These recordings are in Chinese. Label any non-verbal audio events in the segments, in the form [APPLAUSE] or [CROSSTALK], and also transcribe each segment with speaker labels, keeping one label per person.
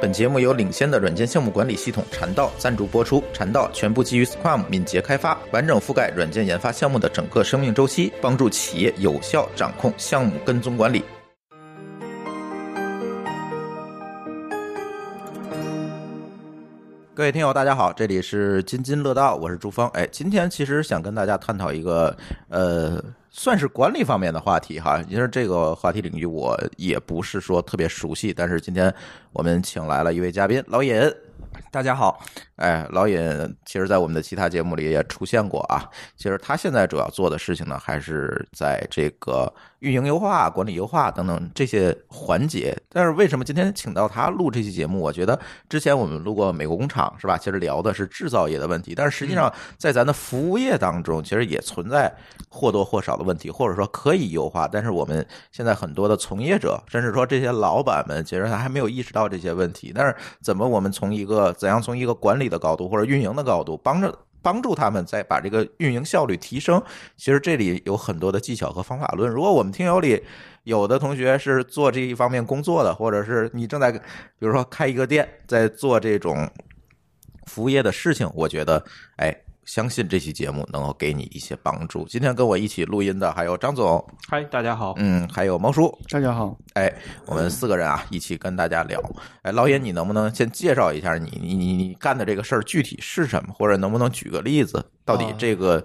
Speaker 1: 本节目由领先的软件项目管理系统禅道赞助播出。禅道全部基于 Scrum 敏捷开发，完整覆盖软件研发项目的整个生命周期，帮助企业有效掌控项目跟踪管理。各位听友，大家好，这里是津津乐道，我是朱峰。哎，今天其实想跟大家探讨一个呃，算是管理方面的话题哈，因为这个话题领域我也不是说特别熟悉，但是今天我们请来了一位嘉宾老尹。
Speaker 2: 大家好，
Speaker 1: 哎，老尹其实，在我们的其他节目里也出现过啊。其实他现在主要做的事情呢，还是在这个运营优化、管理优化等等这些环节。但是为什么今天请到他录这期节目？我觉得之前我们录过美国工厂是吧？其实聊的是制造业的问题，但是实际上在咱的服务业当中，其实也存在或多或少的问题，或者说可以优化。但是我们现在很多的从业者，甚至说这些老板们，其实他还没有意识到这些问题。但是怎么我们从一个怎样从一个管理的高度或者运营的高度，帮着帮助他们再把这个运营效率提升。其实这里有很多的技巧和方法论。如果我们听友里有的同学是做这一方面工作的，或者是你正在比如说开一个店，在做这种服务业的事情，我觉得，哎，相信这期节目能够给你一些帮助。今天跟我一起录音的还有张总，
Speaker 2: 嗨，大家好。
Speaker 1: 嗯，还有毛叔，
Speaker 3: 大家好，
Speaker 1: 哎，我们四个人啊，一起跟大家聊。哎，老尹，你能不能先介绍一下你你你你干的这个事儿具体是什么，或者能不能举个例子，到底这个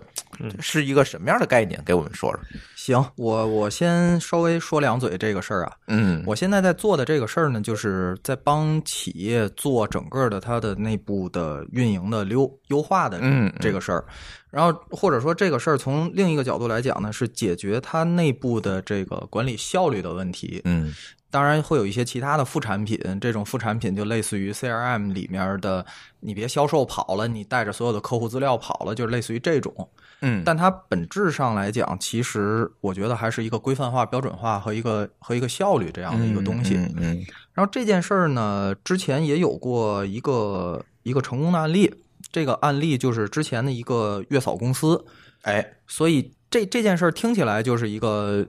Speaker 1: 是一个什么样的概念，给我们说说？
Speaker 2: 行，我我先稍微说两嘴这个事儿啊。
Speaker 1: 嗯，
Speaker 2: 我现在在做的这个事儿呢，就是在帮企业做整个的它的内部的运营的优优化的
Speaker 1: 嗯嗯
Speaker 2: 这个事儿，然后或者说这个事儿从另一个角度来讲呢，是解决它内部的这个管理效率的问题。
Speaker 1: 嗯
Speaker 2: 当然会有一些其他的副产品，这种副产品就类似于 CRM 里面的，你别销售跑了，你带着所有的客户资料跑了，就是类似于这种。
Speaker 1: 嗯，
Speaker 2: 但它本质上来讲，其实我觉得还是一个规范化、标准化和一个和一个效率这样的一个东西。
Speaker 1: 嗯嗯
Speaker 2: 然后这件事儿呢，之前也有过一个一个成功的案例，这个案例就是之前的一个月嫂公司，
Speaker 1: 哎，
Speaker 2: 所以这这件事儿听起来就是一个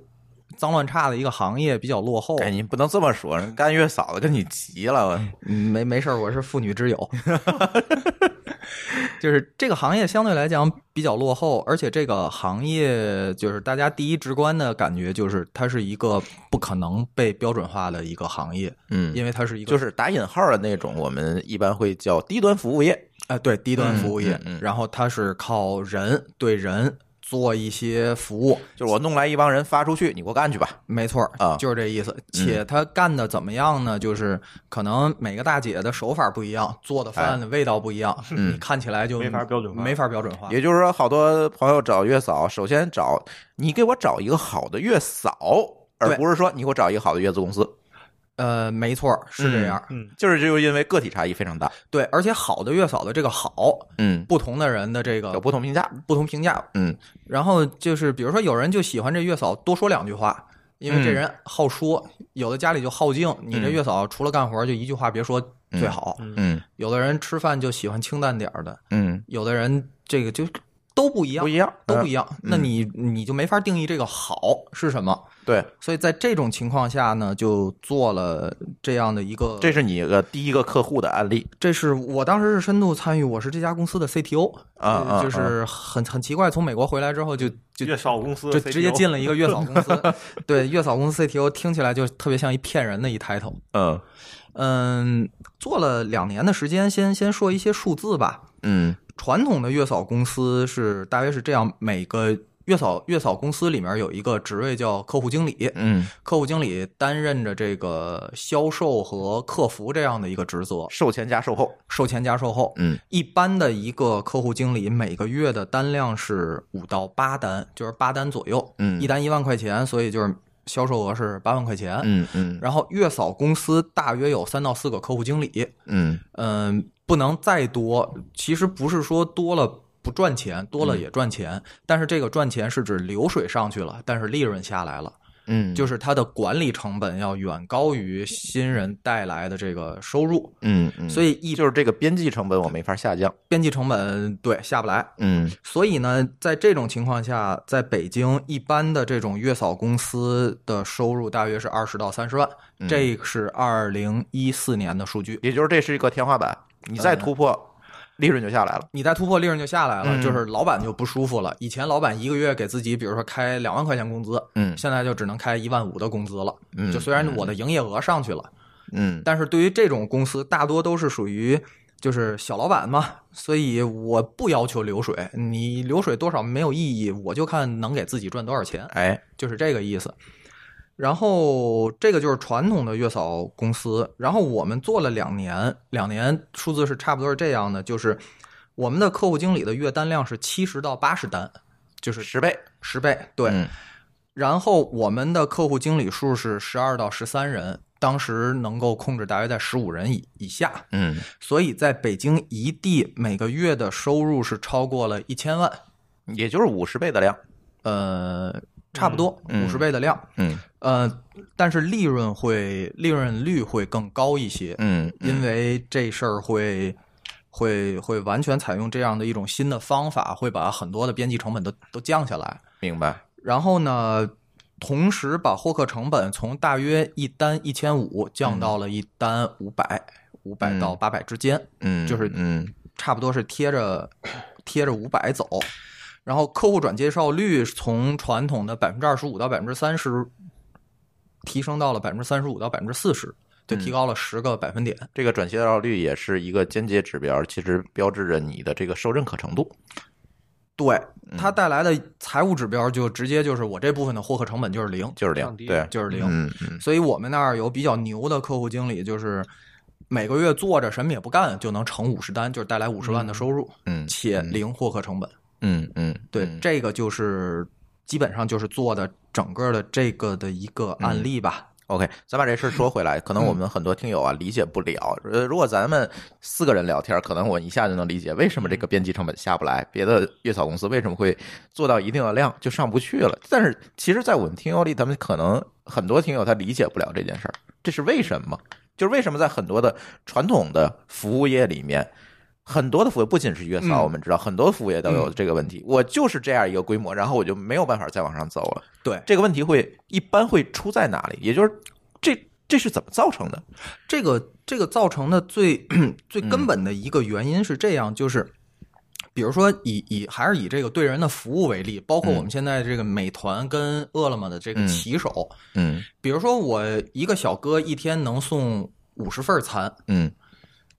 Speaker 2: 脏乱差的一个行业，比较落后。
Speaker 1: 哎，你不能这么说，人干月嫂子跟你急了，
Speaker 2: 嗯没没事儿，我是妇女之友。 [LAUGHS] 就是这个行业相对来讲比较落后，而且这个行业就是大家第一直观的感觉就是它是一个不可能被标准化的一个行业，
Speaker 1: 嗯，
Speaker 2: 因为它是一个
Speaker 1: 就是打引号的那种，我们一般会叫低端服务业。
Speaker 2: 啊、对低端服务业，
Speaker 1: 嗯嗯嗯
Speaker 2: 然后它是靠人对人做一些服务，
Speaker 1: 就是我弄来一帮人发出去，你给我干去吧。
Speaker 2: 没错儿
Speaker 1: 啊
Speaker 2: 就是这意思。且他干的怎么样呢？就是可能每个大姐的手法不一样，做的饭的味道不一样，
Speaker 1: 嗯
Speaker 2: 你看起来就
Speaker 3: 没法标准化
Speaker 2: 没法标准化。
Speaker 1: 也就是说，好多朋友找月嫂，首先找你给我找一个好的月嫂，而
Speaker 2: 对
Speaker 1: 不是说你给我找一个好的月子公司。
Speaker 2: 呃，没错儿，是这样。
Speaker 3: 嗯，
Speaker 1: 就是就是因为个体差异非常大，
Speaker 2: 对，而且好的月嫂的这个好，
Speaker 1: 嗯，
Speaker 2: 不同的人的这个
Speaker 1: 有不同评价，
Speaker 2: 不同评价。
Speaker 1: 嗯，
Speaker 2: 然后就是比如说有人就喜欢这月嫂多说两句话。
Speaker 1: 嗯
Speaker 2: 因为这人好说，有的家里就好静。你这月嫂除了干活，就一句话别说最好。
Speaker 1: 嗯
Speaker 2: 有的人吃饭就喜欢清淡点儿的，
Speaker 1: 嗯，
Speaker 2: 有的人这个就都不一样，
Speaker 1: 不一呃样，嗯
Speaker 2: 都不
Speaker 1: 一
Speaker 2: 一样。那你你就没法定义这个好是什么。
Speaker 1: 对，
Speaker 2: 所以在这种情况下呢，就做了这样的一个，
Speaker 1: 这是你个第一个客户的案例
Speaker 2: 这是我当时是深度参与，我是这家公司的 CTO
Speaker 1: 啊
Speaker 2: 呃
Speaker 1: 啊
Speaker 2: 就是很很奇怪，从美国回来之后就就
Speaker 3: 月少公司
Speaker 2: 就直接进
Speaker 3: 了，
Speaker 2: 了一个月嫂公
Speaker 1: [LAUGHS]
Speaker 2: 司，对月嫂公司 CTO 听起来就特别像一骗人的一抬头。
Speaker 1: 嗯
Speaker 2: 嗯，做了两年的时间，先先说一些数字吧。
Speaker 1: 嗯
Speaker 2: 传统的月嫂公司是大约是这样，每个月嫂月嫂公司里面有一个职位叫客户经理，
Speaker 1: 嗯，
Speaker 2: 客户经理担任着这个销售和客服这样的一个职责，
Speaker 1: 售前加售后，
Speaker 2: 售前加售后。
Speaker 1: 嗯
Speaker 2: 一般的一个客户经理每个月的单量是五到八单，就是八单左右，
Speaker 1: 嗯
Speaker 2: 一单一万块钱，所以就是销售额是八万块钱。
Speaker 1: 嗯嗯
Speaker 2: 然后月嫂公司大约有三到四个客户经理，
Speaker 1: 嗯
Speaker 2: 嗯，不能再多。其实不是说多了不赚
Speaker 1: 嗯
Speaker 2: 钱，多了也赚钱，但是这个赚钱是指流水上去了，但是利润下来了。
Speaker 1: 嗯，
Speaker 2: 就是是它的管理成本要远高于新人带来的这个收入，
Speaker 1: 嗯嗯，
Speaker 2: 所
Speaker 1: 以
Speaker 2: 以一
Speaker 1: 就是这个边际成本我没法下降。
Speaker 2: 边际成本对下不来。
Speaker 1: 嗯
Speaker 2: 所以呢，在这种情况下，在北京一般的这种月嫂公司的收入大约是二十到三十万，
Speaker 1: 嗯
Speaker 2: 这是二零一四年的数据。
Speaker 1: 也就是这是一个天花板，你
Speaker 2: 嗯
Speaker 1: 再突破，利润就下来了。
Speaker 2: 你再突破利润就下来了，
Speaker 1: 嗯
Speaker 2: 就是老板就不舒服了。以前老板一个月给自己，比如说开两万块钱工资，
Speaker 1: 嗯
Speaker 2: 现在就只能开一万五的工资了。
Speaker 1: 嗯，
Speaker 2: 就虽然我的营业额上去了，
Speaker 1: 嗯
Speaker 2: 但是对于这种公司，大多都是属于就是小老板嘛，所以我不要求流水，你流水多少没有意义，我就看能给自己赚多少钱，
Speaker 1: 哎
Speaker 2: 就是这个意思。然后这个就是传统的月嫂公司，然后我们做了两年，两年数字是差不多是这样的，就是我们的客户经理的月单量是七十到八十单，就是
Speaker 1: 十倍，
Speaker 2: 十倍，对，
Speaker 1: 嗯
Speaker 2: 然后我们的客户经理数是十二到十三人，当时能够控制大约在十五人以以下，
Speaker 1: 嗯
Speaker 2: 所以在北京一地每个月的收入是超过了一千万，
Speaker 1: 也就是五十倍的量。
Speaker 2: 呃，差不多
Speaker 1: 嗯
Speaker 2: 五十倍的量，
Speaker 1: 嗯
Speaker 2: 呃，但是利润会利润率会更高一些，
Speaker 1: 嗯
Speaker 2: 因为这事儿会。会会完全采用这样的一种新的方法，会把很多的边际成本都都降下来。
Speaker 1: 明白。
Speaker 2: 然后呢，同时把获客成本从大约一单一千五降到了一单五百、五百到八百之间，
Speaker 1: 嗯，
Speaker 2: 就是
Speaker 1: 嗯
Speaker 2: 差不多是贴着贴着五百走。然后客户转介绍率从传统的百分之二十五到百分之三十，提升到了百分之三十五到百分之四十，就
Speaker 1: 嗯
Speaker 2: 提高了十个百分点。
Speaker 1: 这个转介绍率也是一个间接指标，其实标志着你的这个受认可程度。
Speaker 2: 对
Speaker 1: 嗯
Speaker 2: 它带来的财务指标就直接就是我这部分的获客成本就是零，
Speaker 1: 就是零，
Speaker 3: 降低
Speaker 1: 对，
Speaker 2: 就是零。
Speaker 1: 嗯嗯
Speaker 2: 所以我们那儿有比较牛的客户经理，就是每个月坐着什么也不干就能乘五十单，就是带来五十万的收入，
Speaker 1: 嗯
Speaker 2: 且零获客成本。
Speaker 1: 嗯嗯，
Speaker 2: 对，
Speaker 1: 嗯
Speaker 2: 这个就是基本上就是做的整个的这个的一个案例吧。
Speaker 1: OK，咱把这事儿说回来，可能我们很多听友啊理解不了。呃，如果咱们四个人聊天，可能我一下就能理解为什么这个边际成本下不来，别的月草公司为什么会做到一定的量就上不去了。但是其实，在我们听友里，咱们可能很多听友他理解不了这件事儿，这是为什么？就是为什么在很多的传统的服务业里面。很多的服务业不仅是月嫂，
Speaker 2: 嗯
Speaker 1: 我们知道很多服务业都有这个问题。我就是这样一个规模，然后我就没有办法再往上走了。
Speaker 2: 对，
Speaker 1: 这个问题会一般会出在哪里？也就是这这是怎么造成的？
Speaker 2: 这个这个造成的最 [CLEARS THROAT] 最根本的一个原因是这样，就是。比如说以，以还是以这个对人的服务为例，包括我们现在这个美团跟饿了么的这个
Speaker 1: 嗯
Speaker 2: 骑手，
Speaker 1: 嗯
Speaker 2: 比如说我一个小哥一天能送五十份儿餐，
Speaker 1: 嗯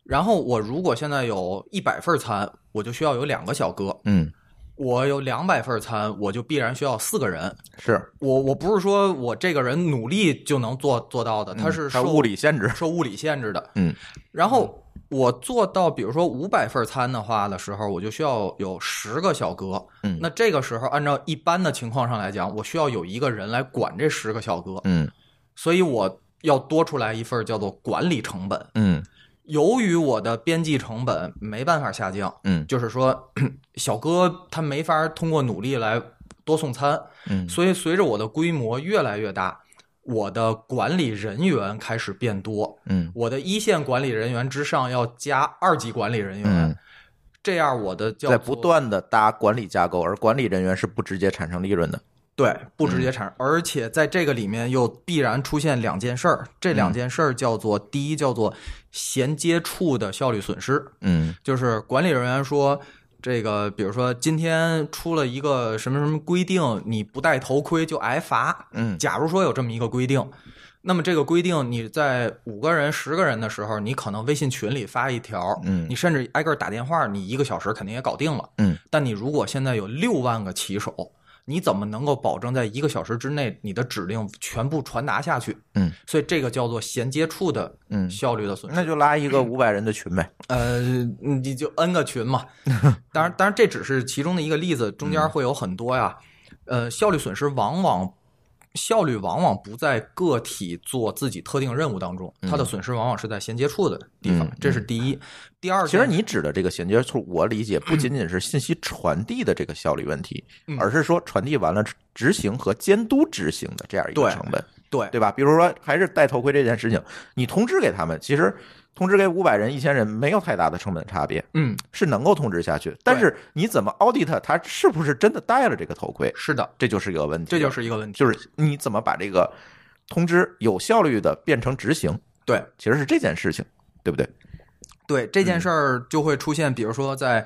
Speaker 2: 然后我如果现在有一百份儿餐，我就需要有两个小哥；
Speaker 1: 嗯，
Speaker 2: 我有两百份儿餐，我就必然需要四个人。
Speaker 1: 是
Speaker 2: 我我不是说我这个人努力就能做做到的，它是
Speaker 1: 它
Speaker 2: 受
Speaker 1: 嗯物理限制。
Speaker 2: 受物理限制的。
Speaker 1: 嗯
Speaker 2: 然后我做到比如说五百份儿餐的话的时候，我就需要有十个小哥。
Speaker 1: 嗯
Speaker 2: 那这个时候按照一般的情况上来讲，我需要有一个人来管这十个小哥，
Speaker 1: 嗯
Speaker 2: 所以我要多出来一份儿叫做管理成本。
Speaker 1: 嗯
Speaker 2: 由于我的边际成本没办法下降，
Speaker 1: 嗯
Speaker 2: 就是说 [CLEARS THROAT] 小哥他没法通过努力来多送餐，
Speaker 1: 嗯
Speaker 2: 所以随着我的规模越来越大，我的管理人员开始变多，
Speaker 1: 嗯
Speaker 2: 我的一线管理人员之上要加二级管理人员，
Speaker 1: 嗯，
Speaker 2: 这样我的叫
Speaker 1: 在
Speaker 2: 做
Speaker 1: 不断的搭管理架构，而管理人员是不直接产生利润的。
Speaker 2: 对
Speaker 1: 嗯
Speaker 2: 不直接产生，而且在这个里面又必然出现两件事儿，这
Speaker 1: 嗯
Speaker 2: 两件事儿叫做、第一叫做衔接处的效率损失，
Speaker 1: 嗯
Speaker 2: 就是管理人员说，这个比如说今天出了一个什么什么规定，你不戴头盔就挨罚。
Speaker 1: 嗯
Speaker 2: 假如说有这么一个规定，那么这个规定你在五个人、十个人的时候，你可能微信群里发一条，
Speaker 1: 嗯
Speaker 2: 你甚至挨个打电话，你一个小时肯定也搞定了。
Speaker 1: 嗯，
Speaker 2: 但你如果现在有六万个骑手。你怎么能够保证在一个小时之内你的指令全部传达下去？
Speaker 1: 嗯，
Speaker 2: 所以这个叫做衔接处的
Speaker 1: 嗯，
Speaker 2: 效率的损失。
Speaker 1: 那就拉一个五百人的群呗。
Speaker 2: 呃，你就 N 个
Speaker 1: [LAUGHS]
Speaker 2: 群嘛。当然，当然这只是其中的一个例子，中间会有很多呀。呃，效率损失往往效率往往不在个体做自己特定任务当中，它的损失往往是在衔接处的地方
Speaker 1: 嗯，
Speaker 2: 这是第一。第二件，
Speaker 1: 其实你指的这个衔
Speaker 2: 嗯
Speaker 1: 接处，我理解不仅仅是信息传递的这个效率问题，而是说传递完了执行和监督执行的这样一个
Speaker 2: 对
Speaker 1: 成本，
Speaker 2: 对
Speaker 1: 对吧？比如说，还是戴头盔这件事情，你通知给他们，其实通知给五百人、一千人没有太大的成本差别，
Speaker 2: 嗯，
Speaker 1: 是能够通知下去。但是你怎么 audit 他是不是真的戴了这个头盔，
Speaker 2: 是的，
Speaker 1: 这就是一个问题。
Speaker 2: 这就是一个问题。
Speaker 1: 就是你怎么把这个通知有效率的变成执行，
Speaker 2: 对
Speaker 1: 其实是这件事情，对不对？
Speaker 2: 对，这
Speaker 1: 嗯
Speaker 2: 件事儿就会出现，比如说在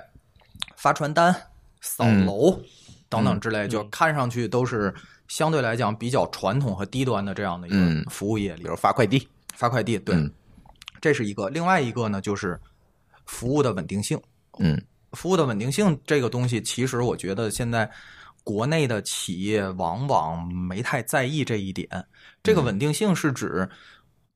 Speaker 2: 发传单、扫
Speaker 1: 嗯
Speaker 2: 楼等等之类，就看上去都是相对来讲比较传统和低端的这样的一
Speaker 1: 嗯
Speaker 2: 个服务业里
Speaker 1: 比如发快递，
Speaker 2: 发快递，对，
Speaker 1: 嗯
Speaker 2: 这是一个。另外一个呢，就是服务的稳定性。
Speaker 1: 嗯
Speaker 2: 服务的稳定性这个东西，其实我觉得现在国内的企业往往没太在意这一点。这个
Speaker 1: 嗯
Speaker 2: 稳定性是指，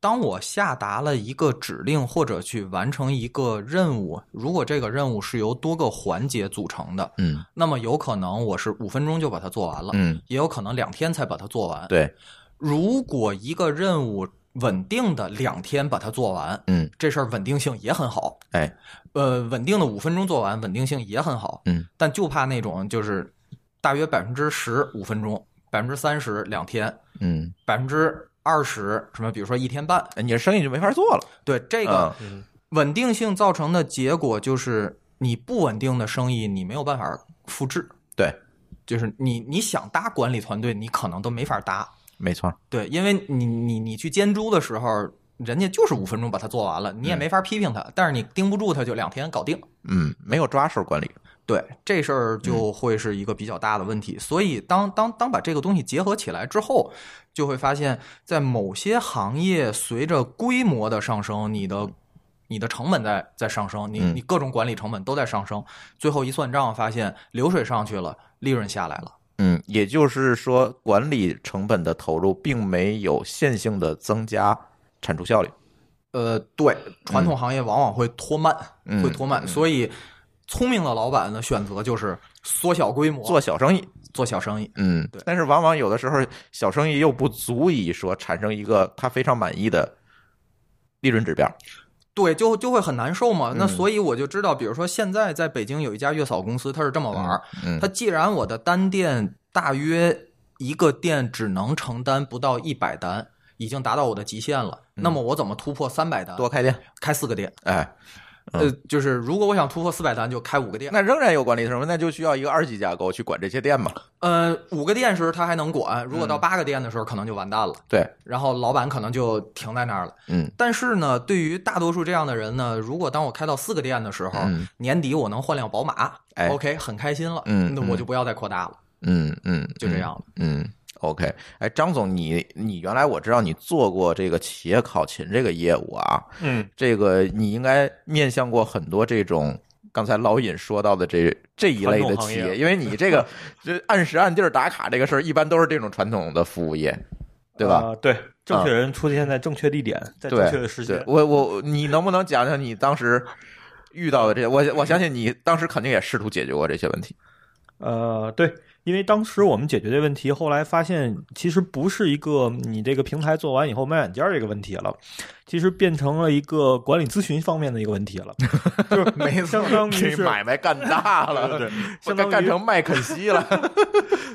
Speaker 2: 当我下达了一个指令或者去完成一个任务，如果这个任务是由多个环节组成的，
Speaker 1: 嗯
Speaker 2: 那么有可能我是五分钟就把它做完了，
Speaker 1: 嗯，
Speaker 2: 也有可能两天才把它做完。
Speaker 1: 对，
Speaker 2: 如果一个任务稳定的两天把它做完，
Speaker 1: 嗯，
Speaker 2: 这事儿稳定性也很好。
Speaker 1: 哎，
Speaker 2: 呃，稳定的五分钟做完，稳定性也很好。
Speaker 1: 嗯，
Speaker 2: 但就怕那种就是大约百分之十五分钟，百分之三十两天，
Speaker 1: 嗯，
Speaker 2: 百分之二十什么，比如说一天半。
Speaker 1: 哎你的生意就没法做了。
Speaker 2: 对这个
Speaker 1: 嗯
Speaker 2: 稳定性造成的结果就是，你不稳定的生意你没有办法复制，
Speaker 1: 对，
Speaker 2: 就是你你想搭管理团队，你可能都没法搭。
Speaker 1: 没错，
Speaker 2: 对，因为你你你去监督的时候，人家就是五分钟把它做完了，你也没法批评他，但是你盯不住他，就两天搞定。
Speaker 1: 嗯，没有抓手管理，
Speaker 2: 对，这事儿就会是一个比较大的问题。所以当当当把这个东西结合起来之后，就会发现，在某些行业随着规模的上升，你的你的成本在在上升，你
Speaker 1: 嗯
Speaker 2: 你各种管理成本都在上升，最后一算账发现流水上去了，利润下来了。
Speaker 1: 嗯，也就是说，管理成本的投入并没有线性的增加产出效率。
Speaker 2: 呃，对，传统行业往往会拖慢，
Speaker 1: 嗯
Speaker 2: 会拖慢，所以聪明的老板的选择就是缩小规模，
Speaker 1: 做小生意，
Speaker 2: 做小生意。
Speaker 1: 嗯，
Speaker 2: 对
Speaker 1: 但是往往有的时候，小生意又不足以说产生一个他非常满意的利润指标。
Speaker 2: 对，就就会很难受嘛。
Speaker 1: 嗯
Speaker 2: 那所以我就知道，比如说现在在北京有一家月嫂公司，它是这么玩儿：
Speaker 1: 嗯
Speaker 2: 它既然我的单店大约一个店只能承担不到一百单，已经达到我的极限了，那么我怎么突破三百单？
Speaker 1: 嗯多开店，
Speaker 2: 开四个店，
Speaker 1: 哎，
Speaker 2: 呃，就是如果我想突破四百单，就开五个店。
Speaker 1: 那仍然有管理成本，那就需要一个二级架构去管这些店嘛。
Speaker 2: 呃，五个店时它还能管，如果
Speaker 1: 嗯
Speaker 2: 到八个店的时候，可能就完蛋了。
Speaker 1: 对，
Speaker 2: 然后老板可能就停在那儿了。
Speaker 1: 嗯，
Speaker 2: 但是呢，对于大多数这样的人呢，如果当我开到四个店的时候，
Speaker 1: 嗯
Speaker 2: 年底我能换辆宝马、
Speaker 1: 哎
Speaker 2: o k 很开心了。
Speaker 1: 嗯
Speaker 2: 那我就不要再扩大了，
Speaker 1: 嗯嗯，
Speaker 2: 就这样了。
Speaker 1: 嗯。嗯，OK，哎，张总，你你原来我知道你做过这个企业考勤这个业务啊，
Speaker 3: 嗯，
Speaker 1: 这个你应该面向过很多这种刚才老尹说到的这这一类的企
Speaker 3: 传统行
Speaker 1: 业，
Speaker 3: 业
Speaker 1: 因为你这 [LAUGHS] 个这按时按地儿打卡这个事儿，一般都是这种传统的服务业，对吧？嗯
Speaker 3: 呃对，正确人出现在正确地点，在正
Speaker 1: 对，
Speaker 3: 确的时
Speaker 1: 对
Speaker 3: 间。
Speaker 1: 我我你能不能讲讲你当时遇到的这些？我我相信你当时肯定也试图解决过这些问题。
Speaker 3: 呃，对，因为当时我们解决这问题，后来发现其实不是一个你这个平台做完以后卖软件儿这个问题了，其实变成了一个管理咨询方面的一个问
Speaker 1: [LAUGHS]
Speaker 3: 题了，就是没 [LAUGHS] 相当于
Speaker 1: 这
Speaker 3: 是呃
Speaker 1: 买卖干大了，
Speaker 3: 对对对
Speaker 1: 我
Speaker 3: [LAUGHS] 相
Speaker 1: 干
Speaker 3: 当
Speaker 1: 干
Speaker 3: 于
Speaker 1: 成麦肯锡了。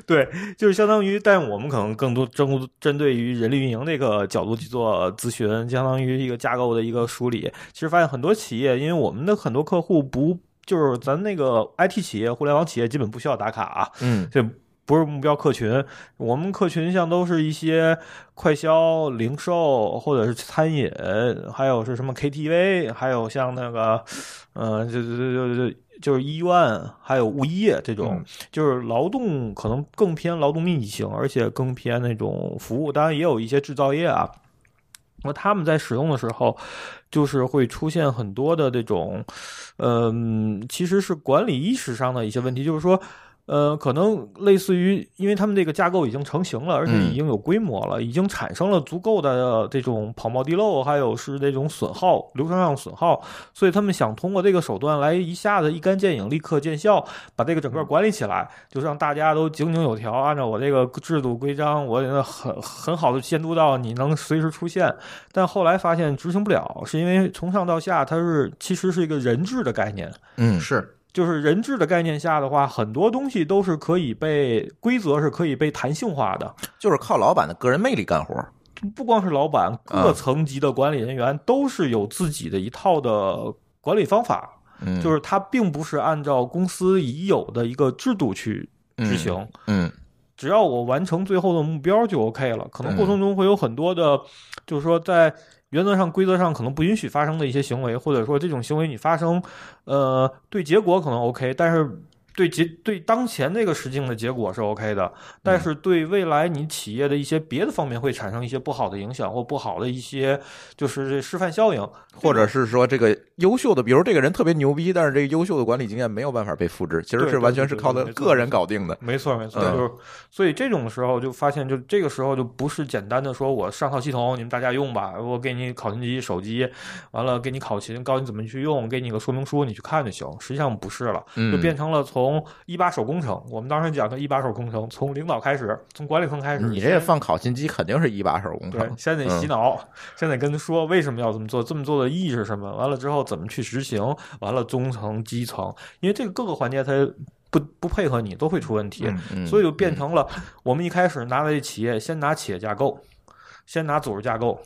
Speaker 3: 对，就是相当于，但我们可能更多针针对于人力运营这个角度去做咨询，相当于一个架构的一个梳理。其实发现很多企业，因为我们的很多客户不就是咱那个 IT 企业、互联网企业，基本不需要打卡、啊，
Speaker 1: 嗯
Speaker 3: 这不是目标客群。我们客群像都是一些快消、零售，或者是餐饮，还有是什么 KTV，还有像那个，呃，就就就就就就是医院，还有物业这种，
Speaker 1: 嗯
Speaker 3: 就是劳动可能更偏劳动密集型，而且更偏那种服务。当然也有一些制造业啊。那他们在使用的时候，就是会出现很多的这种，嗯，其实是管理意识上的一些问题，就是说，呃，可能类似于，因为他们这个架构已经成型了，而且已经有规模了，已经产生了足够的这种跑冒滴漏，还有是这种损耗、流程上损耗，所以他们想通过这个手段来一下子一竿见影、立刻见效，把这个整个管理起来，就是让大家都井井有条，按照我这个制度规章，我很很好的监督到你能随时出现。但后来发现执行不了，是因为从上到下它是其实是一个人治的概念。
Speaker 1: 嗯
Speaker 2: 是
Speaker 3: 就是人治的概念下的话，很多东西都是可以被规则是可以被弹性化的。
Speaker 1: [LAUGHS] 就是靠老板的个人魅力干活。
Speaker 3: 不光是老板，
Speaker 1: 啊
Speaker 3: 各层级的管理人员都是有自己的一套的管理方法，
Speaker 1: 嗯，
Speaker 3: 就是它并不是按照公司已有的一个制度去执行。
Speaker 1: 嗯，
Speaker 3: 只要我完成最后的目标就 OK 了。可
Speaker 1: 嗯
Speaker 3: 能过程中会有很多的，就是说在原则上、规则上可能不允许发生的一些行为，或者说这种行为你发生，呃，对结果可能 OK，但是。对结对当前这个事情的结果是 OK 的，但是对未来你企业的一些别的方面会产生一些不好的影响或不好的一些就是这示范效应，
Speaker 1: 或者是说这个优秀的，比如这个人特别牛逼，但是这个优秀的管理经验没有办法被复制，其实
Speaker 3: 对
Speaker 1: 是
Speaker 3: 对
Speaker 1: 完全
Speaker 3: 对
Speaker 1: 是
Speaker 3: 对
Speaker 1: 靠
Speaker 3: 对
Speaker 1: 他
Speaker 3: 没错
Speaker 1: 个人搞定的。
Speaker 3: 没错，没错，
Speaker 1: 嗯
Speaker 3: 就是所以这种时候就发现，就这个时候就不是简单的说我上套系统你们大家用吧，我给你考勤机、手机，完了给你考勤，告诉你怎么去用，给你个说明书，你去看就行。实际上不是了，就
Speaker 1: 嗯，
Speaker 3: 变成了从一把手工程，我们当时讲的一把手工程，从领导开始，从管理层开始，
Speaker 1: 你这
Speaker 3: 先
Speaker 1: 放嗯烤心机肯定是一把手工
Speaker 3: 对
Speaker 1: 程，。
Speaker 3: 先得洗脑，先得跟他说为什么要这么做，这么做的意义是什么，完了之后怎么去执行，完了中层、基层，因为这个各个环节它不不配合你都会出问题，
Speaker 2: 嗯
Speaker 1: 嗯
Speaker 3: 所以就变成了我们一开始拿的这企业，先拿企业架构，先拿组织架构，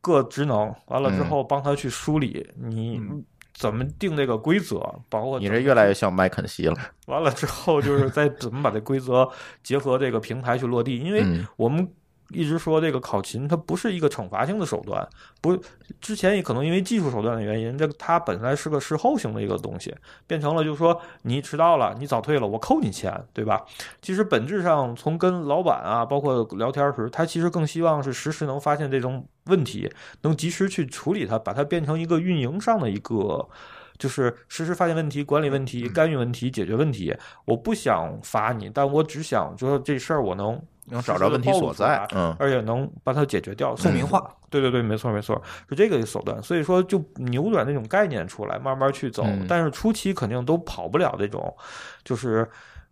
Speaker 3: 各职能，完了之
Speaker 1: 嗯
Speaker 3: 后帮他去梳理你
Speaker 2: 嗯
Speaker 3: 怎么定这个规则，包括
Speaker 1: 你
Speaker 3: 怎
Speaker 1: 这
Speaker 3: 么
Speaker 1: 越来越像麦肯锡了。
Speaker 3: 完了之后就是再怎么把这规则结合这个平台去落地，因为
Speaker 1: 嗯
Speaker 3: 我们一直说这个考勤，它不是一个惩罚性的手段，不，之前也可能因为技术手段的原因，这个它本来是个事后性的一个东西，变成了就是说你迟到了，你早退了，我扣你钱，对吧？其实本质上从跟老板啊，包括聊天时，他其实更希望是实时能发现这种问题，能及时去处理它，把它变成一个运营上的一个。就是实时发现问题、管理问题、
Speaker 1: 嗯
Speaker 3: 干预问题、解决问题。我不想罚你，但我只想就说这事儿我能
Speaker 1: 能找着问题所在。嗯
Speaker 3: 而且能把它解决掉，
Speaker 2: 透明化。
Speaker 3: 对对对，没错没错，是这个手段。所以说，就扭转那种概念出来，慢慢去走。
Speaker 1: 嗯
Speaker 3: 但是初期肯定都跑不了这种，就是。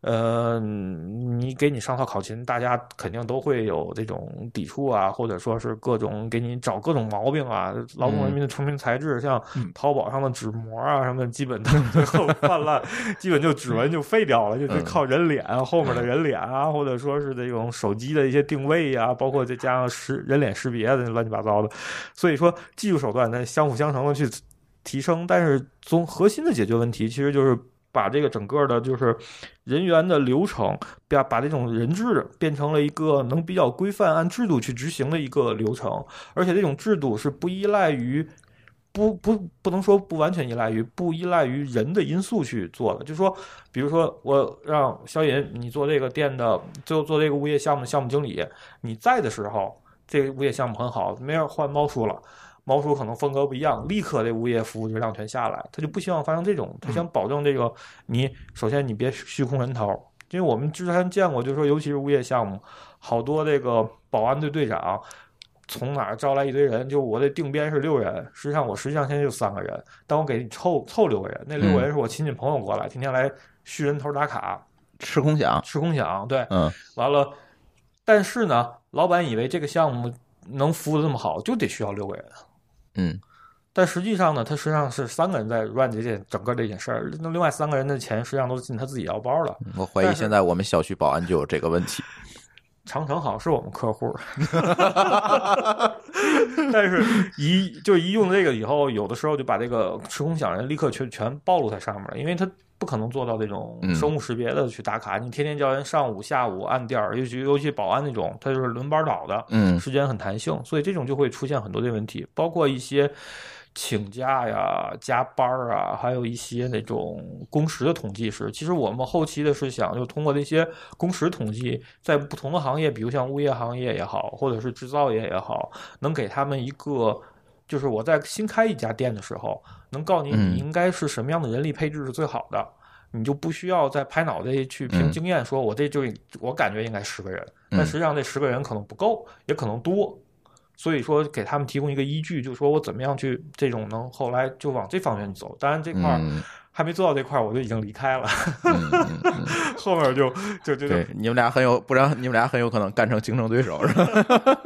Speaker 3: 呃，你给你上套考勤，大家肯定都会有这种抵触啊，或者说是各种给你找各种毛病啊。劳
Speaker 1: 嗯
Speaker 3: 动人民的崇明材质，像
Speaker 2: 嗯
Speaker 3: 淘宝上的纸膜啊什么的，基 [LAUGHS] 本到最后泛 [LAUGHS] 滥，基本就指纹就废掉了，就就
Speaker 1: 嗯
Speaker 3: 靠人脸啊后面的人脸啊，或者说是这种手机的一些定位呀、包括再加上识人脸识别的乱七八糟的，所以说技术手段呢相辅相成的去提升，但是从核心的解决问题，其实就是把这个整个的就是人员的流程，把把这种人质变成了一个能比较规范按制度去执行的一个流程，而且这种制度是不依赖于。不不，不能说不完全依赖于，不依赖于人的因素去做的。就说，比如说，我让肖银你做这个店的，最后做这个物业项目的项目经理，你在的时候，这个物业项目很好，没人换猫叔了，猫叔可能风格不一样，立刻这物业服务质量全下来，他就不希望发生这种，他想保证这个你首先你别虚空人头，因为我们之前见过，就是说尤其是物业项目，好多这个保安队队长。从哪儿招来一堆人？就我的定编是六人，实际上我实际上现在就三个人，但我给你凑凑六个人，那六个人是我亲戚朋友过来，天天来续人头打卡，
Speaker 1: 吃空饷。
Speaker 3: 吃空饷，对，
Speaker 1: 嗯
Speaker 3: 完了，但是呢，老板以为这个项目能服务的这么好，就得需要六个人，啊
Speaker 1: 嗯
Speaker 3: 但实际上呢，他实际上是三个人在 run 这件整个这件事儿，那另外三个人的钱实际上都进他自己腰包了。
Speaker 1: 我怀疑
Speaker 3: 嗯但是
Speaker 1: 现在我们小区保安就有这个问题。
Speaker 3: 长城好是我们客户， [LAUGHS] 但是一就一用这个以后，有的时候就把这个吃空想人立刻全全暴露在上面了，因为他不可能做到这种
Speaker 1: 嗯
Speaker 3: 生物识别的去打卡，你天天叫人上午、下午按点儿，尤其尤其保安那种，他就是轮班倒的，
Speaker 1: [LAUGHS] 嗯
Speaker 3: [LAUGHS] 时间很弹性，所以这种就会出现很多的问题，包括一些请假呀、加班儿啊，还有一些那种工时的统计是，其实我们后期的是想就通过这些工时统计，在不同的行业，比如像物业行业也好，或者是制造业也好，能给他们一个。就是我在新开一家店的时候，能告诉你
Speaker 1: 嗯
Speaker 3: 你应该是什么样的人力配置是最好的，你就不需要再拍脑袋去凭
Speaker 1: 嗯
Speaker 3: 经验说，我这就我感觉应该十个人，但
Speaker 1: 嗯
Speaker 3: 实际上这十个人可能不够，也可能多，所以说给 [LAUGHS] 他们提供一个依据，就是说我怎么样去这种能后来就往这方面走。当然这块儿
Speaker 1: 嗯
Speaker 3: 还没做到这块儿，我就已经离开了， [LAUGHS]
Speaker 1: 嗯嗯嗯
Speaker 3: 后面就就就
Speaker 1: 对，你们俩很有，不然你们俩很有可能干成竞争对手，是吧？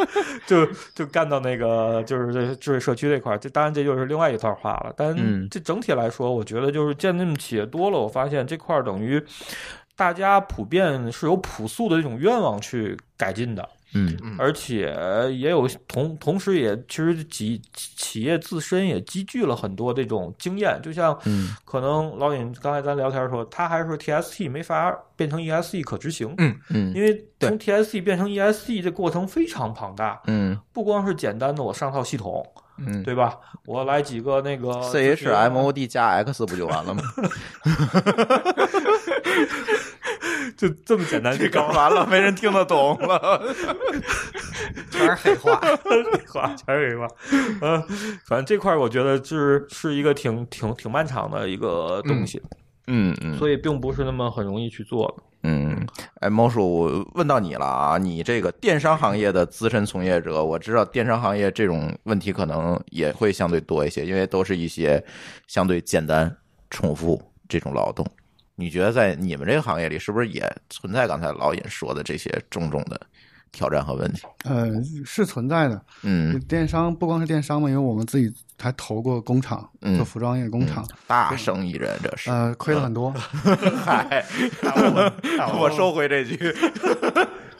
Speaker 3: 就就干到那个就是这智慧社区这块儿，这当然这就是另外一段话了。但
Speaker 1: 嗯
Speaker 3: 这整体来说，我觉得就是见那么企业多了，我发现这块儿等于大家普遍是有朴素的这种愿望去改进的，
Speaker 1: 嗯
Speaker 2: 嗯
Speaker 3: 而且也有同同时也其实企企业自身也积聚了很多这种经验，就像
Speaker 1: 嗯
Speaker 3: 可能老尹刚才咱聊天的时候，他还说 TST 没法变成 ESE 可执行，
Speaker 1: 嗯
Speaker 3: 因为从 TST 变成 ESE 这过程非常庞大。
Speaker 1: 嗯
Speaker 3: 不光是简单的我上套系统，
Speaker 1: 嗯
Speaker 3: 对吧？我来几个那个
Speaker 1: ，C H M O D 加 X 不就完了吗？
Speaker 3: 就这么简单去搞
Speaker 1: 完了，没人听得懂了。
Speaker 2: 全是黑
Speaker 1: [LAUGHS]
Speaker 2: 话。
Speaker 3: 话，全是吧？嗯，反正这块儿我觉得是是一个挺挺挺漫长的一个东西，
Speaker 1: 嗯嗯
Speaker 3: 所以并不是那么很容易去做的。
Speaker 1: 嗯，哎，猫叔，我问到你了啊！你这个电商行业的资深从业者，我知道电商行业这种问题可能也会相对多一些，因为都是一些相对简单、重复这种劳动。你觉得在你们这个行业里，是不是也存在刚才老尹说的这些种种的挑战和问题？
Speaker 4: 呃，是存在的。
Speaker 1: 嗯
Speaker 4: 电商不光是电商嘛，因为我们自己还投过工厂，
Speaker 1: 嗯
Speaker 4: 做服装业工厂，
Speaker 1: 大生意人这是。
Speaker 4: 呃，亏了很多。
Speaker 1: 啊嗨，我我收回这句。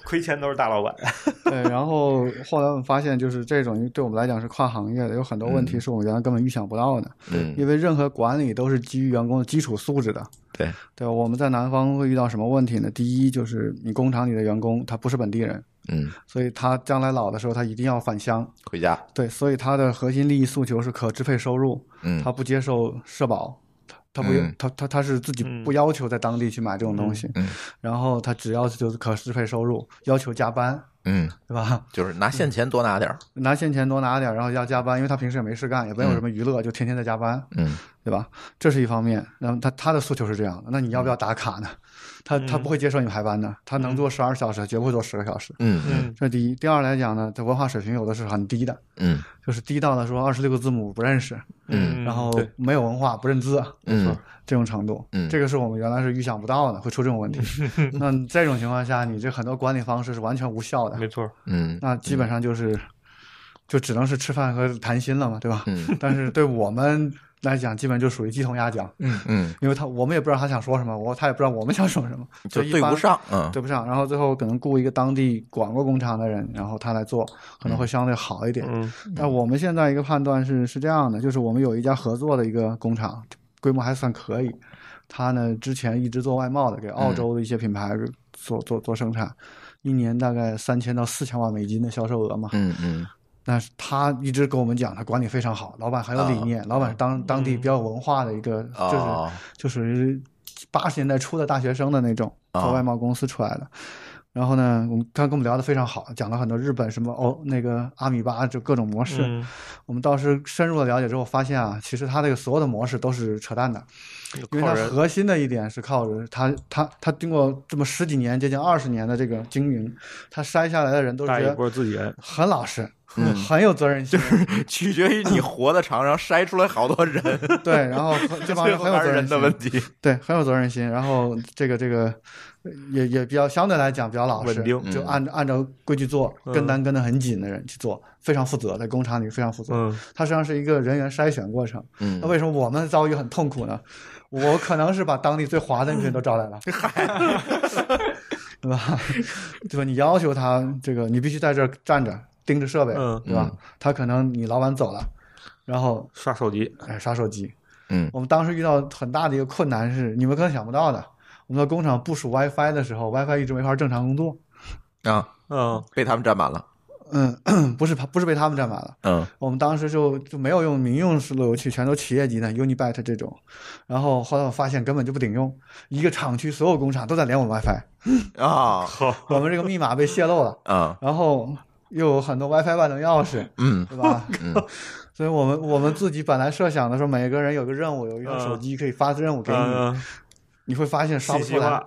Speaker 3: 亏钱都是大老板，
Speaker 4: [LAUGHS] 对，然后后来我们发现，就是这种对我们来讲是跨行业的，有很多问题是我们原来根本预想不到的。
Speaker 1: 嗯，
Speaker 4: 因为任何管理都是基于员工的基础素质的。
Speaker 1: 对
Speaker 4: 对，我们在南方会遇到什么问题呢？第一就是你工厂里的员工他不是本地人，
Speaker 1: 嗯，
Speaker 4: 所以他将来老的时候他一定要返乡。
Speaker 1: 回家。
Speaker 4: 对，所以他的核心利益诉求是可支配收入，
Speaker 1: 嗯
Speaker 4: 他不接受社保。他不
Speaker 1: 嗯，
Speaker 4: 他他他是自己
Speaker 3: 嗯
Speaker 4: 不要求在当地去买这种东西，
Speaker 1: 嗯嗯
Speaker 4: 然后他只要就是可支配收入，要求加班，
Speaker 1: 嗯，
Speaker 4: 对吧？ [LAUGHS]
Speaker 1: 就是拿现钱多拿点儿。
Speaker 4: 拿现钱多拿点儿，然后要加班，因为他平时也没事干，也没有什么娱乐，就天天在加班，
Speaker 1: 嗯
Speaker 4: 对吧？这是一方面。然后他他的诉求是这样的，那你要不要打卡呢？他他
Speaker 3: 嗯
Speaker 4: 不会接受你排班的，他能做十二小时，绝不会做十个小时。
Speaker 1: 嗯嗯
Speaker 3: 嗯，
Speaker 4: 这第一。第二来讲呢，他文化水平有的是很低的，
Speaker 1: 嗯
Speaker 4: 就是低到了说二十六个字母不认识，
Speaker 1: 嗯
Speaker 4: 然后
Speaker 3: 对
Speaker 4: 没有文化不认字，
Speaker 1: 嗯
Speaker 4: 是吧这种程度，
Speaker 1: 嗯
Speaker 4: 这个是我们原来是预想不到的，会出这种
Speaker 1: [LAUGHS]
Speaker 4: 问题。那这种情况下，你这很多管理方式是完全无效的，
Speaker 3: 没错，
Speaker 1: 嗯
Speaker 4: 那基本上就是，就只能是吃饭和谈心了嘛，对吧？
Speaker 1: 嗯
Speaker 4: [LAUGHS] 但是对我们来讲，基本就属于鸡同鸭讲，
Speaker 1: 嗯，
Speaker 4: 因为他我们也不知道他想说什么，我他也不知道我们想说什么，
Speaker 1: 就
Speaker 4: 一
Speaker 1: 对
Speaker 4: 般
Speaker 1: 不，上。嗯
Speaker 4: 对不上。然后最后可能雇一个当地管过工厂的人，然后他来做，可能会相对好一点。
Speaker 3: 嗯
Speaker 4: 但我们现在一个判断是是这样的，就是我们有一家合作的一个工厂，规模还算可以。他呢之前一直做外贸的，给
Speaker 1: 嗯
Speaker 4: 澳洲的一些品牌做、做做生产，一年大概三千到四千万美金的销售额嘛。
Speaker 1: 嗯嗯
Speaker 4: 但是他一直跟我们讲，他管理非常好，老板很有理念，老板是当当地比较有文化的一个，
Speaker 1: 啊嗯哦
Speaker 4: 就是就是八十年代初的大学生的那种，
Speaker 1: 啊
Speaker 4: 做外贸公司出来的。然后呢，我们他跟我们聊得非常好，讲了很多日本什么哦那个阿米巴就各种模式。
Speaker 3: 嗯
Speaker 4: 我们当时深入的了解之后，发现啊，其实他这个所有的模式都是扯淡的，因为它核心的一点是靠人，他他他经过这么十几年接近二十年的这个经营，他筛下来的人都
Speaker 3: 带
Speaker 4: 是
Speaker 3: 一波自己人，
Speaker 4: 很老实，
Speaker 1: 嗯
Speaker 4: 很有责任心，
Speaker 1: 取决于你活的长，然后筛出来好多人，
Speaker 4: 对，然后很 [LAUGHS] 这帮
Speaker 1: 最
Speaker 4: 人
Speaker 1: 后
Speaker 4: 很有
Speaker 1: 还
Speaker 4: 责
Speaker 1: 是
Speaker 4: 任
Speaker 1: 人的
Speaker 4: 心，
Speaker 1: 问题。
Speaker 4: 对，很有责任心。然后这个这个呃也也比较相对来讲比较老实，
Speaker 3: 稳定嗯
Speaker 4: 就
Speaker 1: 嗯
Speaker 4: 按按照规矩做，跟单跟得很紧的人去做，非常负责，在工厂里非常负责。
Speaker 3: 嗯
Speaker 4: 它实际上是一个人员筛选过程。
Speaker 1: 嗯
Speaker 4: 那为什么我们遭遇很痛苦呢？我可能是把当地最滑的那群人都招来了， [LAUGHS] 对吧？对吧？你要求他这个，你必须在这儿站着盯着设备，
Speaker 3: 嗯
Speaker 4: 对吧？他可能你老板走了，然后
Speaker 3: 刷手机，
Speaker 4: 哎刷手机，
Speaker 1: 嗯
Speaker 4: 我们当时遇到很大的一个困难是，你们可能想不到的，我们的工厂部署 WiFi 的时候，WiFi 一直没法正常工作。
Speaker 1: 啊，
Speaker 3: 嗯
Speaker 1: 被他们占满了。
Speaker 4: 嗯， [CLEARS THROAT] 不是不是被他们占满了， [LAUGHS]
Speaker 1: 嗯
Speaker 4: 我们当时就就没有用民用路由器，全都企业级的 Unibyte 这种。然后后来我发现根本就不顶用，一个厂区所有工厂都在连我们 WiFi，
Speaker 1: 啊
Speaker 4: 我们这个密码被泄露了，
Speaker 1: 啊
Speaker 4: 然后又有很多 WiFi 万能钥匙，
Speaker 1: 嗯
Speaker 4: 对吧？
Speaker 1: 嗯
Speaker 4: [LAUGHS] 所以我们我们自己本来设想的时候，每个人有个任务，有一个手机可以发任务给你，
Speaker 3: 嗯，
Speaker 4: 你会发现刷
Speaker 3: 信
Speaker 4: 不
Speaker 3: 息
Speaker 4: 出来
Speaker 3: 化，，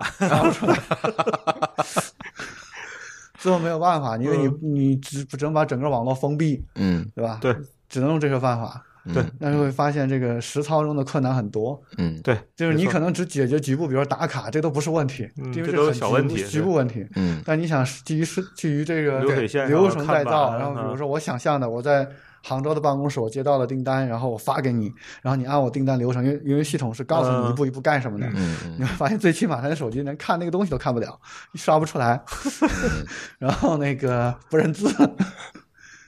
Speaker 4: 最后没有
Speaker 3: 嗯
Speaker 4: 办法，因为你你只只能把整个网络封闭，
Speaker 1: 嗯
Speaker 4: 对吧？
Speaker 3: 对，
Speaker 4: 只能用这个办法。
Speaker 3: 对
Speaker 1: 嗯
Speaker 4: 但是会发现这个实操中的困难很多，
Speaker 1: 嗯
Speaker 3: 对，
Speaker 4: 就是
Speaker 3: 没
Speaker 4: 你
Speaker 3: 错
Speaker 4: 可能只解决局部，比如说打卡，这都不是问题，
Speaker 3: 嗯
Speaker 4: 因为
Speaker 3: 这都是
Speaker 4: 很
Speaker 3: 小
Speaker 4: 局
Speaker 3: 问
Speaker 4: 部
Speaker 3: 题
Speaker 4: 局
Speaker 3: 是
Speaker 4: 部问题。
Speaker 1: 嗯
Speaker 4: 但你想是基于是基于这个
Speaker 3: 流水线上
Speaker 4: 流程再造，
Speaker 3: 看板
Speaker 4: 然后比
Speaker 3: 嗯
Speaker 4: 如说我想象的，我在杭州的办公室，我接到了订单，然后我发给你，然后你按我订单流程，因为因为系统是告诉你
Speaker 3: 嗯
Speaker 4: 一步一步干什么的，
Speaker 1: 嗯
Speaker 4: 你会发现最起码他的手机连看那个东西都看不了，刷不出来，
Speaker 1: 嗯
Speaker 4: [LAUGHS] 然后那个不认字，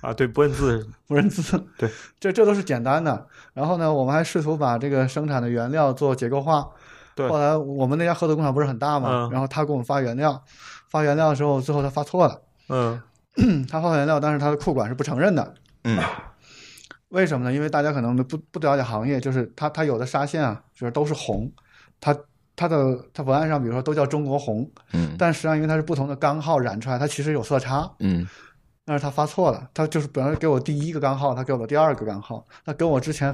Speaker 3: 啊，对，不认字，
Speaker 4: 不认字，
Speaker 3: 对，
Speaker 4: [LAUGHS] 这这都是简单的。然后呢，我们还试图把这个生产的原料做结构化。
Speaker 3: 对
Speaker 4: 后来我们那家合作工厂不是很大嘛，
Speaker 3: 嗯
Speaker 4: 然后他给我们发原料，发原料的时候，最后他发错了，
Speaker 3: 嗯
Speaker 4: 他发原料，但是他的库管是不承认的。
Speaker 1: 嗯
Speaker 4: 为什么呢？因为大家可能不不了解行业，就是它它有的纱线啊，就是都是红，它它的它文案上比如说都叫中国红，
Speaker 1: 嗯
Speaker 4: 但实际上因为它是不同的钢号染出来，它其实有色差。
Speaker 1: 嗯
Speaker 4: 但是他发错了，他就是本来给我第一个钢号，他给我了第二个钢号，那跟我之前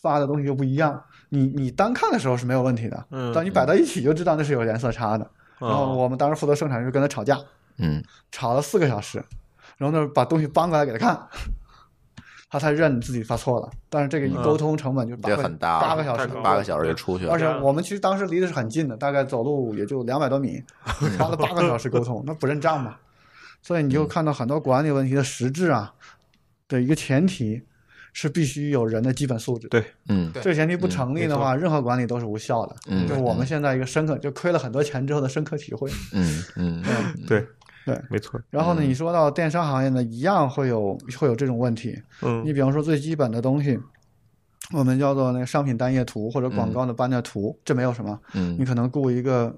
Speaker 4: 发的东西又不一样。你你单看的时候是没有问题的，
Speaker 3: 嗯，
Speaker 4: 但你摆到一起就知道那是有颜色差的。
Speaker 3: 啊
Speaker 4: 然后我们当时负责生产就跟他吵架，
Speaker 1: 嗯
Speaker 4: 吵了四个小时，然后呢把东西搬过来给他看， [LAUGHS] 他才认自己发错了。但是这个一
Speaker 3: 嗯
Speaker 4: 沟通成本就八
Speaker 1: 这
Speaker 4: 个
Speaker 1: 很大，
Speaker 4: 八个小时
Speaker 3: 太高，了
Speaker 1: 八个小时就出去了
Speaker 4: 而。且我们其实当时离得是很近的，大概走路也就两百多米，
Speaker 1: [LAUGHS]
Speaker 4: 花了八个小时沟通，那不认账嘛？所以你就看到很多管理问题的实质啊的一个前提是必须有人的基本素质。
Speaker 3: 对
Speaker 1: 嗯
Speaker 2: 对
Speaker 4: 这个前提不成立的话，任何管理都是无效的。
Speaker 1: 嗯
Speaker 4: 就是我们现在一个深刻，就亏了很多钱之后的深刻体会。
Speaker 1: 嗯嗯嗯
Speaker 3: 对
Speaker 4: 对，
Speaker 3: 没错，
Speaker 4: 然后呢，
Speaker 1: 嗯
Speaker 4: 你说到电商行业呢，一样会有会有这种问题。
Speaker 3: 嗯
Speaker 4: 你比方说最基本的东西，我们叫做那个商品单页图或者广告的班列图，这没有什么。你
Speaker 1: 嗯
Speaker 4: 可能雇一个，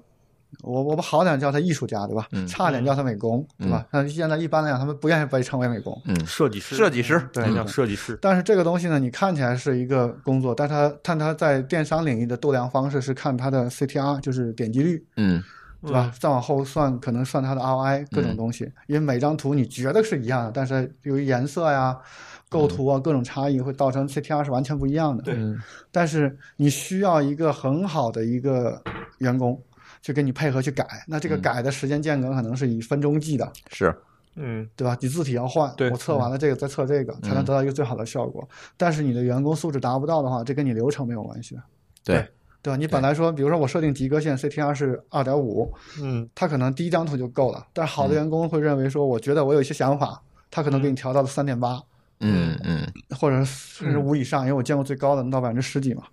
Speaker 4: 我我们好点叫他艺术家，对吧？
Speaker 1: 嗯
Speaker 4: 差点叫他美工，对吧？但是现在一般来讲，他们不愿意被称为美工。
Speaker 1: 嗯，
Speaker 3: 设计师，
Speaker 1: 设计师
Speaker 4: 对
Speaker 3: 嗯
Speaker 4: 对
Speaker 3: 设计师，
Speaker 4: 但是这个东西呢，你看起来是一个工作，但它但它在电商领域的度量方式是看它的 CTR，就是点击率，
Speaker 1: 嗯
Speaker 4: 对吧？再往后算，可能算它的 ROI 各种东西，因为每张图你觉得是一样的，但是由于颜色呀、
Speaker 1: 嗯
Speaker 4: 构图啊各种差异，会造成 CTR 是完全不一样的。
Speaker 3: 对
Speaker 4: 嗯，但是你需要一个很好的一个员工去跟你配合去改，那这个
Speaker 1: 嗯
Speaker 4: 改的时间间隔可能是以分钟计的，
Speaker 1: 是
Speaker 3: 嗯
Speaker 4: 对吧？你字体要换，
Speaker 3: 对
Speaker 4: 我测完了这个再测这个，才能得到一个最好的效果。但是你的员工素质达不到的话，这跟你流程没有关系的。
Speaker 1: 对
Speaker 4: 对吧？你本来说，比如说我设定及格线 CTR 是二点五，
Speaker 3: 嗯
Speaker 4: 他可能第一张图就够了，但是好的员工会认为说，我觉得我有一些想法，他可能给你调到了三点八
Speaker 1: 嗯嗯
Speaker 4: 或者甚至五以上，因为我见过最高的能到百分之十几嘛。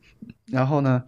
Speaker 4: 然后呢，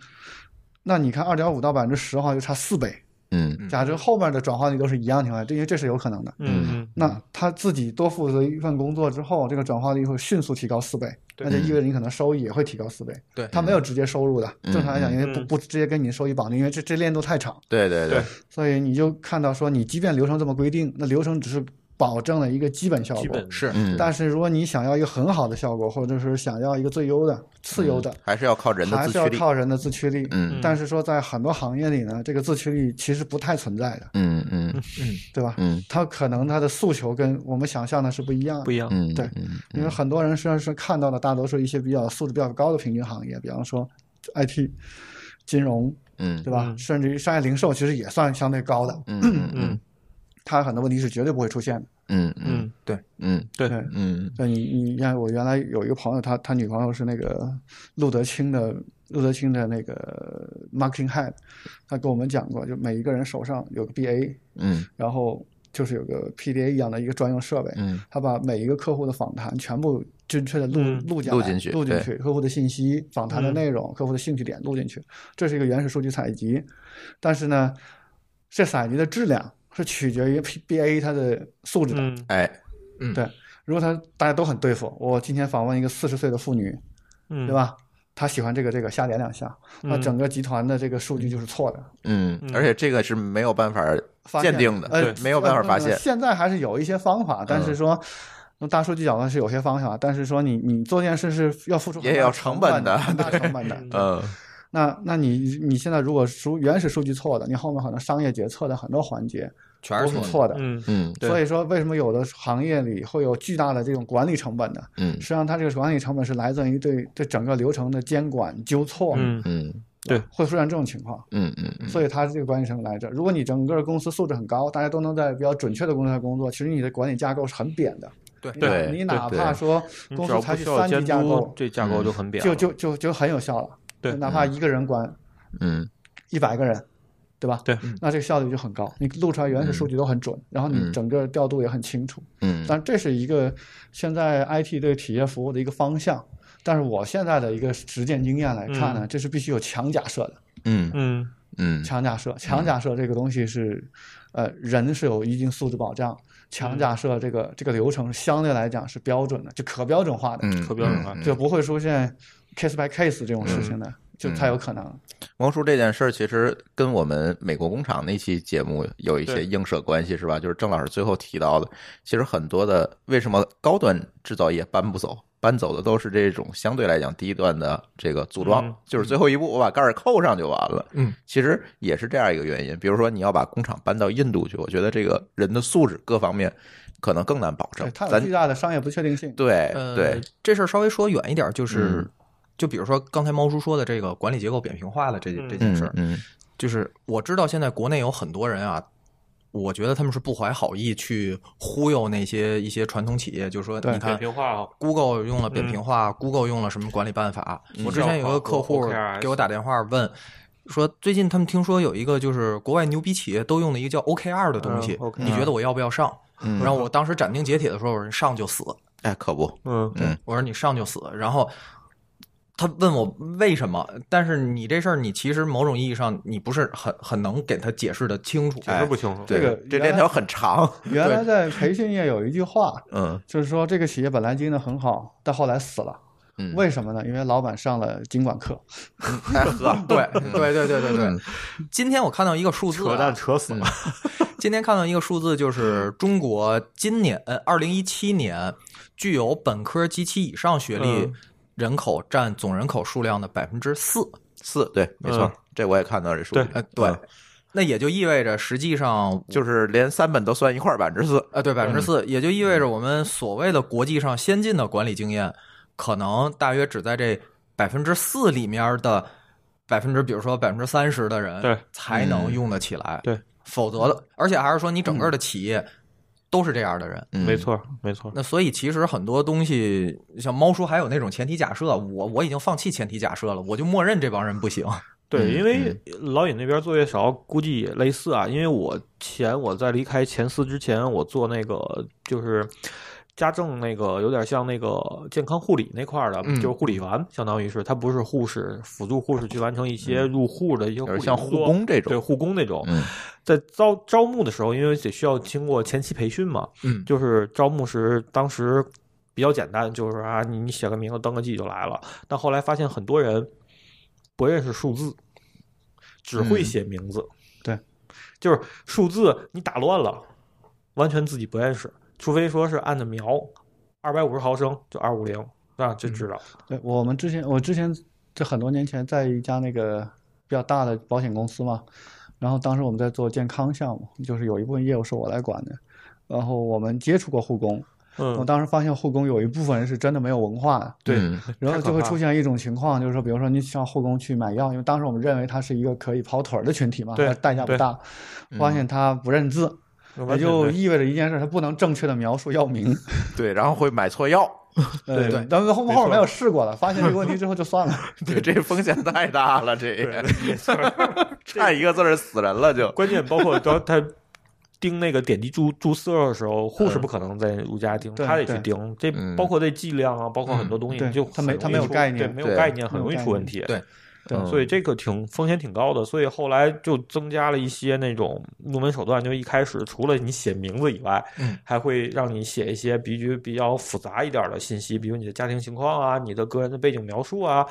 Speaker 4: 那你看二点五到百分之十的话，就差四倍。
Speaker 1: 嗯
Speaker 4: 假设后面的转化率都是一样的情况下，这因为这是有可能的。
Speaker 3: 嗯
Speaker 4: 那他自己多负责一份工作之后，这个转化率会迅速提高四倍，
Speaker 3: 对
Speaker 4: 那就意味着你可能收益也会提高四倍。
Speaker 2: 对
Speaker 4: 他没有直接收入的，
Speaker 1: 嗯
Speaker 4: 正常来讲，因为不
Speaker 3: 嗯
Speaker 4: 不直接跟你收益绑定，因为这这链路太长。
Speaker 1: 对对
Speaker 3: 对，
Speaker 4: 所以你就看到说，你即便流程这么规定，那流程只是保证了一个基本效
Speaker 3: 基
Speaker 4: 果
Speaker 3: 本。
Speaker 2: 是
Speaker 1: 嗯，
Speaker 4: 但是如果你想要一个很好的效果，或者是想要一个最优的、次优的，
Speaker 1: 还是要靠嗯人的
Speaker 4: 还
Speaker 1: 自
Speaker 4: 是
Speaker 1: 驱
Speaker 4: 要
Speaker 1: 力。
Speaker 4: 靠人的自驱力。
Speaker 1: 嗯
Speaker 4: 但是说在很多行业里呢，这个自驱力其实不太存在的，
Speaker 1: 嗯嗯
Speaker 4: 对吧？
Speaker 1: 嗯
Speaker 4: 它可能它的诉求跟我们想象的是不一样的
Speaker 3: 不。一样，
Speaker 1: 嗯，
Speaker 4: 因为很多人实际上是看到了大多数一些比较素质比较高的平均行业，比方说 IT、金融，
Speaker 1: 嗯
Speaker 4: 对吧？
Speaker 3: 嗯
Speaker 4: 甚至于商业零售，其实也算相对高的。
Speaker 1: 嗯嗯
Speaker 3: 嗯
Speaker 4: 它很多问题是绝对不会出现的。
Speaker 1: 嗯嗯
Speaker 3: 嗯
Speaker 1: 嗯
Speaker 3: 对
Speaker 4: 对，
Speaker 1: 嗯
Speaker 4: 对你你像我原来有一个朋友，他他女朋友是那个路德清的路德清的那个 marketing head，他跟我们讲过，就每一个人手上有个 BA，
Speaker 1: 嗯
Speaker 4: 然后就是有个 PDA 一样的一个专用设备，
Speaker 1: 嗯
Speaker 4: 他把每一个客户的访谈全部精确的录、
Speaker 3: 嗯
Speaker 4: 录进
Speaker 1: 录进去
Speaker 4: 录进
Speaker 1: 对
Speaker 4: 去客户的信息、访谈的
Speaker 3: 嗯
Speaker 4: 内容、客户的兴趣点录进去，这是一个原始数据采集。但是呢，这采集的质量是取决于 PBA 它的素质的。
Speaker 3: 嗯
Speaker 1: 哎
Speaker 4: 对，如果他大家都很对付，我今天访问一个四十岁的妇女，
Speaker 3: 嗯
Speaker 4: 对？吧？她喜欢这个这个，瞎点两下，那
Speaker 3: 嗯
Speaker 4: 整个集团的这个数据就是错的。
Speaker 1: 嗯，而且这个是没有办法
Speaker 4: 发现
Speaker 1: 鉴定的，
Speaker 4: 呃，
Speaker 1: 没有办法发
Speaker 4: 呃
Speaker 1: 现。嗯
Speaker 4: 现在还是有一些方法，但是说。用大数据角度是有些方法，但是说你你做这件事是要付出很
Speaker 1: 也
Speaker 4: 大
Speaker 1: 有
Speaker 4: 成
Speaker 1: 成
Speaker 4: 本
Speaker 1: 本的
Speaker 4: 很大成本的。
Speaker 1: 嗯
Speaker 4: 那那你你现在如果数原始数据错的，你后面可能商业决策的很多环节
Speaker 2: 全
Speaker 4: 都
Speaker 2: 是
Speaker 4: 是
Speaker 2: 错
Speaker 4: 错的。
Speaker 3: 嗯
Speaker 1: 嗯
Speaker 3: 对
Speaker 4: 所以说，为什么有的行业里会有巨大的这种管理成本呢？
Speaker 1: 嗯
Speaker 4: 实际上，它这个管理成本是来自于对对整个流程的监管纠错，
Speaker 3: 嗯
Speaker 1: 嗯
Speaker 4: 会出现这种情况，
Speaker 1: 嗯嗯，
Speaker 4: 所以它这个管理成本来着。如果你整个公司素质很高，大家都能在比较准确的公司上工作，其实你的管理架构是很扁的，
Speaker 2: 对
Speaker 4: 你
Speaker 1: 对
Speaker 4: 哪你哪
Speaker 1: 对
Speaker 4: 怕
Speaker 1: 对
Speaker 4: 说
Speaker 3: 你
Speaker 4: 公
Speaker 3: 只
Speaker 4: 司
Speaker 3: 要
Speaker 4: 采
Speaker 3: 不
Speaker 4: 取
Speaker 3: 需要
Speaker 4: 三级
Speaker 3: 监
Speaker 4: 架
Speaker 3: 督
Speaker 4: 构，，
Speaker 3: 这架构就很扁了，
Speaker 4: 就就就就很有效了。
Speaker 3: 对
Speaker 4: 就哪怕一个人管
Speaker 1: 嗯
Speaker 4: 一百个人，对吧？
Speaker 3: 对，
Speaker 4: 那这个效率就很高。你录出来原始数据都很准，然后你
Speaker 1: 嗯
Speaker 4: 整个调度也很清楚。
Speaker 1: 嗯
Speaker 4: 但这是一个现在 IT 对企业服务的一个方向。但是我现在的一个实践经验来看呢，这是必须有强假设的。
Speaker 1: 嗯
Speaker 3: 嗯
Speaker 1: 嗯
Speaker 4: 强假设，强假设这个东西是，呃，人是有一定素质保障。强假设这个这个流程相对来讲是标准的，就可标准化的，
Speaker 1: 嗯，
Speaker 3: 可标准化
Speaker 1: 嗯嗯嗯
Speaker 4: 就不会出现 case by case 这种事情的，就才有可能。
Speaker 1: 王叔这件事儿其实跟我们美国工厂那期节目有一些
Speaker 3: 对
Speaker 1: 映射关系，是吧？就是郑老师最后提到的，其实很多的为什么高端制造业搬不走，搬走的都是这种相对来讲低端的这个组装，
Speaker 3: 嗯
Speaker 1: 就是最后一步我把盖儿扣上就完了。
Speaker 2: 嗯，
Speaker 1: 其实也是这样一个原因。比如说你要把工厂搬到印度去，我觉得这个人的素质各方面可能更难保证
Speaker 4: 对，。它有
Speaker 1: 咱
Speaker 4: 巨大的商业不确定性。
Speaker 1: 对
Speaker 2: 呃，
Speaker 1: 对，
Speaker 2: 这事儿稍微说远一点，就是、
Speaker 1: 嗯
Speaker 2: 就比如说刚才猫叔说的这个管理结构扁平化的这
Speaker 3: 嗯
Speaker 2: 这件
Speaker 1: 嗯
Speaker 2: 事儿，
Speaker 1: 嗯
Speaker 2: 就是我知道现在国内有很多人啊，我觉得他们是不怀好意去忽悠那些一些传统企业，就是说
Speaker 4: 对
Speaker 2: 你看
Speaker 3: 扁平化啊，
Speaker 2: Google 用了扁平化、g o o g l e 用了什么管理办法？
Speaker 1: 嗯
Speaker 2: 我之前有一个客户
Speaker 3: OKRs
Speaker 2: 给我打电话问，说最近他们听说有一个就是国外牛逼企业都用的一个叫 OKR 的东西
Speaker 3: 嗯，，OK
Speaker 2: 你觉得我要不要上？
Speaker 1: 嗯，
Speaker 2: 然后我当时斩钉截铁的说，我说你上就死，
Speaker 1: 哎，可不，
Speaker 3: 嗯
Speaker 1: 嗯
Speaker 2: 我说你上就死。然后他问我为什么，但是你这事儿你其实某种意义上你不是很很能给他解释的清楚。
Speaker 3: 解释不清楚，
Speaker 1: 对
Speaker 4: 这个
Speaker 1: 这
Speaker 4: 原来
Speaker 1: 链条很长，
Speaker 4: 原来在培训业有一句话， [LAUGHS]
Speaker 1: 嗯
Speaker 4: 就是说这个企业本来经营的很好，但后来死了，
Speaker 1: 嗯，
Speaker 4: 为什么呢？因为老板上了经管课。
Speaker 1: 哎呵，
Speaker 2: 对对对对对对，今天我看到一个数字、
Speaker 3: 扯
Speaker 2: 啊，
Speaker 3: 淡扯死了，
Speaker 2: 今天看到一个数字，就是中国今年呃二零一七年具有本科及其以上学历
Speaker 3: 嗯
Speaker 2: 人口占总人口数量的百分之四。
Speaker 1: 四对，没错，
Speaker 3: 嗯
Speaker 1: 这我也看到这数据
Speaker 3: 对，
Speaker 2: 呃，对，那也就意味着实际上
Speaker 1: 就是连三本都算一块儿百分之四，
Speaker 2: 呃对百分之四，也就意
Speaker 3: 嗯
Speaker 2: 味着我们所谓的国际上先进的管理经验，可能大约只在这百分之四里面的百分之，比如说百分之三十的
Speaker 3: 对嗯
Speaker 2: 人才能用得起来。
Speaker 3: 对，嗯
Speaker 2: 否则的，而且还是说你整个的企业都是这样的人。
Speaker 1: 嗯
Speaker 3: 没，错没错，
Speaker 2: 那所以其实很多东西，像猫叔还有那种前提假设，我我已经放弃前提假设了，我就默认这帮人不行。
Speaker 3: 对，
Speaker 1: 嗯
Speaker 3: 因为老尹那边作业少，估计也类似啊。因为我前我在离开前司之前，我做那个就是家政那个有点像那个健康护理那块儿的，
Speaker 2: 嗯
Speaker 3: 就是护理员，相当于是他不是护士，辅助护士去完成一些入户的一些
Speaker 1: 有
Speaker 3: 护
Speaker 1: 点
Speaker 3: 理
Speaker 1: 像
Speaker 3: 工
Speaker 1: 护
Speaker 3: 作
Speaker 1: 工这
Speaker 3: 对
Speaker 1: 种，
Speaker 3: 护工那种。
Speaker 1: 嗯
Speaker 3: 在招招募的时候，因为得需要经过前期培训嘛，
Speaker 2: 嗯
Speaker 3: 就是招募时当时比较简单，就是啊，你你写个名字登个记就来了。但后来发现很多人不认识数字，只会
Speaker 1: 嗯
Speaker 3: 写名字。
Speaker 4: 对，
Speaker 3: 就是数字你打乱了，完全自己不认识，除非说是按着描，二百五十毫升就二五零，那就
Speaker 1: 嗯
Speaker 3: 知道。
Speaker 4: 对我们之前，我之前这很多年前在一家那个比较大的保险公司嘛，然后当时我们在做健康项目，就是有一部分业务是我来管的，然后我们接触过护工，我
Speaker 3: 嗯，
Speaker 4: 当时发现护工有一部分人是真的没有文化的，
Speaker 3: 对
Speaker 1: 嗯
Speaker 4: 然后
Speaker 3: 太可
Speaker 4: 就会
Speaker 3: 怕
Speaker 4: 出
Speaker 3: 了
Speaker 4: 现一种情况，就是说，比如说你向护工去买药，因为当时我们认为他是一个可以跑腿儿的群体嘛，
Speaker 3: 对
Speaker 4: 他代价不
Speaker 3: 对嗯
Speaker 4: 大，发现他不认字，也
Speaker 3: 完全
Speaker 4: 就
Speaker 3: 对
Speaker 4: 意味着一件事，他不能正确的描述药名。
Speaker 1: 对，然后会买错药，
Speaker 4: 呃
Speaker 2: 对
Speaker 4: 咱们后
Speaker 3: 没
Speaker 4: 后面没
Speaker 3: 错
Speaker 4: 有试过了，发现这个问题之后就算
Speaker 3: [LAUGHS]
Speaker 4: 了。
Speaker 1: 对，这风险太大了，这
Speaker 3: 对
Speaker 1: 也
Speaker 3: 没错。
Speaker 1: [LAUGHS] 差一个字儿死人了就，
Speaker 3: [LAUGHS] 关键包
Speaker 4: [LAUGHS]
Speaker 3: 括当他盯那个点滴注注射的时候，护士不可能在如家盯，
Speaker 4: 嗯对嗯
Speaker 3: 他得去盯。这
Speaker 1: 嗯
Speaker 3: 包括这剂量啊，包括很多东西，
Speaker 4: 对
Speaker 3: 你就
Speaker 4: 他没
Speaker 3: 很容易
Speaker 4: 他没有
Speaker 3: 出
Speaker 4: 概念
Speaker 3: 对，没有
Speaker 1: 对
Speaker 3: 概念，
Speaker 4: 没
Speaker 3: 很
Speaker 4: 有
Speaker 3: 容易
Speaker 4: 概
Speaker 3: 出问
Speaker 4: 念
Speaker 3: 题。
Speaker 2: 对
Speaker 4: 对
Speaker 1: 嗯
Speaker 3: 所以这个挺风险挺高的，所以后来就增加了一些那种入门手段。就一开始除了你写名字以外，
Speaker 2: 嗯
Speaker 3: 还会让你写一些比较比较复杂一点的信息，比如你的家庭情况啊、你的个人的背景描述啊。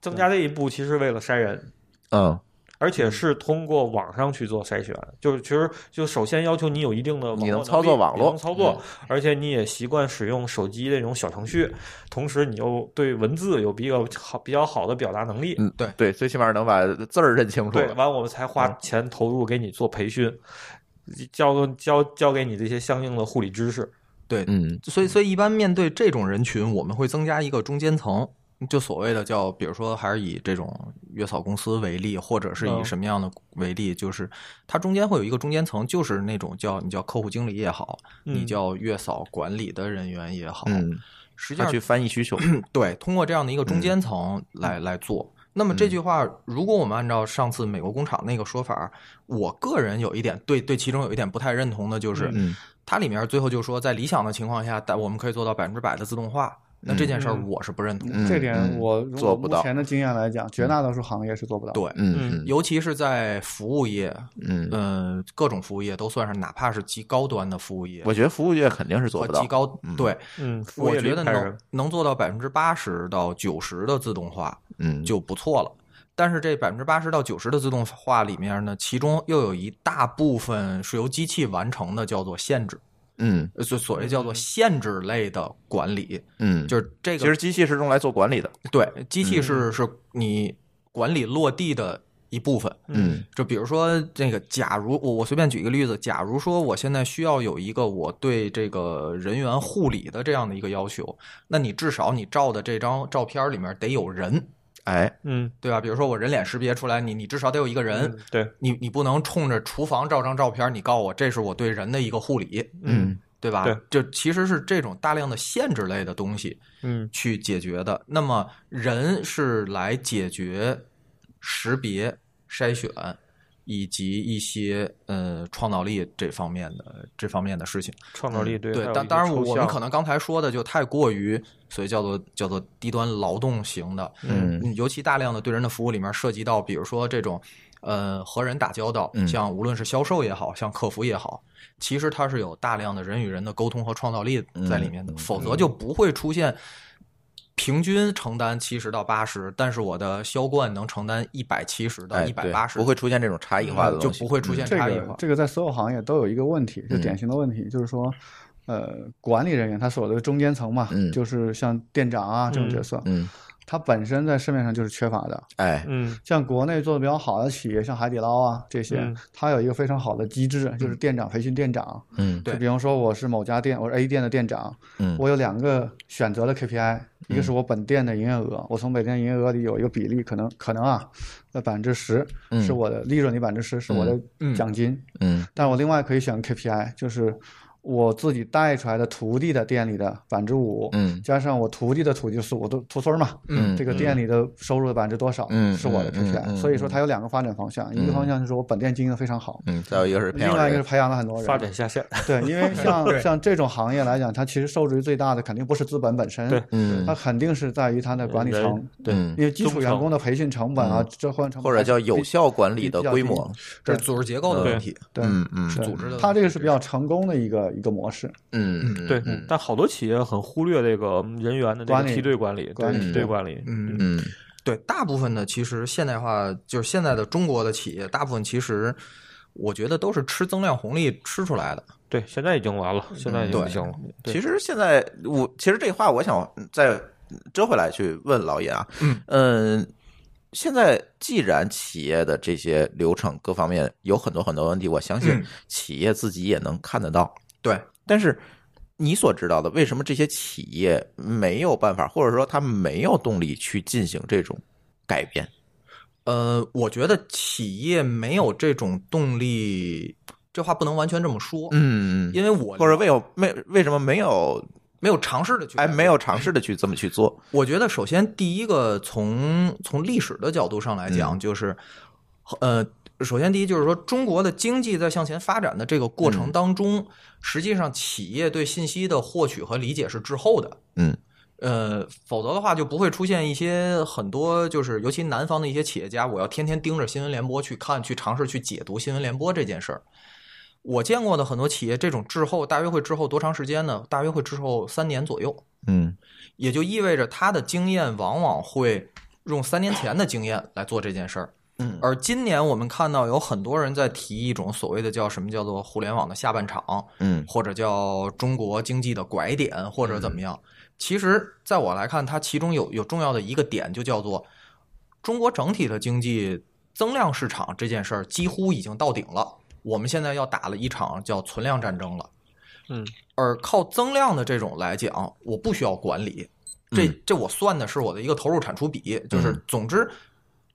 Speaker 3: 增加这一步其实为了筛人，
Speaker 1: 嗯
Speaker 3: 而且是通过网上去做筛选，就是其实就首先要求你有一定的网络
Speaker 1: 你能
Speaker 3: 能
Speaker 1: 操作
Speaker 3: 力
Speaker 1: 网
Speaker 3: 你
Speaker 1: 络嗯
Speaker 3: 能操作，而且你也习惯使用手机那种小程序，同时你又对文字有比较好比较好的表达能力。
Speaker 1: 嗯，
Speaker 2: 对
Speaker 1: 对，最起码能把字儿认清楚
Speaker 3: 对，
Speaker 1: 了，
Speaker 3: 完我们才
Speaker 4: 嗯
Speaker 3: 花钱投入给你做培训，教教教给你这些相应的护理知识。
Speaker 1: 嗯
Speaker 2: 所以所以一般面对这种人群，我们会增加一个中间层，就所谓的叫，比如说还是以这种月嫂公司为例，或者是以
Speaker 3: 嗯
Speaker 2: 什么样的为例，就是它中间会有一个中间层，就是那种叫你叫客户经理也好，你
Speaker 3: 嗯
Speaker 2: 叫月嫂管理的人员也好，
Speaker 1: 嗯，
Speaker 2: 实际
Speaker 1: 他
Speaker 2: 上
Speaker 1: 去翻译需求，
Speaker 2: 对，通过这样的一个
Speaker 1: 嗯
Speaker 2: 中间层来、来做。那么这句话，如果我们按照上次美国工厂那个说法，我个人有一点对对其中有一点不太认同的就是，
Speaker 1: 嗯
Speaker 2: 它里面最后就说，在理想的情况下，但我们可以做到百分之百的自动化。那这件事儿
Speaker 3: 嗯
Speaker 2: 我是不认同的。
Speaker 1: 嗯
Speaker 4: 这点
Speaker 1: 嗯
Speaker 4: 我如
Speaker 1: 做
Speaker 4: 果
Speaker 1: 不
Speaker 4: 目
Speaker 1: 到
Speaker 4: 前的经验来讲，绝大多数行业是做不到。
Speaker 2: 对，
Speaker 1: 嗯
Speaker 2: 尤其是在服务业，
Speaker 1: 嗯嗯，
Speaker 2: 嗯、各种服务业都算是，哪怕是极高端的服务业
Speaker 1: 我觉得服务业肯定是做
Speaker 2: 和
Speaker 1: 不
Speaker 2: 极
Speaker 1: 到，
Speaker 2: 高，
Speaker 1: 嗯
Speaker 2: 对，
Speaker 3: 嗯，服务
Speaker 2: 我
Speaker 3: 业
Speaker 2: 觉
Speaker 3: 离
Speaker 2: 得
Speaker 3: 开人
Speaker 2: 能，能做到百分之八十到九十的自动化，
Speaker 1: 嗯，
Speaker 2: 就不错了。但是这百分之八十到九十的自动化里面呢，其中又有一大部分是由机器完成的，叫做限制，
Speaker 1: 嗯
Speaker 2: 呃所所谓叫做限制类的管理，
Speaker 1: 嗯，
Speaker 2: 就是这
Speaker 1: 其
Speaker 2: 个
Speaker 1: 实嗯机器是用来做管理的，
Speaker 2: 对机器是是你管理落地的一部分。
Speaker 1: 嗯
Speaker 2: 就比如说这个，假如我我随便举一个例子，假如说我现在需要有一个我对这个人员护理的这样的一个要求，那你至少你照的这张照片里面得有人，
Speaker 1: 哎，
Speaker 3: 嗯
Speaker 2: 对吧？比如说我人脸识别出来，你你至少得有一个人，
Speaker 3: 嗯对，
Speaker 2: 你你不能冲着厨房照张照片，你告我这是我对人的一个护理，
Speaker 1: 嗯
Speaker 2: 对吧？
Speaker 3: 对，
Speaker 2: 就其实是这种大量的限制类的东西
Speaker 3: 嗯
Speaker 2: 去解决的。那么人是来解决识别、筛选以及一些呃创造力这方面的这方面的事情。
Speaker 3: 创造力对还有
Speaker 2: 嗯当
Speaker 3: 一些
Speaker 2: 当然我
Speaker 3: 抽
Speaker 2: 我们
Speaker 3: 象
Speaker 2: 可能刚才说的就太过于所以叫做叫做低端劳动型的，
Speaker 1: 嗯
Speaker 2: 嗯，尤其大量的对人的服务里面涉及到，比如说这种，呃，和人打交道，
Speaker 1: 嗯
Speaker 2: 像无论是销售也好，像客服也好，其实它是有大量的人与人的沟通和创造力在里面的，
Speaker 1: 嗯
Speaker 2: 否则就不会出现平均承担七十到八十，但是我的销冠能承担一百七十到
Speaker 1: 哎
Speaker 2: 一百
Speaker 1: 对
Speaker 2: 八十，嗯
Speaker 1: 不会出现这种差异化的
Speaker 2: 就
Speaker 1: 东西，嗯
Speaker 2: 不会出现
Speaker 4: 这
Speaker 2: 差异
Speaker 4: 个
Speaker 2: 化。
Speaker 4: 这个在所有行业都有一个问题，就典型的问题，就是说，呃，管理人员他所谓的中间层嘛，
Speaker 1: 嗯
Speaker 4: 就是像店长啊这种角色，
Speaker 1: 嗯，
Speaker 4: 他本身在市面上就是缺乏的。
Speaker 1: 哎，
Speaker 3: 嗯
Speaker 4: 像国内做的比较好的企业，像海底捞啊这些，
Speaker 3: 嗯
Speaker 4: 它有一个非常好的机制，就是店长培训店长。
Speaker 1: 嗯
Speaker 2: 对
Speaker 4: 就比方说我是某家店，我是 A 店的店长，
Speaker 1: 嗯，
Speaker 4: 我有两个选择的 KPI，一个是我本店的营业额，我从每店营业额里有一个比例，可能可能啊，呃百分之十
Speaker 1: 嗯
Speaker 4: 是我的利润里百分之十是我的
Speaker 2: 嗯
Speaker 4: 奖金，
Speaker 1: 嗯
Speaker 4: 但我另外可以选 KPI，就是我自己带出来的徒弟的店里的百分之五，
Speaker 1: 嗯
Speaker 4: 加上我徒弟的徒弟就是我的徒孙儿嘛，
Speaker 1: 嗯，
Speaker 4: 这个店里的收入的百分之多少
Speaker 1: 嗯
Speaker 4: 是我的
Speaker 1: 嗯嗯
Speaker 4: KPI，、
Speaker 1: 嗯
Speaker 4: 所以说它有两个发展方向，一个方向就是我本店经营的非常好。
Speaker 1: 嗯，再有一个是培
Speaker 4: 另
Speaker 1: 养
Speaker 4: 外一个
Speaker 1: 人
Speaker 4: 是培养了嗯很多人，
Speaker 3: 发展下线，
Speaker 1: [LAUGHS]
Speaker 4: 对，因为像
Speaker 2: 对
Speaker 4: 像这种行业来讲，它其实受制于最大的肯定不是资本本身，
Speaker 3: 对
Speaker 1: 嗯
Speaker 4: 它肯定是啊在于它的管理层
Speaker 3: 人，
Speaker 1: 对嗯
Speaker 4: 因为基础
Speaker 3: 忠
Speaker 4: 员
Speaker 3: 诚
Speaker 4: 工的培训成本啊，置换成本
Speaker 1: 或者叫
Speaker 4: 还是
Speaker 1: 有
Speaker 4: 比
Speaker 1: 效管理的规模，
Speaker 2: 这是组织结构的问题，
Speaker 4: 对，
Speaker 1: 嗯嗯
Speaker 2: 是组织的。
Speaker 4: 它这个是比较成功的一个一个模式，
Speaker 1: 嗯嗯
Speaker 3: [LAUGHS] 对，但好多企业很忽略这个人员的这个
Speaker 4: 管理
Speaker 3: 梯队管理，
Speaker 4: 管
Speaker 3: 对
Speaker 4: 理
Speaker 3: 梯队管理，
Speaker 2: 嗯，
Speaker 1: 嗯
Speaker 2: 对，大部分的其实现代化就是现在的中国的企业，大部分其实我觉得都是吃增量红利吃出来的。
Speaker 3: 对，现在已经完
Speaker 4: 嗯
Speaker 3: 了，现在已经不
Speaker 2: 对
Speaker 3: 行了，对
Speaker 1: 其实现在我其实这话我想再折回来去问老爷啊，
Speaker 2: 嗯
Speaker 1: 现在既然企业的这些流程各方面有很多很多问题，我相信
Speaker 2: 嗯
Speaker 1: 企业自己也能看得到。
Speaker 2: 对，
Speaker 1: 但是你所知道的，为什么这些企业没有办法，或者说他没有动力去进行这种改变？
Speaker 2: 呃，我觉得企业没有这种动力，这话不能完全这么说，
Speaker 1: 嗯，
Speaker 2: 因为我
Speaker 1: 或者为有没为什么没有
Speaker 2: 没有尝试的去，
Speaker 1: 哎没。有尝试的去这么去做？
Speaker 2: 我觉得首先第一个从从历史的角度上来讲，就是呃，首先第一就是说中国的经济在向前发展的这个过程当中，实际上企业对信息的获取和理解是滞后的。
Speaker 1: 嗯
Speaker 2: 呃，否则的话就不会出现一些很多，就是尤其南方的一些企业家，我要天天盯着新闻联播去看，去尝试去解读新闻联播这件事儿。我见过的很多企业，这种滞后大约会滞后多长时间呢？大约会滞后三年左右，
Speaker 1: 嗯
Speaker 2: 也就意味着他的经验往往会用三年前的经验来做这件事儿。
Speaker 1: 嗯
Speaker 2: 而今年我们看到有很多人在提一种所谓的叫什么叫做互联网的下半场，
Speaker 1: 嗯
Speaker 2: 或者叫中国经济的拐点，或者怎么样。其实，在我来看，它其中有有重要的一个点，就叫做中国整体的经济增量市场这件事儿几乎已经到顶了。我们现在要打了一场叫存量战争了。
Speaker 3: 嗯，
Speaker 2: 而靠增量的这种来讲，我不需要管理，这
Speaker 1: 嗯
Speaker 2: 这我算的是我的一个投入产出比，就是
Speaker 1: 嗯
Speaker 2: 总之。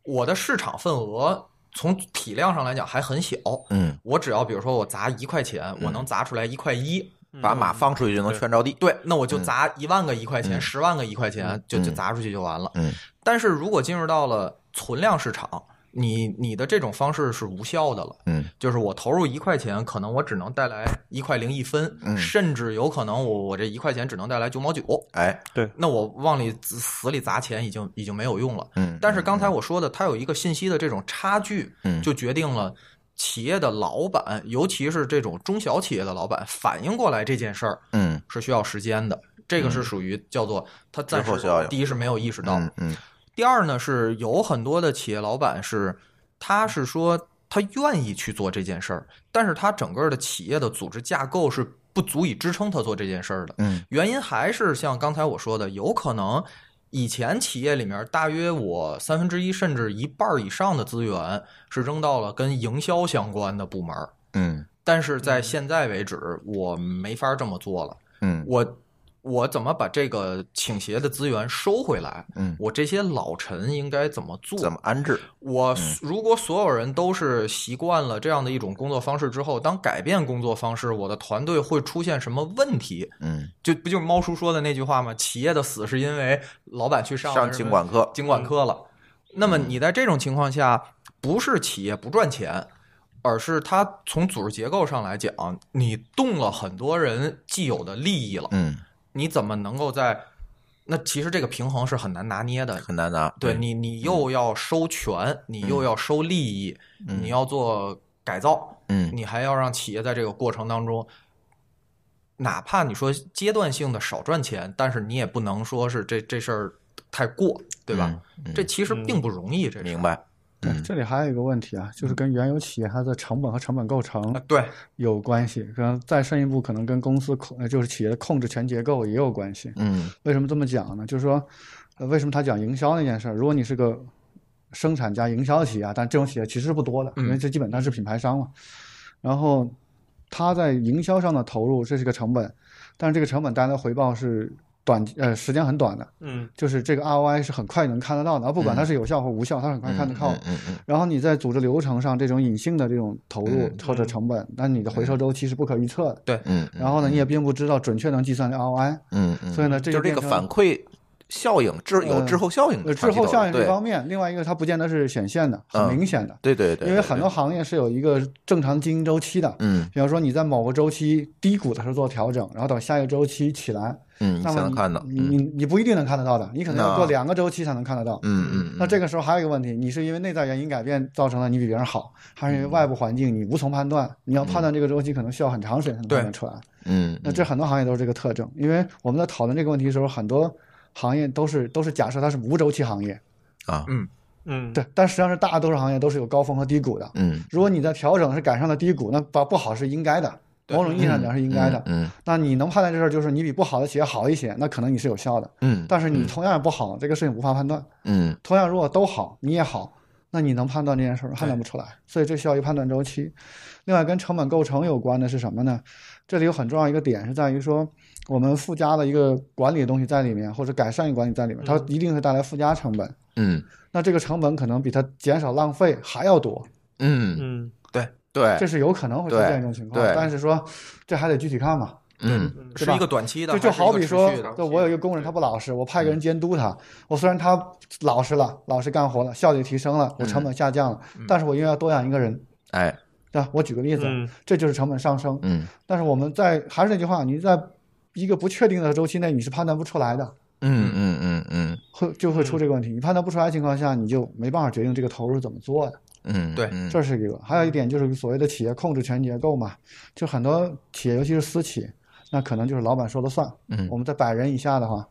Speaker 2: 我的市场份额从体量上来讲还很小，
Speaker 1: 嗯，
Speaker 2: 我只要比如说我砸一块钱，我能砸出来一块一，
Speaker 1: 把马放出去就能圈着地。
Speaker 2: 对，那我就砸一万个一块钱，
Speaker 1: 嗯
Speaker 2: 十万个一块钱，就就砸出去就完了。
Speaker 1: 嗯
Speaker 2: 但是如果进入到了存量市场，你你的这种方式是无效的了。
Speaker 1: 嗯
Speaker 2: 就是我投入一块钱，可能我只能带来一块零一分，
Speaker 1: 嗯
Speaker 2: 甚至有可能我我这一块钱只能带来九毛九。
Speaker 1: 哎，
Speaker 2: 那我往里死死里砸钱已经已经没有用了。
Speaker 1: 嗯，
Speaker 2: 但是刚才我说的，它有一个信息的这种差距，
Speaker 1: 嗯
Speaker 2: 就决定了企业的老板，尤其是这种中小企业的老板，反应过来这件事儿
Speaker 1: 嗯
Speaker 2: 是需要时间的。这个是属于叫做他暂
Speaker 1: 滞后
Speaker 2: 时
Speaker 1: 效应
Speaker 2: 第一是没有意识到，
Speaker 1: 嗯嗯
Speaker 2: 第二呢是有很多的企业老板是他是说他愿意去做这件事儿，但是他整个的企业的组织架构是不足以支撑他做这件事儿的。
Speaker 1: 嗯
Speaker 2: 原因还是像刚才我说的，有可能以前企业里面大约我三分之一甚至一半儿以上的资源是扔到了跟营销相关的部门儿，
Speaker 1: 嗯
Speaker 2: 但是在现在为止，我没法这么做了。
Speaker 1: 嗯
Speaker 2: 我我怎么把这个倾斜的资源收回来？
Speaker 1: 嗯，
Speaker 2: 我这些老臣应该怎么做？
Speaker 1: 怎么嗯安置？
Speaker 2: 我如果所有人都是习惯了这样的一种工作方式之后，当改变工作方式，我的团队会出现什么问题？
Speaker 1: 嗯，
Speaker 2: 就不就是猫叔说的那句话吗？企业的死是因为老板去上
Speaker 1: 上
Speaker 2: 什
Speaker 1: 经
Speaker 2: 么
Speaker 1: 管课。嗯
Speaker 2: 经管科了。那么你在这种情况下，不是企业不赚钱，而是它从组织结构上来讲，你动了很多人既有的利益了，
Speaker 1: 嗯，
Speaker 2: 你怎么能够在？那其实这个平衡是很难拿捏的。
Speaker 1: 很难拿。嗯
Speaker 2: 对
Speaker 4: 嗯
Speaker 2: 你，你又要收权，你又要收利益，
Speaker 1: 嗯
Speaker 2: 你要做改造，
Speaker 1: 嗯
Speaker 2: 你还要让企业在这个过程当中，哪怕你说阶段性的少赚钱，但是你也不能说是这这事儿太过，对吧？
Speaker 1: 嗯
Speaker 2: 这其实并不容易，这事儿
Speaker 1: 明白。
Speaker 4: 对，
Speaker 1: 嗯
Speaker 4: 这里还有一个问题啊，就是跟原有企业它的成本和成本构成
Speaker 2: 啊，对，
Speaker 4: 有关系，可能再深一步，可能跟公司控呃就是企业的控制权结构也有关系。
Speaker 1: 嗯
Speaker 4: 为什么这么讲呢？就是说，呃，为什么他讲营销那件事儿？如果你是个生产加营销的企业啊，但这种企业其实不多的，
Speaker 1: 嗯
Speaker 4: 因为这基本上是品牌商嘛。然后他在营销上的投入，这是个成本，但是这个成本带来的回报是短呃时间很短的，
Speaker 3: 嗯
Speaker 4: 就是这个 ROI 是很快能看得到的，而不管它是有效或无效，它很快看得到。
Speaker 1: 嗯嗯
Speaker 4: 然后你在组织流程上这种隐性的这种投入
Speaker 1: 嗯
Speaker 4: 或者成本，那你的回收周期是不可预测的。
Speaker 1: 嗯，
Speaker 4: 然后呢，你也并不知道准确能计算的 ROI，
Speaker 1: 嗯嗯，
Speaker 4: 所以呢，
Speaker 1: 就
Speaker 4: 这
Speaker 1: 是这
Speaker 4: 变
Speaker 1: 个
Speaker 4: 成
Speaker 1: 反馈效应，滞有滞后效应
Speaker 4: 呃
Speaker 1: 的
Speaker 4: 滞
Speaker 1: 长期投
Speaker 4: 后
Speaker 1: 入，
Speaker 4: 效应是一
Speaker 1: 对
Speaker 4: 方面，另外一个它不见得是显现的，
Speaker 1: 嗯
Speaker 4: 很明显的，
Speaker 1: 对对对，
Speaker 4: 因为
Speaker 1: 对
Speaker 4: 很多行业是有一个正常经营周期的。
Speaker 1: 嗯
Speaker 4: 比方说你在某个周期低谷的时候做调整，然后等下一个周期起来，
Speaker 1: 嗯，你
Speaker 4: 那
Speaker 1: 才
Speaker 4: 么
Speaker 1: 能
Speaker 4: 你
Speaker 1: 看到，
Speaker 4: 你
Speaker 1: 嗯
Speaker 4: 你你不一定能看得到的，你可能要
Speaker 1: 那
Speaker 4: 过两个周期才能看得到。
Speaker 1: 嗯嗯，
Speaker 4: 那这个时候还有一个问题，你是因为内在原因改变造成了你比别人好，还是因为
Speaker 1: 嗯
Speaker 4: 外部环境你无从判断？你要判断这个周期，可能需要很长时间才能
Speaker 2: 对
Speaker 4: 判断出来。
Speaker 1: 嗯，
Speaker 4: 那这很多行业都是这个特征，因为我们在讨论这个问题的时候，很多行业都是都是假设它是无周期行业，
Speaker 1: 啊，
Speaker 3: 嗯，
Speaker 4: 对，但实际上是大多数行业都是有高峰和低谷的。
Speaker 1: 嗯，
Speaker 4: 如果你的调整是赶上了低谷，那把不好是应该的，某种意义上讲是应该的。
Speaker 1: 嗯
Speaker 4: 那你能判断这事儿，就是你比不好的企业好一些，那可能你是有效的。
Speaker 1: 嗯
Speaker 4: 但是你同样也不好，这个事情无法判断。
Speaker 1: 嗯
Speaker 4: 同样，如果都好，你也好，那你能判断这件事儿吗判断不出来，所以这需要一个判断周期。另外，跟成本构成有关的是什么呢？这里有很重要一个点是在于说，我们附加了一个管理的东西在里面，或者改善一个管理在里面，它一定会带来附加成本。
Speaker 1: 嗯
Speaker 4: 那这个成本可能比它减少浪费还要多，
Speaker 1: 嗯，
Speaker 3: 嗯
Speaker 1: 对
Speaker 4: 这，是有可能会出
Speaker 1: 哎对
Speaker 4: 现这种情况
Speaker 1: 对。
Speaker 4: 但是说，这还得具体看嘛。
Speaker 1: 嗯
Speaker 4: 对
Speaker 2: 是
Speaker 4: 吧
Speaker 2: 一个短期的，
Speaker 4: 就就
Speaker 2: 还是一个
Speaker 4: 好比
Speaker 2: 持
Speaker 4: 说
Speaker 2: 续的，
Speaker 4: 就我有一个工人，他不老实，我派
Speaker 1: 嗯
Speaker 4: 个人监督他。我虽然他老实了，老实干活了，效率提升了，我成本下降了，
Speaker 2: 嗯
Speaker 4: 但是我因为要多养一个人，
Speaker 1: 嗯哎，
Speaker 4: 对吧？我举个例子，
Speaker 3: 嗯
Speaker 4: 这就是成本上升。
Speaker 1: 嗯
Speaker 4: 但是我们在还是那句话，你在一个不确定的周期内，你是判断不出来的，
Speaker 1: 嗯嗯嗯嗯
Speaker 4: 会就会出这个问题。你判断不出来的情况下，你就没办法决定这个投入是怎么做的。
Speaker 1: 嗯，
Speaker 4: 这是一个。还有一点就是所谓的企业控制权结构嘛，就很多企业，尤其是私企，那可能就是老板说了算。
Speaker 1: 嗯
Speaker 4: 我们在百人以下的话，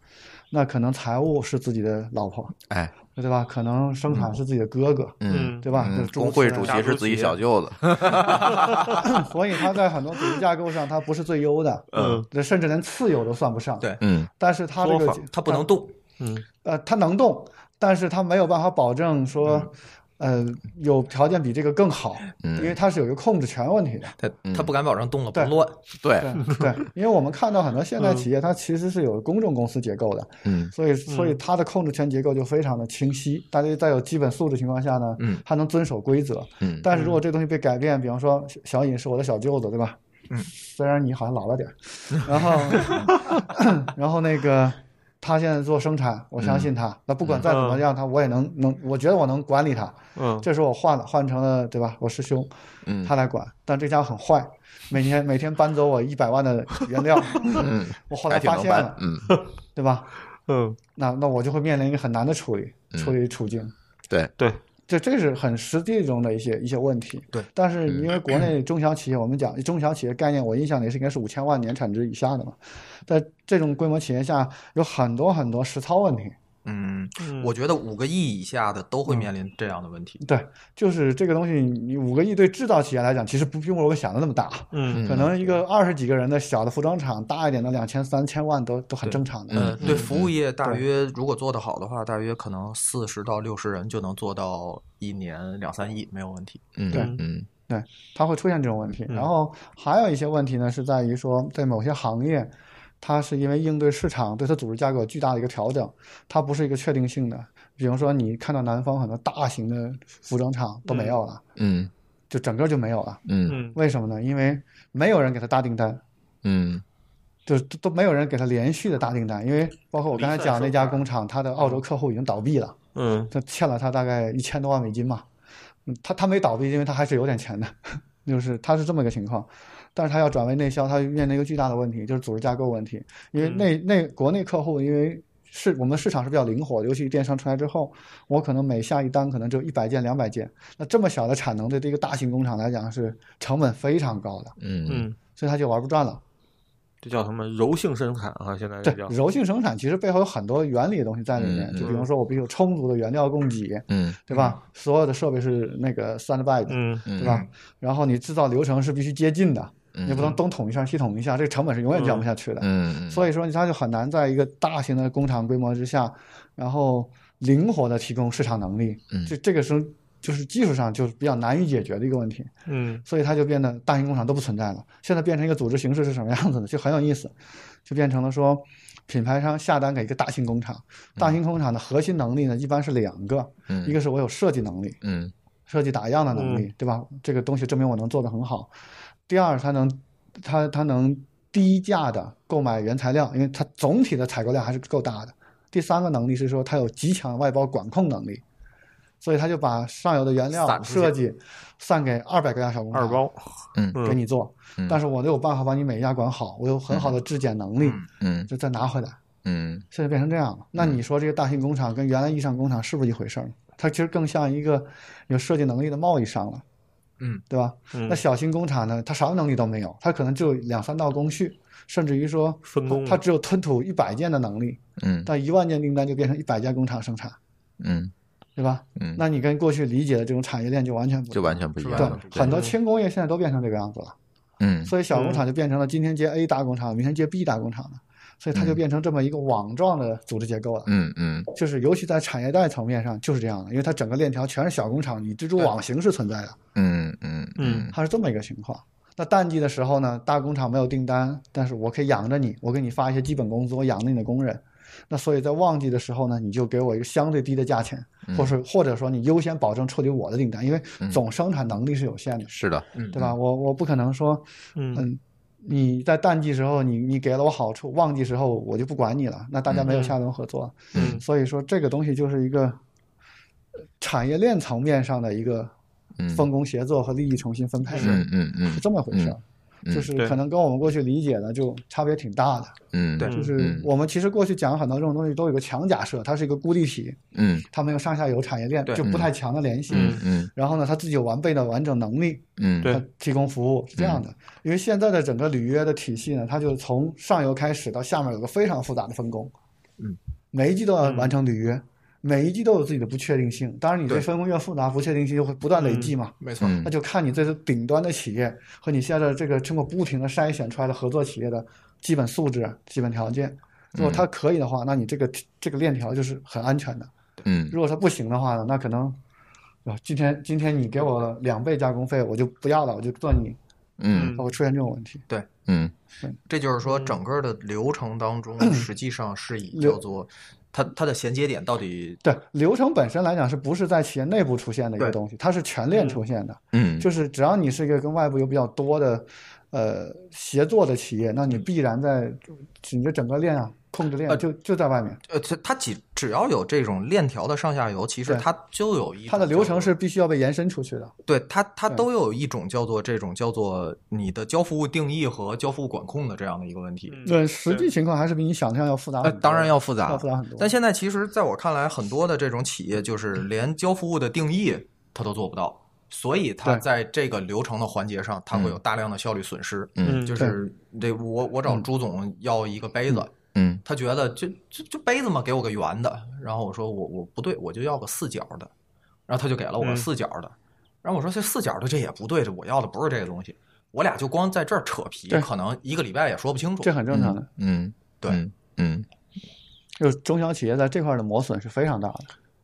Speaker 4: 那可能财务是自己的老婆，
Speaker 1: 哎，
Speaker 4: 对吧？可能生产是自己的哥哥，
Speaker 1: 嗯。
Speaker 4: 对吧？就是诸
Speaker 1: 工
Speaker 4: 如
Speaker 1: 会
Speaker 4: 此
Speaker 1: 主
Speaker 4: 类
Speaker 1: 席是自己小舅子，
Speaker 4: 的所以他在很多组织架构上，他不是最优的，
Speaker 3: 嗯
Speaker 4: 这甚至连次优都算不上。
Speaker 2: 对
Speaker 1: 嗯
Speaker 4: 但是他这
Speaker 3: 作
Speaker 4: 个
Speaker 3: 坊
Speaker 2: 它不能动，
Speaker 3: 嗯
Speaker 4: 呃，他能动，但是他没有办法保证说呃，有条件比这个更好，
Speaker 1: 嗯
Speaker 4: 因为它是有一个控制权问题的。
Speaker 2: 他
Speaker 1: 嗯
Speaker 2: 他不敢保证动了不
Speaker 4: 对
Speaker 2: 乱，
Speaker 1: 对，
Speaker 4: 对对，因为我们看到很多现代企业，它其实是有公众公司结构的，
Speaker 1: 嗯
Speaker 4: 所以所以它的控制权结构就非常的清晰。大家在有基本素质情况下呢，
Speaker 2: 嗯，
Speaker 4: 还能遵守规则。
Speaker 1: 嗯
Speaker 4: 但是如果这东西被改变，比方说小小尹是我的小舅子，对吧？
Speaker 2: 嗯
Speaker 4: 虽然你好像老了点儿，然后 [LAUGHS] 然后那个他现在做生产，我相信他。那不管再怎么样，他我也能能，我觉得我能管理他。
Speaker 3: 嗯
Speaker 4: 这时候我换了换成了对吧？我师兄，
Speaker 1: 嗯
Speaker 4: 他来管，但这家伙很坏，每天每天搬走我一百万的原料。
Speaker 1: 嗯， [LAUGHS]
Speaker 4: 我后来
Speaker 1: 还挺
Speaker 4: 发
Speaker 1: 能
Speaker 4: 现
Speaker 1: 办
Speaker 4: 了，，
Speaker 1: 嗯，
Speaker 4: 对吧？
Speaker 3: 嗯，
Speaker 4: 那那我就会面临一个很难的处理处理处境。
Speaker 1: 嗯对，
Speaker 3: 对，
Speaker 4: 这这是很实际中的一些一些问题。
Speaker 2: 对，
Speaker 4: 但是
Speaker 1: 嗯
Speaker 4: 因为国内中小企业，我们讲中小企业概念，我印象里是应该是五千万年产值以下的嘛，在这种规模企业下，有很多很多实操问题。
Speaker 2: 嗯，我觉得五个亿以下的
Speaker 4: 嗯
Speaker 2: 都会面临这样的问题。
Speaker 4: 对，就是这个东西，你五个亿对制造企业来讲，其实不比我们想的那么大，
Speaker 3: 嗯
Speaker 4: 可能一个二十几个人的小的服装厂，大一点的两千三千万都都很正常的。
Speaker 2: 呃，
Speaker 1: 嗯
Speaker 2: 对，
Speaker 1: 嗯
Speaker 2: 服务业大约如果做得好的话，大约可能四十到六十人就能做到一年两三亿没有问题。
Speaker 1: 嗯
Speaker 4: 对
Speaker 1: 嗯
Speaker 4: 它会出现这种问题。
Speaker 3: 嗯
Speaker 4: 然后还有一些问题呢，是在于说，在某些行业，它是因为应对市场对它组织架构有巨大的一个调整，它不是一个确定性的。比如说，你看到南方很多大型的服装厂都没有了，
Speaker 1: 嗯
Speaker 4: 就整个就没有了。
Speaker 1: 嗯
Speaker 3: 嗯
Speaker 4: 为什么呢？因为没有人给他大订单，
Speaker 1: 嗯
Speaker 4: 就是都都没有人给他连续的大订单。因为包括我刚才讲那家工厂，它的澳洲客户已经倒闭了，
Speaker 3: 嗯
Speaker 4: 他欠了他大概一千多万美金嘛。嗯他他没倒闭，因为他还是有点钱的， [LAUGHS] 就是他是这么个情况。但是他要转为内销，他面临一个巨大的问题，就是组织架构问题。因为内内国内客户，因为市我们的市场是比较灵活的，尤其电商出来之后，我可能每下一单可能只有一百件、两百件，那这么小的产能对这个大型工厂来讲是成本非常高的，
Speaker 1: 嗯
Speaker 3: 嗯，
Speaker 4: 所以他就玩不转了。
Speaker 3: 这叫什么柔性生产啊？现在这
Speaker 4: 对
Speaker 3: 叫，
Speaker 4: 柔性生产其实背后有很多原理的东西在里面，
Speaker 1: 嗯嗯
Speaker 4: 就比如说我必须有充足的原料供给，
Speaker 1: 嗯
Speaker 4: 对吧？所有的设备是那个 standby 的，
Speaker 3: 嗯
Speaker 1: 嗯，
Speaker 4: 对吧？然后你制造流程是必须接近的，
Speaker 1: 嗯
Speaker 4: 你不能东捅一下西捅一下，这个成本是永远降不下去的。
Speaker 1: 嗯，
Speaker 4: 所以说，它就很难在一个大型的工厂规模之下，然后灵活的提供市场能力
Speaker 1: 嗯。
Speaker 4: 这这个是就是技术上就是比较难以解决的一个问题，
Speaker 3: 嗯
Speaker 4: 所以它就变得大型工厂都不存在了。现在变成一个组织形式是什么样子的，就很有意思，就变成了说。品牌商下单给一个大型工厂，大型工厂的核心能力呢，一般是两个，
Speaker 1: 嗯
Speaker 4: 一个是我有设计能力，
Speaker 1: 嗯
Speaker 4: 设计打样的能力，对吧？这个东西证明我能做得很好。第二，它能，它它能低价的购买原材料，因为它总体的采购量还是够大的。第三个能力是说它有极强的外包管控能力，所以它就把上游的原
Speaker 2: 散
Speaker 4: 料
Speaker 2: 出去
Speaker 4: 设计散给二百个大小工厂，
Speaker 3: 二包
Speaker 1: 嗯
Speaker 4: 给你做。
Speaker 1: 嗯
Speaker 4: 但是我有办法把你每一家管好，我有很好的质检能力，
Speaker 2: 嗯
Speaker 1: 嗯
Speaker 4: 就再拿回来。
Speaker 1: 嗯
Speaker 4: 现在变成这样了。那你说这个大型工厂跟原来意义上工厂是不是一回事儿呢？它其实更像一个有设计能力的贸易商了，
Speaker 2: 嗯，
Speaker 4: 对吧？
Speaker 3: 嗯
Speaker 4: 那小型工厂呢，它啥能力都没有，它可能只有两三道工序，甚至于说
Speaker 3: 分工
Speaker 4: 它它只有吞吐一百件的能力，
Speaker 1: 嗯
Speaker 4: 但一万件订单就变成一百家工厂生产，
Speaker 1: 嗯
Speaker 4: 对吧？
Speaker 1: 嗯，
Speaker 4: 那你跟过去理解的这种产业链就完全不一样
Speaker 1: 就完全不一样
Speaker 4: 对
Speaker 1: 了，
Speaker 4: 很多轻工业现在都变成这个样子了，
Speaker 1: 嗯
Speaker 4: 所以小工厂就变成了今天接 A 大工厂，明天接 B 大工厂了，所以它就变成这么一个网状的组织结构了。
Speaker 1: 嗯嗯
Speaker 4: 就是尤其在产业带层面上就是这样的，因为它整个链条全是小工厂，以蜘蛛网形式存在的，
Speaker 1: 嗯嗯嗯
Speaker 4: 它是这么一个情况。那淡季的时候呢，大工厂没有订单，但是我可以养着你，我给你发一些基本工资，我养着你的工人。那所以在旺季的时候呢，你就给我一个相对低的价钱，
Speaker 1: 嗯
Speaker 4: 或是或者说你优先保证处理我的订单，因为总生产能力是有限的，
Speaker 1: 是的，嗯
Speaker 4: 对吧？我我不可能说，
Speaker 3: 嗯
Speaker 4: 嗯，你在淡季时候你你给了我好处，旺季时候我就不管你了，那大家
Speaker 1: 嗯
Speaker 4: 没有下轮合作。
Speaker 3: 嗯
Speaker 4: 所以说这个东西就是一个呃产业链层面上的一个
Speaker 1: 嗯
Speaker 4: 分工协作和利益重新分配，
Speaker 1: 嗯嗯嗯
Speaker 4: 是这么回事儿。
Speaker 1: 嗯
Speaker 4: 就是
Speaker 3: 对
Speaker 4: 可能跟我们过去理解的就差别挺大的，
Speaker 1: 嗯
Speaker 2: 对
Speaker 4: 就
Speaker 1: 嗯
Speaker 4: 是我们其实过去讲很多这种东西都有个强假设，它是一个孤立体，
Speaker 1: 嗯
Speaker 4: 它没有上下游产业链，
Speaker 2: 对
Speaker 4: 就不太强的联系。
Speaker 3: 嗯
Speaker 1: 嗯
Speaker 4: 然后呢，它自己有完备的完整能力，
Speaker 1: 嗯
Speaker 3: 对
Speaker 4: 它提供服务是这样的。因为现在的整个履约的体系呢，它就从上游开始到下面有个非常复杂的分工，
Speaker 2: 嗯，
Speaker 4: 每一季都要完成履约，每一季都有自己的不确定性。当然，你这
Speaker 2: 对
Speaker 4: 分工越复杂，不确定性就会不断累积嘛。
Speaker 2: 没错，
Speaker 1: 嗯
Speaker 4: 那就看你这是顶端的企业和你现在这个通过不停的筛选出来的合作企业的基本素质、基本条件。如果它可以的话，那你这个这个链条就是很安全的。
Speaker 1: 嗯
Speaker 4: 如果它不行的话呢，那可能啊，今天今天你给我两倍加工费，我就不要了，我就赚你，
Speaker 1: 嗯
Speaker 4: 它会出现这种问题。
Speaker 1: 嗯
Speaker 2: 这就是说，整个的流程当中，
Speaker 4: 嗯
Speaker 2: 实际上是以叫做它它的衔接点到底
Speaker 4: 对流程本身来讲，是不是在企业内部出现的一个
Speaker 2: 对
Speaker 4: 东西？它是全链出现的，
Speaker 1: 嗯，
Speaker 4: 就是只要你是一个跟外部有比较多的呃协作的企业，那你必然在你的整个链啊控制链
Speaker 2: 嗯呃
Speaker 4: 就就在外面，
Speaker 2: 呃，它它只只要有这种链条的上下游，其实
Speaker 4: 对
Speaker 2: 它就有一
Speaker 4: 它的
Speaker 2: 种
Speaker 4: 流
Speaker 2: 叫
Speaker 4: 程
Speaker 2: 做
Speaker 4: 是必须要被延伸出去的。
Speaker 2: 对它它
Speaker 4: 对
Speaker 2: 都有一种叫做这种叫做你的交付物定义和交付物管控的这样的一个问题。
Speaker 3: 嗯
Speaker 4: 对，实际情况还是比你想象要复杂
Speaker 2: 呃，
Speaker 4: 很多。
Speaker 2: 当然要复杂，
Speaker 4: 要复杂很多。
Speaker 2: 但现在其实，在我看来，很多的这种企业就是连交付物的定义它都做不到，所以它
Speaker 4: 对嗯
Speaker 2: 在这个流程的环节上，它会有大量的效率损失。
Speaker 1: 嗯
Speaker 2: 就是这我我
Speaker 4: 嗯
Speaker 2: 找朱总要一个杯子，
Speaker 1: 嗯
Speaker 2: 他觉得就就就杯子嘛，给我个圆的。然后我说我我不对，我就要个四角的。然后他就给了我个
Speaker 3: 嗯
Speaker 2: 四角的。然后我说这四角的这也不对，这我要的不是这个东西。我俩就光在这儿扯皮，
Speaker 4: 对
Speaker 2: 可能一个礼拜也说不清楚。
Speaker 4: 这很正常的，
Speaker 1: 嗯，
Speaker 2: 对
Speaker 1: 嗯嗯
Speaker 4: 就是中小企业在这块的磨损是非常大的。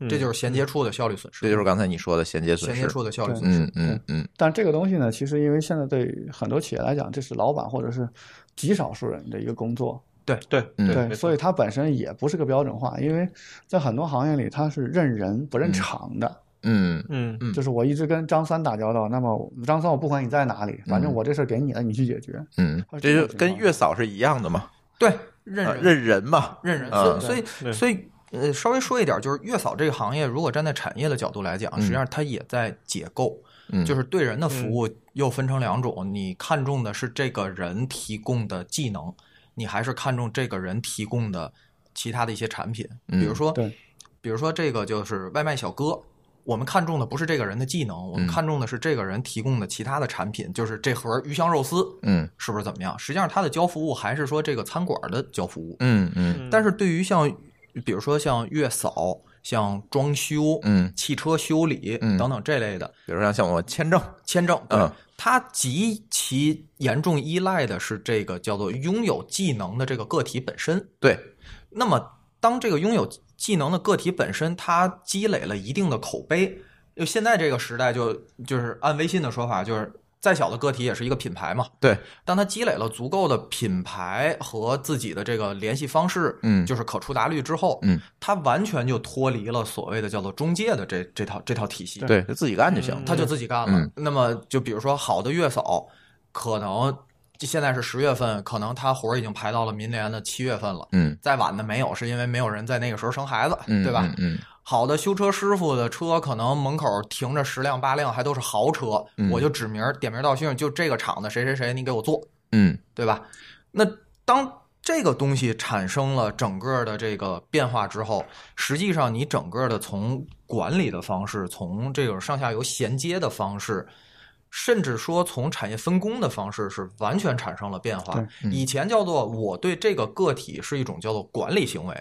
Speaker 2: 这就是衔接处的效率损失，
Speaker 1: 这就是刚才你说的衔接损
Speaker 2: 衔接
Speaker 1: 失。
Speaker 2: 处的效率
Speaker 4: 嗯对
Speaker 2: 损失。
Speaker 1: 嗯嗯嗯
Speaker 4: 但这个东西呢，其实因为现在对很多企业来讲，这是老板或者是极少数人的一个工作，
Speaker 3: 对
Speaker 1: 嗯
Speaker 4: 对，所
Speaker 3: 以
Speaker 4: 以它本身也不是个标准化，因为在很多行业里，它是认人不认场的。
Speaker 1: 嗯
Speaker 3: 嗯
Speaker 2: 嗯
Speaker 4: 就是我一直跟张三打交道，那么张三，我不管你在哪里，反正我这事儿给你了，你去解决。
Speaker 1: 嗯，这就跟月嫂是一样的嘛，
Speaker 2: 对，认
Speaker 1: 啊
Speaker 2: 人
Speaker 1: 认人嘛，
Speaker 2: 认人，
Speaker 1: 啊
Speaker 2: 所以所
Speaker 3: 对
Speaker 2: 以所以呃，稍微说一点，就是月嫂这个行业，如果站在产业的角度来讲，实际上它也在解构，
Speaker 1: 嗯，
Speaker 2: 就是对人的服务又分成两种，你看重的是这个人提供的技能，你还是看重这个人提供的其他的一些产品，
Speaker 1: 嗯
Speaker 2: 比如说，
Speaker 4: 对
Speaker 2: 比如说这个就是外卖小哥。我们看重的不是这个人的技能，我
Speaker 1: 嗯
Speaker 2: 们看重的是这个人提供的其他的产品，就是这盒鱼香肉丝
Speaker 1: 嗯
Speaker 2: 是不是怎么样？实际上，它的交付物还是说这个餐馆的交付物。
Speaker 1: 嗯嗯
Speaker 2: 但是对于像比如说像月嫂、像装修、
Speaker 1: 嗯，
Speaker 2: 汽车修理
Speaker 1: 嗯
Speaker 2: 等等这类的
Speaker 1: 比如说像我签证，
Speaker 2: 签证，
Speaker 1: 嗯
Speaker 2: 对，它极其严重依赖的是这个叫做拥有技能的这个个体本身。
Speaker 1: 对，
Speaker 2: 那么，当这个拥有技能的个体本身，它积累了一定的口碑，就现在这个时代就就是按微信的说法，就是再小的个体也是一个品牌嘛。
Speaker 1: 对，
Speaker 2: 当他积累了足够的品牌和自己的这个联系方式，
Speaker 1: 嗯
Speaker 2: 就是可触达率之后，
Speaker 1: 嗯，
Speaker 2: 他完全就脱离了所谓的叫做中介的这这套这套体系，，
Speaker 1: 对，就自己干就行了。
Speaker 2: 他就自己干了。
Speaker 1: 嗯
Speaker 2: 那么就比如说好的月嫂，可能现在是十月份，可能他活儿已经排到了明年的七月份了。
Speaker 1: 嗯，
Speaker 2: 再晚的没有，是因为没有人在那个时候生孩子，
Speaker 1: 嗯
Speaker 2: 对吧？
Speaker 1: 嗯
Speaker 2: 好的修车师傅的车，可能门口停着十辆八辆，还都是豪车，
Speaker 1: 嗯
Speaker 2: 我就指名儿点名道姓，就这个厂子谁谁谁，你给我做，
Speaker 1: 嗯
Speaker 2: 对吧？那当这个东西产生了整个的这个变化之后，实际上你整个的从管理的方式，从这种上下游衔接的方式。甚至说，从产业分工的方式是完全产生了变化
Speaker 4: 对。
Speaker 2: 以前叫做我对这个个体是一种叫做管理行为，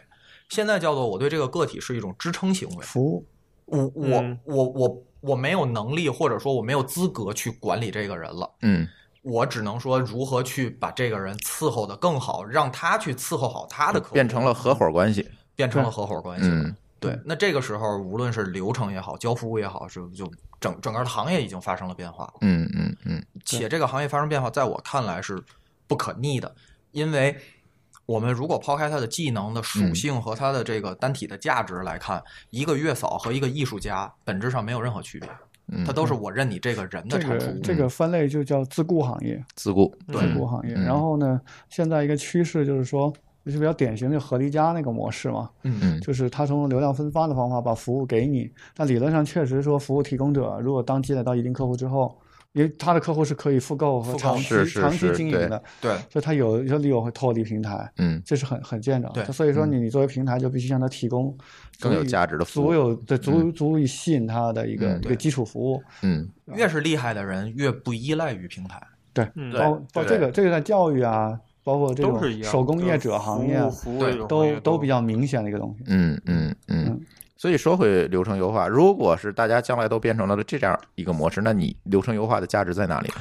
Speaker 2: 现在叫做我对这个个体是一种支撑行为。
Speaker 4: 服务，
Speaker 2: 我我
Speaker 3: 嗯
Speaker 2: 我我我没有能力，或者说我没有资格去管理这个人了。
Speaker 1: 嗯
Speaker 2: 我只能说如何去把这个人伺候的更好，让他去伺候好他的
Speaker 1: 嗯
Speaker 2: 客，户，
Speaker 1: 变成了合伙关系。
Speaker 2: 变成了合伙关系。
Speaker 1: 嗯
Speaker 2: 对，那这个时候无论是流程也好，交付物也好，就就整整个的行业已经发生了变化，
Speaker 1: 嗯嗯嗯
Speaker 2: 且这个行业发生变化，在我看来是不可逆的，因为。我们如果抛开它的技能的
Speaker 1: 嗯
Speaker 2: 属性和它的这个单体的价值来看，一个月嫂和一个艺术家本质上没有任何区别，
Speaker 1: 嗯，
Speaker 2: 它都是我认你这个人的
Speaker 4: 这
Speaker 2: 产
Speaker 4: 个
Speaker 2: 出物。
Speaker 4: 这个分类就叫自雇行业。
Speaker 1: 自顾。
Speaker 4: 自雇行业。
Speaker 1: 嗯
Speaker 4: 然后呢，现在一个趋势就是说，就是比较典型的合力家那个模式嘛，
Speaker 1: 嗯
Speaker 4: 就是它从流量分发的方法把服务给你。但理论上确实说，服务提供者如果当积累到一定客户之后，因为他的客户是可以复购和
Speaker 2: 复购
Speaker 4: 长期
Speaker 1: 是是
Speaker 4: 长期
Speaker 1: 是
Speaker 4: 经营
Speaker 1: 对
Speaker 4: 的，
Speaker 2: 对，
Speaker 4: 所以他有有理由会脱离平台。
Speaker 1: 嗯
Speaker 4: 这是很很见长的，
Speaker 2: 对
Speaker 4: 所以说你你作为平台就必须向他提供
Speaker 1: 更
Speaker 4: 足
Speaker 1: 有
Speaker 4: 以
Speaker 1: 价值的服务
Speaker 4: 足有对足足以吸引他的一个
Speaker 1: 嗯
Speaker 4: 一个
Speaker 2: 对
Speaker 4: 基础服务。
Speaker 1: 嗯
Speaker 2: 越是厉害的人，越不依赖于平台。
Speaker 4: 对，
Speaker 3: 嗯
Speaker 4: 包包括
Speaker 1: 对
Speaker 4: 这个这个在教育啊，包括这
Speaker 3: 都是一
Speaker 4: 种
Speaker 3: 样，
Speaker 4: 手工业者行业啊，
Speaker 3: 服务
Speaker 2: 对
Speaker 4: 都都比较明显的一个东西。
Speaker 1: 嗯嗯嗯。所以说回流程优化，如果是大家将来都变成了这样一个模式，那你流程优化的价值在哪里？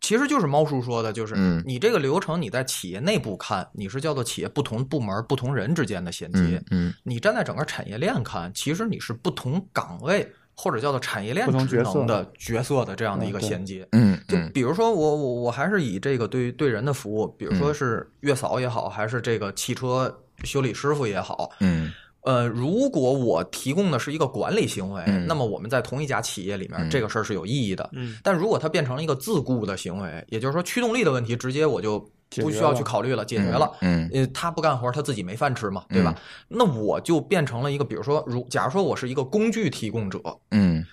Speaker 2: 其实就是猫叔说的，就是
Speaker 1: 嗯
Speaker 2: 你这个流程，你在企业内部看，你是叫做企业不同部门、不同人之间的衔接；
Speaker 1: 嗯嗯
Speaker 2: 你站在整个产业链看，其实你是不同岗位或者叫做产业链
Speaker 4: 不同
Speaker 2: 职
Speaker 4: 角色
Speaker 2: 能的角色的这样的一个
Speaker 4: 嗯对
Speaker 2: 衔接。
Speaker 1: 嗯
Speaker 2: 就
Speaker 1: 嗯
Speaker 2: 比如说我我我还是以这个对对人的服务，比如
Speaker 1: 嗯
Speaker 2: 说是月嫂也好，还是这个汽车修理师傅也好，
Speaker 1: 嗯
Speaker 2: 呃，如果我提供的是一个管理行为，
Speaker 1: 嗯
Speaker 2: 那么我们在同一家企业里面，
Speaker 1: 嗯
Speaker 2: 这个事儿是有意义的。
Speaker 3: 嗯
Speaker 2: 但如果它变成了一个自雇的行为，也就是说驱动力的问题，直接我就
Speaker 4: 解决
Speaker 2: 不需要
Speaker 4: 了
Speaker 2: 去考虑了，解决了。
Speaker 1: 嗯
Speaker 2: 呃，他不干活，他自己没饭吃嘛，对吧？
Speaker 4: 嗯
Speaker 2: 那我就变成了一个，比如说，如假如说我是一个工具提供者，
Speaker 1: 嗯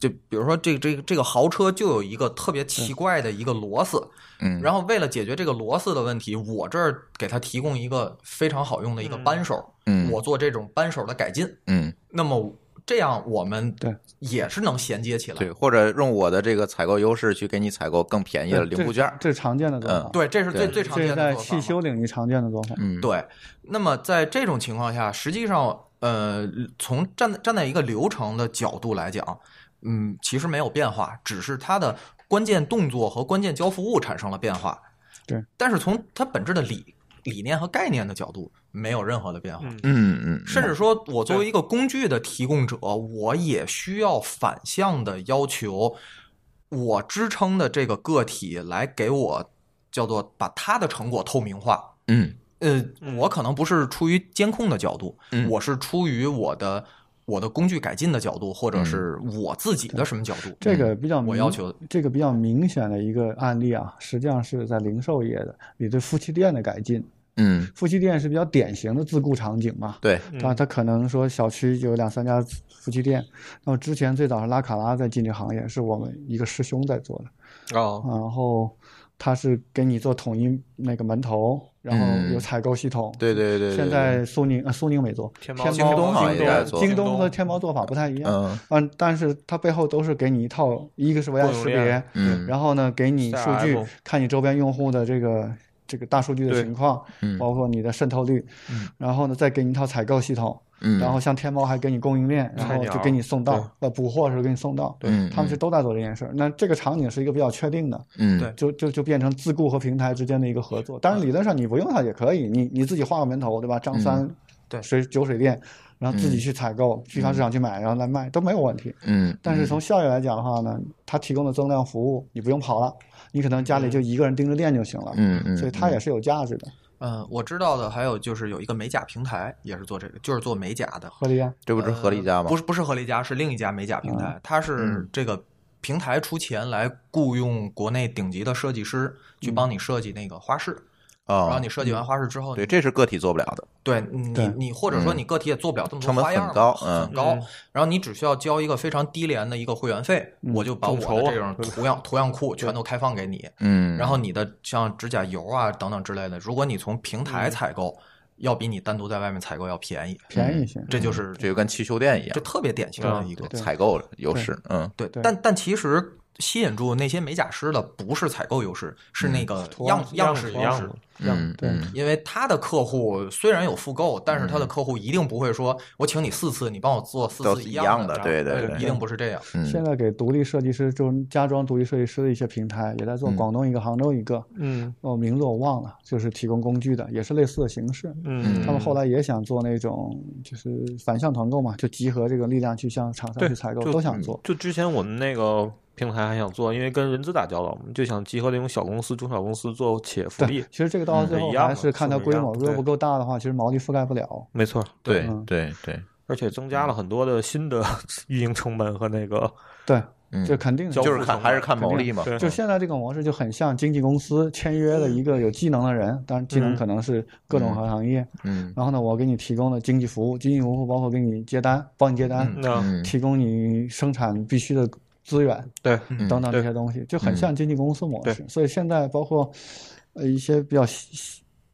Speaker 2: 就比如说这个这个这个豪车就有一个特别奇怪的一个螺丝，
Speaker 1: 嗯，
Speaker 2: 然后为了解决这个螺丝的问题，我这儿给他提供一个非常好用的一个扳手，
Speaker 1: 嗯
Speaker 2: 我做这种扳手的改进，
Speaker 1: 嗯
Speaker 2: 那么这样我们
Speaker 4: 对
Speaker 2: 也是能衔接起来。
Speaker 1: 对，或者用我的这个采购优势去给你采购更便宜的零部件儿，
Speaker 4: 这是常见的做法。
Speaker 1: 嗯
Speaker 2: 对这是最
Speaker 1: 对
Speaker 2: 最
Speaker 4: 这
Speaker 2: 常见
Speaker 4: 是
Speaker 2: 的
Speaker 4: 在
Speaker 2: 做法
Speaker 4: 汽
Speaker 2: 嘛。
Speaker 4: 修领域常见的做法。
Speaker 1: 嗯
Speaker 2: 对，那么在这种情况下，实际上，呃，从站在站在一个流程的角度来讲，嗯，其实没有变化，只是它的关键动作和关键交付物产生了变化。
Speaker 4: 对，
Speaker 2: 但是从它本质的理理念和概念的角度，没有任何的变化。
Speaker 3: 嗯
Speaker 1: 嗯嗯，
Speaker 2: 甚至说，我作为一个工具的提供者，我也需要反向的要求我支撑的这个个体来给我叫做把它的成果透明化。
Speaker 1: 嗯
Speaker 2: 呃，
Speaker 3: 嗯
Speaker 2: 我可能不是出于监控的角度，
Speaker 1: 嗯
Speaker 2: 我是出于我的我的工具改进的角度，或者是
Speaker 1: 嗯
Speaker 2: 我自己的什么角度。
Speaker 4: 这个比较明
Speaker 2: 我要求
Speaker 4: 这个比较明显的一个案例啊，实际上是在零售业的，你对夫妻店的改进。
Speaker 1: 嗯，
Speaker 4: 夫妻店是比较典型的自雇场景嘛，
Speaker 1: 对，
Speaker 3: 嗯
Speaker 4: 那他可能说小区有两三家夫妻店，那么之前最早是拉卡拉在进这行业，是我们一个师兄在做的，
Speaker 3: 嗯
Speaker 4: 啊
Speaker 2: 哦，
Speaker 4: 然后他是给你做统一那个门头，然后
Speaker 1: 嗯
Speaker 4: 有采购系统，
Speaker 1: 对对对对，
Speaker 4: 现在苏宁呃苏宁没做，
Speaker 3: 天猫
Speaker 4: 猫、
Speaker 3: 京
Speaker 1: 东好像也在做
Speaker 4: 京东和天猫做法不太一样。
Speaker 1: 嗯
Speaker 4: 嗯，但是它背后都是给你一套，一个是 AI 识
Speaker 3: 共有
Speaker 4: 别
Speaker 3: 链，
Speaker 1: 嗯
Speaker 4: 然后呢给你数据
Speaker 3: CRM，
Speaker 4: 看你周边用户的这个这个大数据的
Speaker 3: 对嗯
Speaker 4: 情况，
Speaker 1: 嗯
Speaker 4: 包括你的渗透率，然后呢再给你一套采购系统，
Speaker 1: 嗯，
Speaker 4: 然后像天猫还给你供应链，然
Speaker 3: 菜
Speaker 4: 后
Speaker 3: 鸟
Speaker 4: 就给你送到，呃，补货的时候给你送到。
Speaker 1: 对嗯
Speaker 4: 他们是都在做这件事儿。那这个场景是一个比较确定的，
Speaker 1: 嗯
Speaker 2: 对
Speaker 4: 就就就变成自雇和平台之间的一个合作。当然，理论上你不用它也可以，你你自己画个门头，对吧？张
Speaker 1: 嗯
Speaker 4: 三
Speaker 2: 对
Speaker 4: 水酒水店，然后自己去采购，批发市场去买，然后来卖都没有问题。
Speaker 1: 嗯，
Speaker 4: 但是从效益来讲的话呢，它提供的增量服务你不用跑了，你可能家里就一个人盯着店就行了，
Speaker 1: 嗯嗯，
Speaker 4: 所以它也是有价值的。
Speaker 2: 嗯、我知道的还有就是有一个美甲平台也是做这个，就是做美甲的，呃
Speaker 4: 合理啊，
Speaker 1: 这不是合力家吗？哦嗯
Speaker 2: 不是不是合力家，是另一家美甲平台，它是这个平台出钱来雇佣国内顶级的设计师去帮你设计那个花饰，然
Speaker 1: 啊
Speaker 2: 后你，设计完花饰之后，
Speaker 1: 嗯对，这是个体做不了的，
Speaker 2: 对你
Speaker 4: 对
Speaker 2: 你或者说你个体也做不了这么多
Speaker 1: 嗯成本
Speaker 2: 花样嘛，
Speaker 1: 很高嗯
Speaker 2: 很高
Speaker 3: 嗯。
Speaker 2: 然后你只需要交一个非常低廉的一个会员费，我就把我
Speaker 3: 众筹
Speaker 2: 的
Speaker 3: 啊
Speaker 2: 这种图样图样库全都开放给你。
Speaker 1: 嗯，
Speaker 2: 然后你的像指甲油啊等等之类的，如果你从平
Speaker 3: 嗯
Speaker 2: 台采购，要比你单独在外面采购要便宜，
Speaker 4: 便宜一些。
Speaker 2: 这就是
Speaker 1: 嗯这就嗯跟汽修店一
Speaker 2: 这
Speaker 1: 样，
Speaker 2: 特别典型的一个
Speaker 4: 对
Speaker 1: 采购优势，嗯
Speaker 2: 对，
Speaker 4: 对
Speaker 2: 但但其实吸引住那些美甲师的不是采购优势，是那个
Speaker 4: 图
Speaker 2: 样
Speaker 4: 案
Speaker 2: 样式优
Speaker 3: 样
Speaker 2: 势
Speaker 3: 子。
Speaker 1: 嗯嗯
Speaker 2: 因为他的客户虽然有复购，但是他的客户一定不会说“我请你四次，你帮我做四
Speaker 1: 都
Speaker 2: 次
Speaker 1: 是一
Speaker 2: 样
Speaker 1: 样的对对嗯
Speaker 2: 对，
Speaker 1: 对
Speaker 2: 一定不是这样。
Speaker 4: 现在给独立设计师，就是家装独立设计师的一些平台，也在做
Speaker 1: 嗯
Speaker 4: 广东一个、杭州一个，
Speaker 3: 嗯
Speaker 4: 哦，名字我忘了，就是提供工具的，也是类似的形式。
Speaker 3: 嗯，
Speaker 4: 他们后来也想做那种就是反向团购嘛，就集合这个力量去向厂商
Speaker 3: 对
Speaker 4: 去采购，
Speaker 3: 就嗯
Speaker 4: 都想做。
Speaker 3: 就之前我们那个平台还想做，因为跟人资打交道，我们就想集合那种小公司、中小公司做企业福
Speaker 4: 对
Speaker 3: 利，。
Speaker 4: 其实这个到
Speaker 1: 嗯
Speaker 4: 最
Speaker 3: 对
Speaker 4: 后
Speaker 3: 一样
Speaker 4: 还
Speaker 3: 的
Speaker 4: 是看它
Speaker 3: 数字一
Speaker 4: 规
Speaker 3: 样
Speaker 4: 模，
Speaker 3: 的
Speaker 4: 如果
Speaker 3: 对
Speaker 4: 不够大的话，其实毛利覆盖不了。
Speaker 3: 没错，
Speaker 1: 对对对，
Speaker 3: 而且增
Speaker 4: 嗯
Speaker 3: 加了很多的新的 [LAUGHS] 运营成本和那个
Speaker 4: 对，
Speaker 1: 嗯，
Speaker 4: 这肯定的。
Speaker 3: 交
Speaker 1: 就是看还是看毛利嘛，
Speaker 4: 就现在这个模式就很像经纪公司签约的一个有技能的人，当然技能
Speaker 3: 嗯
Speaker 4: 可能是各种行业。
Speaker 1: 嗯
Speaker 4: 然后呢，我给你提供了经济服务，经济服务包括给你接单，帮你接单，
Speaker 3: 那
Speaker 1: 嗯
Speaker 4: 提供你生产必须的资源
Speaker 3: 对
Speaker 1: 嗯
Speaker 4: 等等这
Speaker 3: 对
Speaker 4: 些东西，就很像经纪公司模式。所以现在包括呃一些比较新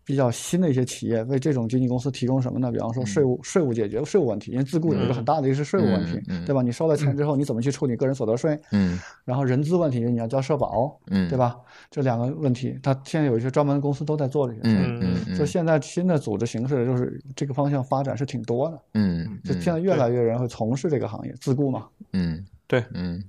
Speaker 4: 比较新的一些企业，为这种经纪公司提供什么呢？比方
Speaker 1: 嗯
Speaker 4: 说税务税务解决税务问题，因为自雇有一个很大的一个是税务问题
Speaker 1: 嗯嗯，
Speaker 4: 对吧？你收了钱之后，你怎么去处理个人所得税？
Speaker 1: 嗯
Speaker 4: 然后人资问题，你要交社保，
Speaker 1: 嗯，
Speaker 4: 对
Speaker 1: 吧？
Speaker 4: 吧？这两个问题，它现在有一些专门的公司都在做这些事儿。
Speaker 1: 嗯嗯，
Speaker 4: 就现在新的组织形式，就是这个方向发展是挺多的，
Speaker 1: 嗯，
Speaker 4: 就现在越来越人会从事这个行业，自雇嘛，
Speaker 1: 嗯，
Speaker 3: 对
Speaker 1: 嗯，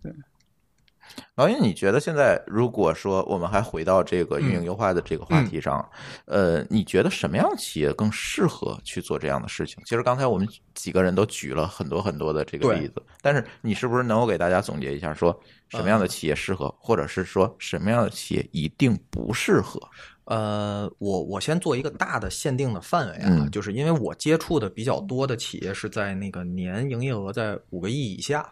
Speaker 1: 老尹，你觉得现在如果说我们还回到这个
Speaker 2: 嗯
Speaker 1: 运营优化的这个话题上，呃，你觉得什么样的企业更适合去做这样的事情？其实刚才我们几个人都举了很多很多的这个
Speaker 2: 对
Speaker 1: 例子，但是你是不是能够给大家总结一下，说什么样
Speaker 2: 嗯
Speaker 1: 的企业适合，或者是说什么样的企业一定不适合？
Speaker 2: 呃，我我先做一个大的限定的范围啊，
Speaker 1: 嗯
Speaker 2: 就是因为我接触的比较多的企业是在那个年营业额在五个亿以下，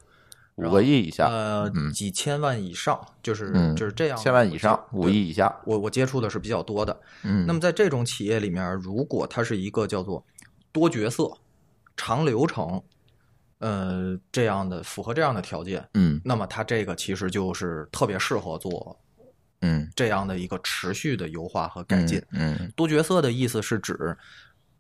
Speaker 1: 五个亿以下，
Speaker 2: 呃，
Speaker 1: 嗯
Speaker 2: 几千万以上，就是、
Speaker 1: 嗯
Speaker 2: 就是这样的，
Speaker 1: 千万以上，
Speaker 2: 对
Speaker 1: 五亿以下，
Speaker 2: 我我接触的是比较多的。
Speaker 1: 嗯，
Speaker 2: 那么在这种企业里面，如果它是一个叫做多角色、长流程，呃，这样的符合这样的条件，
Speaker 1: 嗯
Speaker 2: 那么它这个其实就是特别适合做
Speaker 1: 嗯
Speaker 2: 这样的一个持续的优化和改进。
Speaker 1: 嗯嗯
Speaker 2: 多角色的意思是指。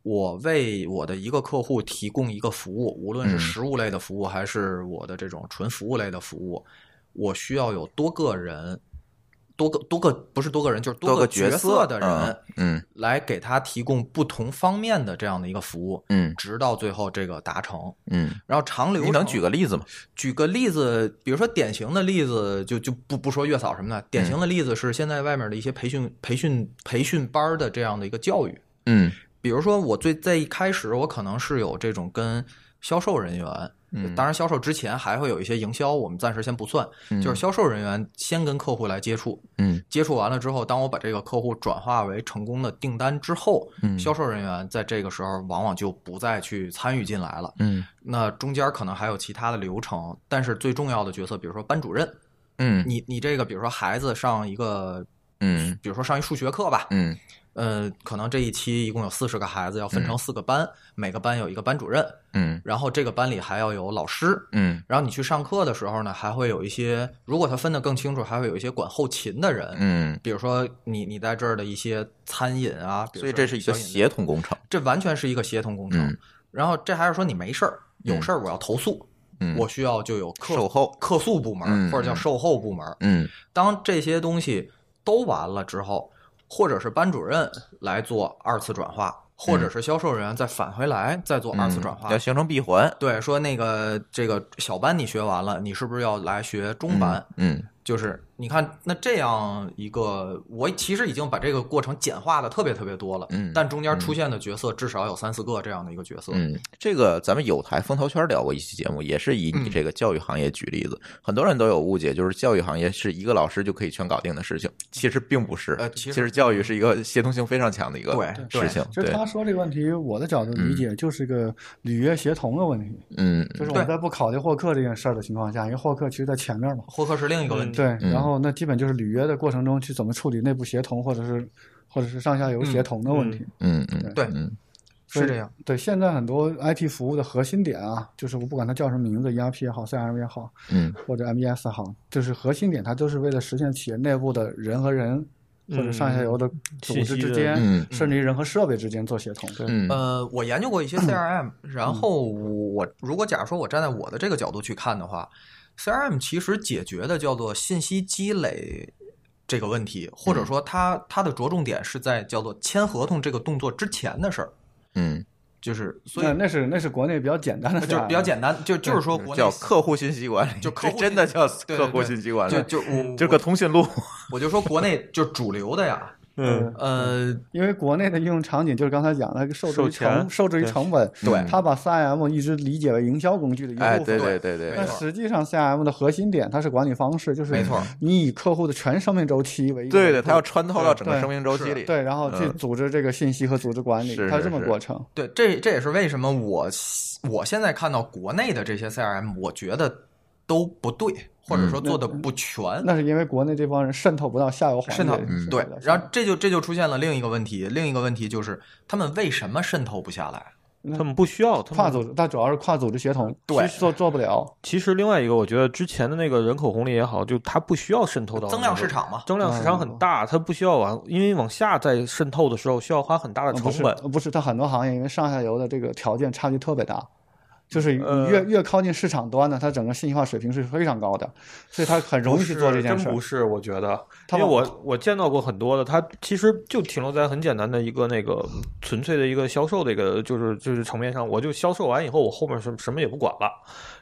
Speaker 2: 我为我的一个客户提供一个服务，无论是
Speaker 1: 嗯
Speaker 2: 实物类的服务，还是我的这种纯服务类的服务，我需要有多个人，多个多个不是多个人，就是
Speaker 1: 多
Speaker 2: 个
Speaker 1: 个角
Speaker 2: 色的人，
Speaker 1: 嗯
Speaker 2: 来给他提供不同方面的这样的一个服务，
Speaker 1: 嗯
Speaker 2: 直到最后这个达成。
Speaker 1: 嗯，
Speaker 2: 然后长流
Speaker 1: 你
Speaker 2: 程，
Speaker 1: 能举个例子吗？
Speaker 2: 举个例子，比如说典型的例子，就就不不说月嫂什么的，
Speaker 1: 嗯
Speaker 2: 典型的例子是现在外面的一些培训培训培训班儿的这样的一个教育。
Speaker 1: 嗯
Speaker 2: 比如说我最在一开始，我可能是有这种跟销售人员。
Speaker 1: 嗯
Speaker 2: 呃当然，销售之前还会有一些营销，我们暂时先不算。
Speaker 1: 嗯
Speaker 2: 就是销售人员先跟客户来接触，
Speaker 1: 嗯
Speaker 2: 接触完了之后，当我把这个客户转化为成功的订单之后，
Speaker 1: 嗯
Speaker 2: 销售人员在这个时候往往就不再去参与进来了。
Speaker 1: 嗯
Speaker 2: 那中间可能还有其他的流程，但是最重要的角色，比如说班主任，
Speaker 1: 嗯
Speaker 2: 你你这个比如说孩子上一个，
Speaker 1: 嗯
Speaker 2: 比如说上一数学课吧，
Speaker 1: 嗯
Speaker 2: 呃，可能这一期一共有四十个孩子，要分成四个班，每个班有一个班主任，
Speaker 1: 嗯
Speaker 2: 然后这个班里还要有老师。
Speaker 1: 嗯
Speaker 2: 然后你去上课的时候呢，还会有一些，如果他分得更清楚，还会有一些管后勤的人，
Speaker 1: 嗯，
Speaker 2: 比如说你你在这儿的一些餐饮啊，比如
Speaker 1: 所以
Speaker 2: 说
Speaker 1: 这是一个
Speaker 2: 小饮
Speaker 1: 协同工程。
Speaker 2: 这完全是一个协同工程。
Speaker 1: 嗯
Speaker 2: 然后这还是说你没事儿，有事儿我要投诉，
Speaker 1: 嗯，
Speaker 2: 我需要就有客
Speaker 1: 售后
Speaker 2: 客诉部门、
Speaker 1: 嗯
Speaker 2: 或者叫售后部门。
Speaker 1: 嗯
Speaker 2: 当这些东西都完了之后，或者是班主任来做二次转化，或者是销售人员再返回来再做二次转化。
Speaker 1: 嗯要形成闭环。
Speaker 2: 对，说那个这个小班你学完了，你是不是要来学中班？
Speaker 1: 嗯
Speaker 2: 就是你看，那这样一个，我其实已经把这个过程简化的特别特别多了，
Speaker 1: 嗯
Speaker 2: 但中间出现的角色至少有三四个这样的一个角色，
Speaker 1: 嗯，这个咱们有台风投圈聊过一期节目，也是以你这个教育行业举例子，很多人都有误解，就是教育行业是一个老师就可以全搞定的事情，其实并不是。
Speaker 2: 呃其
Speaker 1: 其
Speaker 2: 实
Speaker 1: 教育是一个协同性非常强的一个
Speaker 2: 对对
Speaker 1: 事情。
Speaker 4: 其实
Speaker 1: 对，
Speaker 4: 他说这个问题，我的角度理解就是个履约协同的问题，
Speaker 1: 嗯
Speaker 4: 就是我们
Speaker 2: 对
Speaker 4: 在不考虑获客这件事儿的情况下，因为获客其实在前面嘛。
Speaker 2: 获客是另一个问题。
Speaker 4: 对，
Speaker 1: 嗯
Speaker 4: 然后那基本就是履约的过程中去怎么处理内部协同，或者是或者是上下游协同的问题。
Speaker 1: 嗯嗯
Speaker 2: 对
Speaker 1: 嗯
Speaker 2: 是这样。
Speaker 4: 对，现在很多 IT 服务的核心点啊，就是我不管它叫什么名字，ERP 也好，CRM 也好，
Speaker 1: 嗯
Speaker 4: 或者 MES 也好，就是核心点，它都是为了实现企业内部的人和人或者上下游的组织之间，
Speaker 1: 嗯
Speaker 4: 甚至于人和设备之间做协同。对
Speaker 1: 嗯
Speaker 2: 呃，我研究过一些 CRM，然后我如果假如说我站在我的这个角度去看的话，CRM 其实解决的叫做信息积累这个问题，或
Speaker 1: 嗯
Speaker 2: 者说它它的着重点是在叫做签合同这个动作之前的事儿，
Speaker 1: 嗯，
Speaker 2: 就是所以
Speaker 4: 那那是那是啊国内比较简单的，
Speaker 2: 就是比较。简单，就就是说国
Speaker 1: 嗯
Speaker 2: 内
Speaker 1: 叫客户信息管理，
Speaker 2: 就客户
Speaker 1: 这真的叫
Speaker 2: 对对
Speaker 1: 客户
Speaker 2: 对
Speaker 1: 信息管理，
Speaker 2: 就就我
Speaker 1: 就个通讯录。
Speaker 2: 我就说国内就是主流的呀，
Speaker 3: 嗯，
Speaker 2: 呃，
Speaker 4: 因为国内的应用场景就是刚才讲的，受制
Speaker 3: 收
Speaker 4: 于成
Speaker 3: 钱
Speaker 4: 受制于
Speaker 3: 对
Speaker 4: 成本，
Speaker 1: 对
Speaker 4: 他把 CRM 一直理解为营销工具的一
Speaker 1: 哎，
Speaker 4: 部
Speaker 1: 对
Speaker 4: 分。
Speaker 1: 对
Speaker 2: 对
Speaker 1: 对对
Speaker 2: 没
Speaker 4: 但
Speaker 2: 错
Speaker 4: 实际上，CRM 的核心点它是管理方式，就是
Speaker 2: 没错
Speaker 4: 你以客户的全生命周期为一个
Speaker 1: 对
Speaker 4: 维
Speaker 1: 的，
Speaker 4: 度
Speaker 1: 它要穿透到整个
Speaker 4: 对
Speaker 1: 生命周期
Speaker 2: 是
Speaker 1: 里。
Speaker 4: 对，然后去
Speaker 1: 嗯
Speaker 4: 组织这个信息和组织管理，
Speaker 1: 是
Speaker 4: 它
Speaker 1: 是
Speaker 4: 这么
Speaker 1: 是
Speaker 4: 过程。
Speaker 2: 对，这这也是为什么我我现在看到国内的这些 CRM，我觉得都不对，或者说做的不全。
Speaker 4: 嗯那是因为国内这帮人渗透不到下游环节，
Speaker 2: 渗透
Speaker 1: 嗯
Speaker 2: 对
Speaker 4: 是吧，
Speaker 2: 然后这就这就出现了另一个问题，另一个问题就是他们为什么渗透不下来？
Speaker 3: 他们不需要，他
Speaker 4: 跨
Speaker 3: 们
Speaker 4: 组织，它主要是跨组织协同，
Speaker 2: 对
Speaker 4: 其实做做不了。
Speaker 3: 其实另外一个，我觉得之前的那个人口红利也好，就它不需要渗透到
Speaker 2: 增
Speaker 3: 那
Speaker 2: 量
Speaker 3: 个
Speaker 2: 市，场嘛，
Speaker 3: 增量市场
Speaker 4: 嗯
Speaker 3: 很大，它不需要往，因为往下再渗透的时候需要花很大的
Speaker 4: 呃不
Speaker 3: 成
Speaker 4: 是
Speaker 3: 本。
Speaker 4: 呃不是，它很多行业因为上下游的这个条件差距特别大，就是你
Speaker 3: 呃
Speaker 4: 越越靠近市场端呢，它整个信息化水平是非常高的，所以它很容易去做这件
Speaker 3: 不是
Speaker 4: 事
Speaker 3: 真
Speaker 4: 儿
Speaker 3: 不。是，我觉得，
Speaker 4: 他
Speaker 3: 因为
Speaker 4: 们
Speaker 3: 我我见到过很多的，它其实就停留在很简单的一个那个纯粹的一个销售的一个就是就是层面上，我就销售完以后，我后面什么什么也不管了，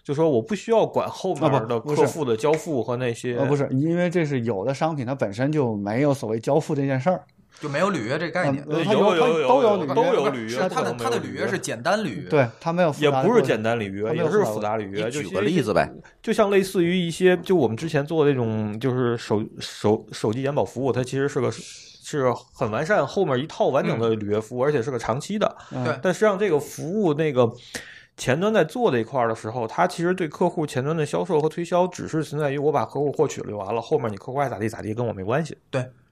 Speaker 3: 就说我不需要管后面
Speaker 4: 啊不
Speaker 3: 的
Speaker 4: 不
Speaker 3: 客
Speaker 4: 是
Speaker 3: 户的交付和那些
Speaker 4: 呃，不是，因为这是有的商品它本身就没有所谓交付这件事儿，
Speaker 2: 就没有履约这概念。
Speaker 4: 呃
Speaker 3: 有
Speaker 4: 它有
Speaker 3: 有有
Speaker 4: 它都
Speaker 3: 有
Speaker 4: 有
Speaker 3: 都
Speaker 4: 履约
Speaker 3: 有履约，
Speaker 2: 是它的
Speaker 3: 不能没有
Speaker 2: 它的履约是简单履约，，
Speaker 4: 对，它没有复
Speaker 3: 也
Speaker 4: 杂的
Speaker 3: 不是
Speaker 4: 过
Speaker 3: 简单履约，
Speaker 4: 它没
Speaker 3: 也
Speaker 4: 有
Speaker 3: 是
Speaker 4: 复杂
Speaker 3: 复杂履约。
Speaker 1: 你
Speaker 3: 就
Speaker 1: 举
Speaker 3: 其
Speaker 1: 个
Speaker 3: 实
Speaker 1: 例子呗，
Speaker 3: 就像类似于一些，就我们之前做的这种，就是手手手机延保服务，它其实是个是很完善，后面一套完整的履约服务，而且是个长期的。
Speaker 4: 嗯
Speaker 2: 对
Speaker 3: 但实际上，这个服务那个前端在做这一块儿的时候，它其实对客户前端的销售和推销，只是存在于我把客户获取了就完了，后面你客户爱咋地咋地跟我没关系。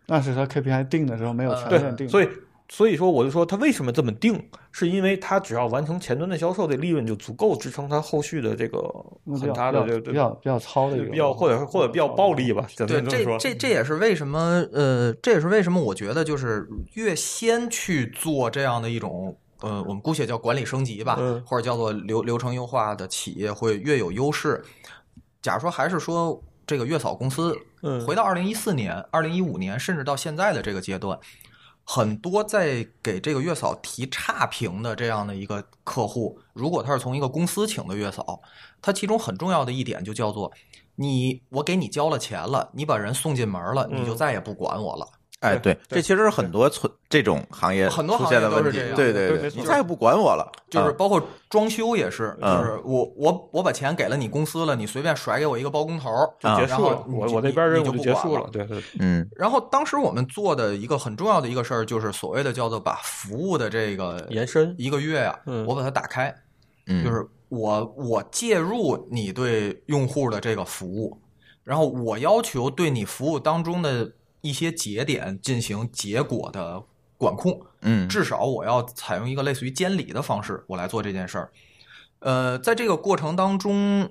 Speaker 4: 那是他 KPI 定的时候没有
Speaker 2: 呃
Speaker 4: 全
Speaker 2: 对
Speaker 4: 面定，
Speaker 3: 所
Speaker 4: 以
Speaker 3: 以，所以说我就说他为什么这么定，是因为他只要完成前端的销售，这利润就足够支撑他后续的这个
Speaker 4: 比
Speaker 3: 很
Speaker 4: 较
Speaker 3: 大
Speaker 4: 比
Speaker 3: 的
Speaker 4: 较
Speaker 3: 这个
Speaker 4: 比较比较糙的一个
Speaker 3: 比较或者或者比较暴力吧，咱
Speaker 2: 对，
Speaker 3: 们这么
Speaker 2: 这
Speaker 3: 说。
Speaker 2: 这这也是为什么，呃，这也是为什么我觉得就是越先去做这样的一种，呃，我们姑且叫管理升级吧，
Speaker 3: 嗯
Speaker 2: 或者叫做流流程优化的企业会越有优势。假如说还是说这个月嫂公司，
Speaker 3: 嗯
Speaker 2: 回到二零一四年、二零一五年，甚至到现在的这个阶段。很多在给这个月嫂提差评的这样的一个客户，如果他是从一个公司请的月嫂，它其中很重要的一点就叫做你我给你交了钱了，你把人送进门了，
Speaker 3: 嗯
Speaker 2: 你就再也不管我了。
Speaker 1: 哎，
Speaker 3: 对
Speaker 1: 对，这其实是很多存这种行业
Speaker 2: 很多
Speaker 1: 出
Speaker 2: 行
Speaker 1: 现
Speaker 2: 业
Speaker 1: 的
Speaker 2: 都
Speaker 1: 问
Speaker 2: 是
Speaker 1: 题
Speaker 2: 这，样
Speaker 1: 对
Speaker 3: 对
Speaker 1: 对
Speaker 3: 没错
Speaker 1: 你再也不管我了，
Speaker 2: 就
Speaker 3: 嗯
Speaker 2: 是
Speaker 1: 啊
Speaker 2: 包括装修也是，就
Speaker 1: 嗯
Speaker 2: 是我我我把钱给了你公司了，你随便甩给我一个包工头儿，
Speaker 1: 啊
Speaker 3: 结
Speaker 2: 然
Speaker 3: 束
Speaker 2: 后
Speaker 3: 了，
Speaker 2: 你
Speaker 3: 我
Speaker 2: 就
Speaker 3: 我那边任
Speaker 2: 你
Speaker 3: 务
Speaker 2: 就
Speaker 3: 就
Speaker 2: 不
Speaker 3: 结
Speaker 2: 管
Speaker 3: 束
Speaker 2: 了
Speaker 3: 了，。对对，
Speaker 1: 嗯
Speaker 2: 然后当时我们做的一个很重要的一个事儿，就是所谓的叫做把服务的这个
Speaker 3: 延伸
Speaker 2: 一个月啊
Speaker 3: 嗯，
Speaker 2: 我把它打开，
Speaker 1: 嗯，
Speaker 2: 就是我我介入你对用户的这个服务，然后我要求对你服务当中的一些节点进行结果的管控，
Speaker 1: 嗯
Speaker 2: 至少我要采用一个类似于监理的方式，我来做这件事儿。呃，在这个过程当中，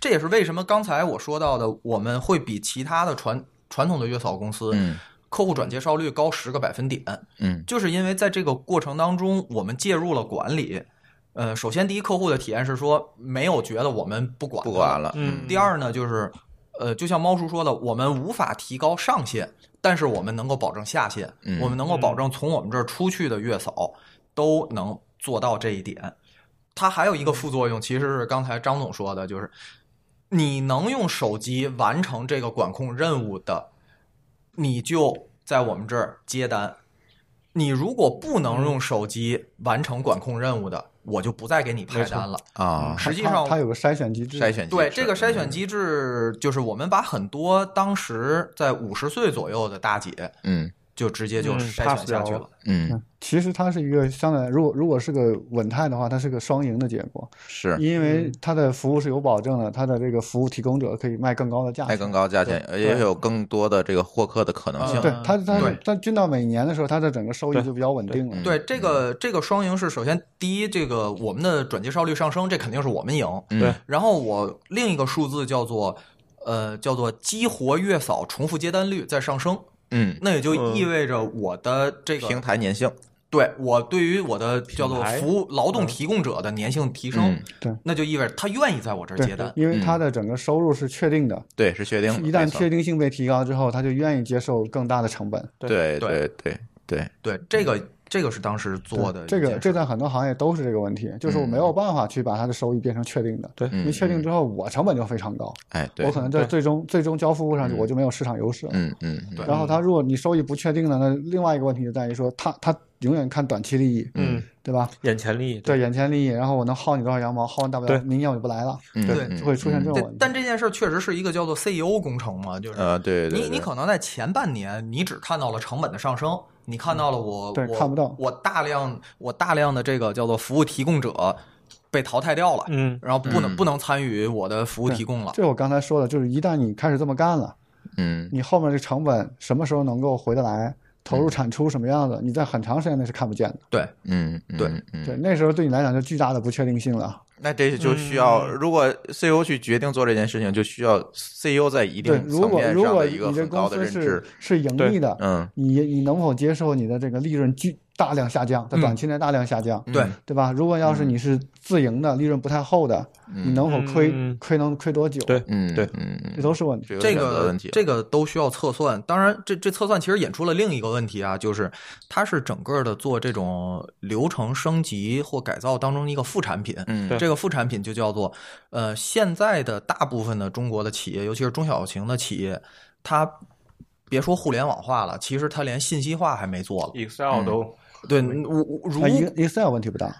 Speaker 2: 这也是为什么刚才我说到的，我们会比其他的传传统的月嫂公司，
Speaker 1: 嗯
Speaker 2: 客户转介绍率高十个百分点。
Speaker 1: 嗯
Speaker 2: 就是因为在这个过程当中，我们介入了管理。呃，首先第一，客户的体验是说没有觉得我们不管
Speaker 1: 不
Speaker 2: 他
Speaker 1: 管。了，
Speaker 3: 嗯
Speaker 2: 第二呢，就是呃，就像猫叔说的，我们无法提高上限，但是我们能够保证下限，
Speaker 1: 嗯
Speaker 2: 我们能够保证从我们这儿出去的月嫂都能做到这一点。它还有一个副作用，其实是刚才张总说的，就是你能用手机完成这个管控任务的，你就在我们这儿接单。你如果不能
Speaker 3: 嗯
Speaker 2: 用手机完成管控任务的，我就不再给你派单了。
Speaker 1: 啊，
Speaker 2: 实际
Speaker 4: 它
Speaker 2: 上，
Speaker 4: 它有个筛选机制，
Speaker 1: 筛选机
Speaker 2: 嗯对
Speaker 1: 制
Speaker 2: 这个筛
Speaker 3: 嗯
Speaker 2: 选机制，就是我们把很多当时在五十岁左右的大姐
Speaker 1: 嗯
Speaker 2: 就直接就
Speaker 3: 嗯
Speaker 2: 筛选
Speaker 3: pass
Speaker 2: 下
Speaker 3: 掉
Speaker 2: 去
Speaker 3: 了
Speaker 2: 了。
Speaker 1: 嗯
Speaker 4: 嗯，其实它是一个相对来，如果如果是个稳态的话，它是个双赢的结果，
Speaker 1: 是
Speaker 4: 因为它的服务是有保证的，它的这个服务提供者可以卖更高的价
Speaker 1: 卖
Speaker 4: 钱。
Speaker 1: 更高价钱，也有更多的这个获客的可能性
Speaker 2: 嗯，
Speaker 4: 对它，它
Speaker 2: 对嗯
Speaker 4: 它进到每年的时候，它的整个收益就比较稳
Speaker 1: 嗯
Speaker 4: 定了。
Speaker 2: 对这个这个双赢是首先第一，这个我们的转介绍率上升，这肯定是我们赢。
Speaker 1: 嗯
Speaker 3: 对
Speaker 2: 然后我另一个数字叫做呃叫做激活月嫂重复接单率在上升，
Speaker 1: 嗯，
Speaker 2: 那也就意味着我的这个
Speaker 1: 平台粘性，
Speaker 2: 对我对于我的叫做
Speaker 3: 牌
Speaker 2: 服务劳动提供者的粘性提升
Speaker 1: 嗯，
Speaker 4: 对
Speaker 2: 那就意味着他愿意在我这儿接
Speaker 4: 对
Speaker 2: 单，。
Speaker 4: 因为它的整个收入是确定的，
Speaker 1: 对，是确定的，
Speaker 4: 一
Speaker 1: 没
Speaker 4: 旦
Speaker 1: 错
Speaker 4: 确定性被提高之后，他就愿意接受更大的成本。
Speaker 1: 对对
Speaker 2: 对
Speaker 1: 对对，
Speaker 2: 对，这个这个是当时做的一
Speaker 4: 这
Speaker 2: 件事
Speaker 4: 个这在很多行业都是这个问题，就是我没有办法去把它的收益变成确定的，
Speaker 3: 对
Speaker 4: 因为确定之后我成本就非常高，
Speaker 1: 哎对
Speaker 4: 我，可能在
Speaker 3: 对
Speaker 4: 最终最终交付物上就我就没有市场优势了。
Speaker 1: 嗯嗯嗯
Speaker 2: 对
Speaker 4: 然后他如果你收益不确定呢，那另外一个问题就在于说他他永远看短期利益，
Speaker 3: 嗯，
Speaker 4: 对吧？
Speaker 3: 眼前利益，
Speaker 4: 对眼前利益，然后我能薅你多少羊毛，薅完大不
Speaker 3: 对
Speaker 4: 了明年我就不来了，
Speaker 1: 嗯
Speaker 2: 对
Speaker 1: 嗯
Speaker 4: 就会出现这种
Speaker 2: 对
Speaker 4: 问，题。
Speaker 2: 但这件事儿确实是一个叫做 CEO 工程嘛，就是
Speaker 1: 呃对对，
Speaker 2: 你你
Speaker 1: 对
Speaker 2: 可能在前半年，你只看到了成本的上升，你
Speaker 1: 嗯
Speaker 2: 看到了我
Speaker 4: 对
Speaker 2: 我
Speaker 4: 看不到
Speaker 2: 我大量我大量的这个叫做服务提供者被淘汰掉了，
Speaker 3: 嗯，
Speaker 2: 然后不能
Speaker 1: 嗯
Speaker 2: 不能参与我的服务提供了。
Speaker 4: 这我刚才说的，就是一旦你开始这么干了，
Speaker 1: 啊嗯
Speaker 4: 你后面这成本什么时候能够回得来，投入产出什么样子，你在很长时间内是看不见的。
Speaker 2: 对，
Speaker 1: 嗯嗯
Speaker 2: 对
Speaker 1: 嗯嗯
Speaker 4: 对，那时候对你来讲就巨大的不确定性了。
Speaker 1: 那这就需
Speaker 4: 嗯
Speaker 1: 要，如果 CEO 去决定做这件事情，就需要 CEO 在一定
Speaker 4: 对，如
Speaker 1: 层
Speaker 4: 果
Speaker 1: 面
Speaker 4: 如
Speaker 1: 上
Speaker 4: 果
Speaker 1: 的一
Speaker 4: 你
Speaker 1: 个
Speaker 4: 这
Speaker 1: 很
Speaker 4: 公
Speaker 1: 高的
Speaker 4: 司
Speaker 1: 认
Speaker 4: 是
Speaker 1: 知。
Speaker 4: 是盈利的，
Speaker 1: 嗯，
Speaker 4: 你你能否接受你的这个利润巨大量下降，在短期内大量下
Speaker 1: 嗯
Speaker 4: 降，
Speaker 2: 对，
Speaker 4: 对吧？如果要是你是自营的，利润不太厚的，你能否亏
Speaker 3: 嗯
Speaker 4: 亏能亏多久？
Speaker 3: 对
Speaker 1: 嗯，
Speaker 3: 对
Speaker 1: 嗯，嗯
Speaker 4: 这都是问题。
Speaker 1: 有
Speaker 2: 这
Speaker 1: 选择
Speaker 2: 个
Speaker 1: 问题了，
Speaker 2: 这个都需要测算。当然，这这测算其实引出了另一个问题啊，就是它是整个的做这种流程升级或改造当中的一个副产品。
Speaker 1: 嗯，
Speaker 3: 对
Speaker 2: 这个副产品就叫做，呃，现在的大部分的中国的企业，尤其是中小型的企业，它别说互联网化了，其实它连信息化还没做了。
Speaker 3: Excel 都
Speaker 2: 对，我我如
Speaker 4: 啊一个 Excel 问题不大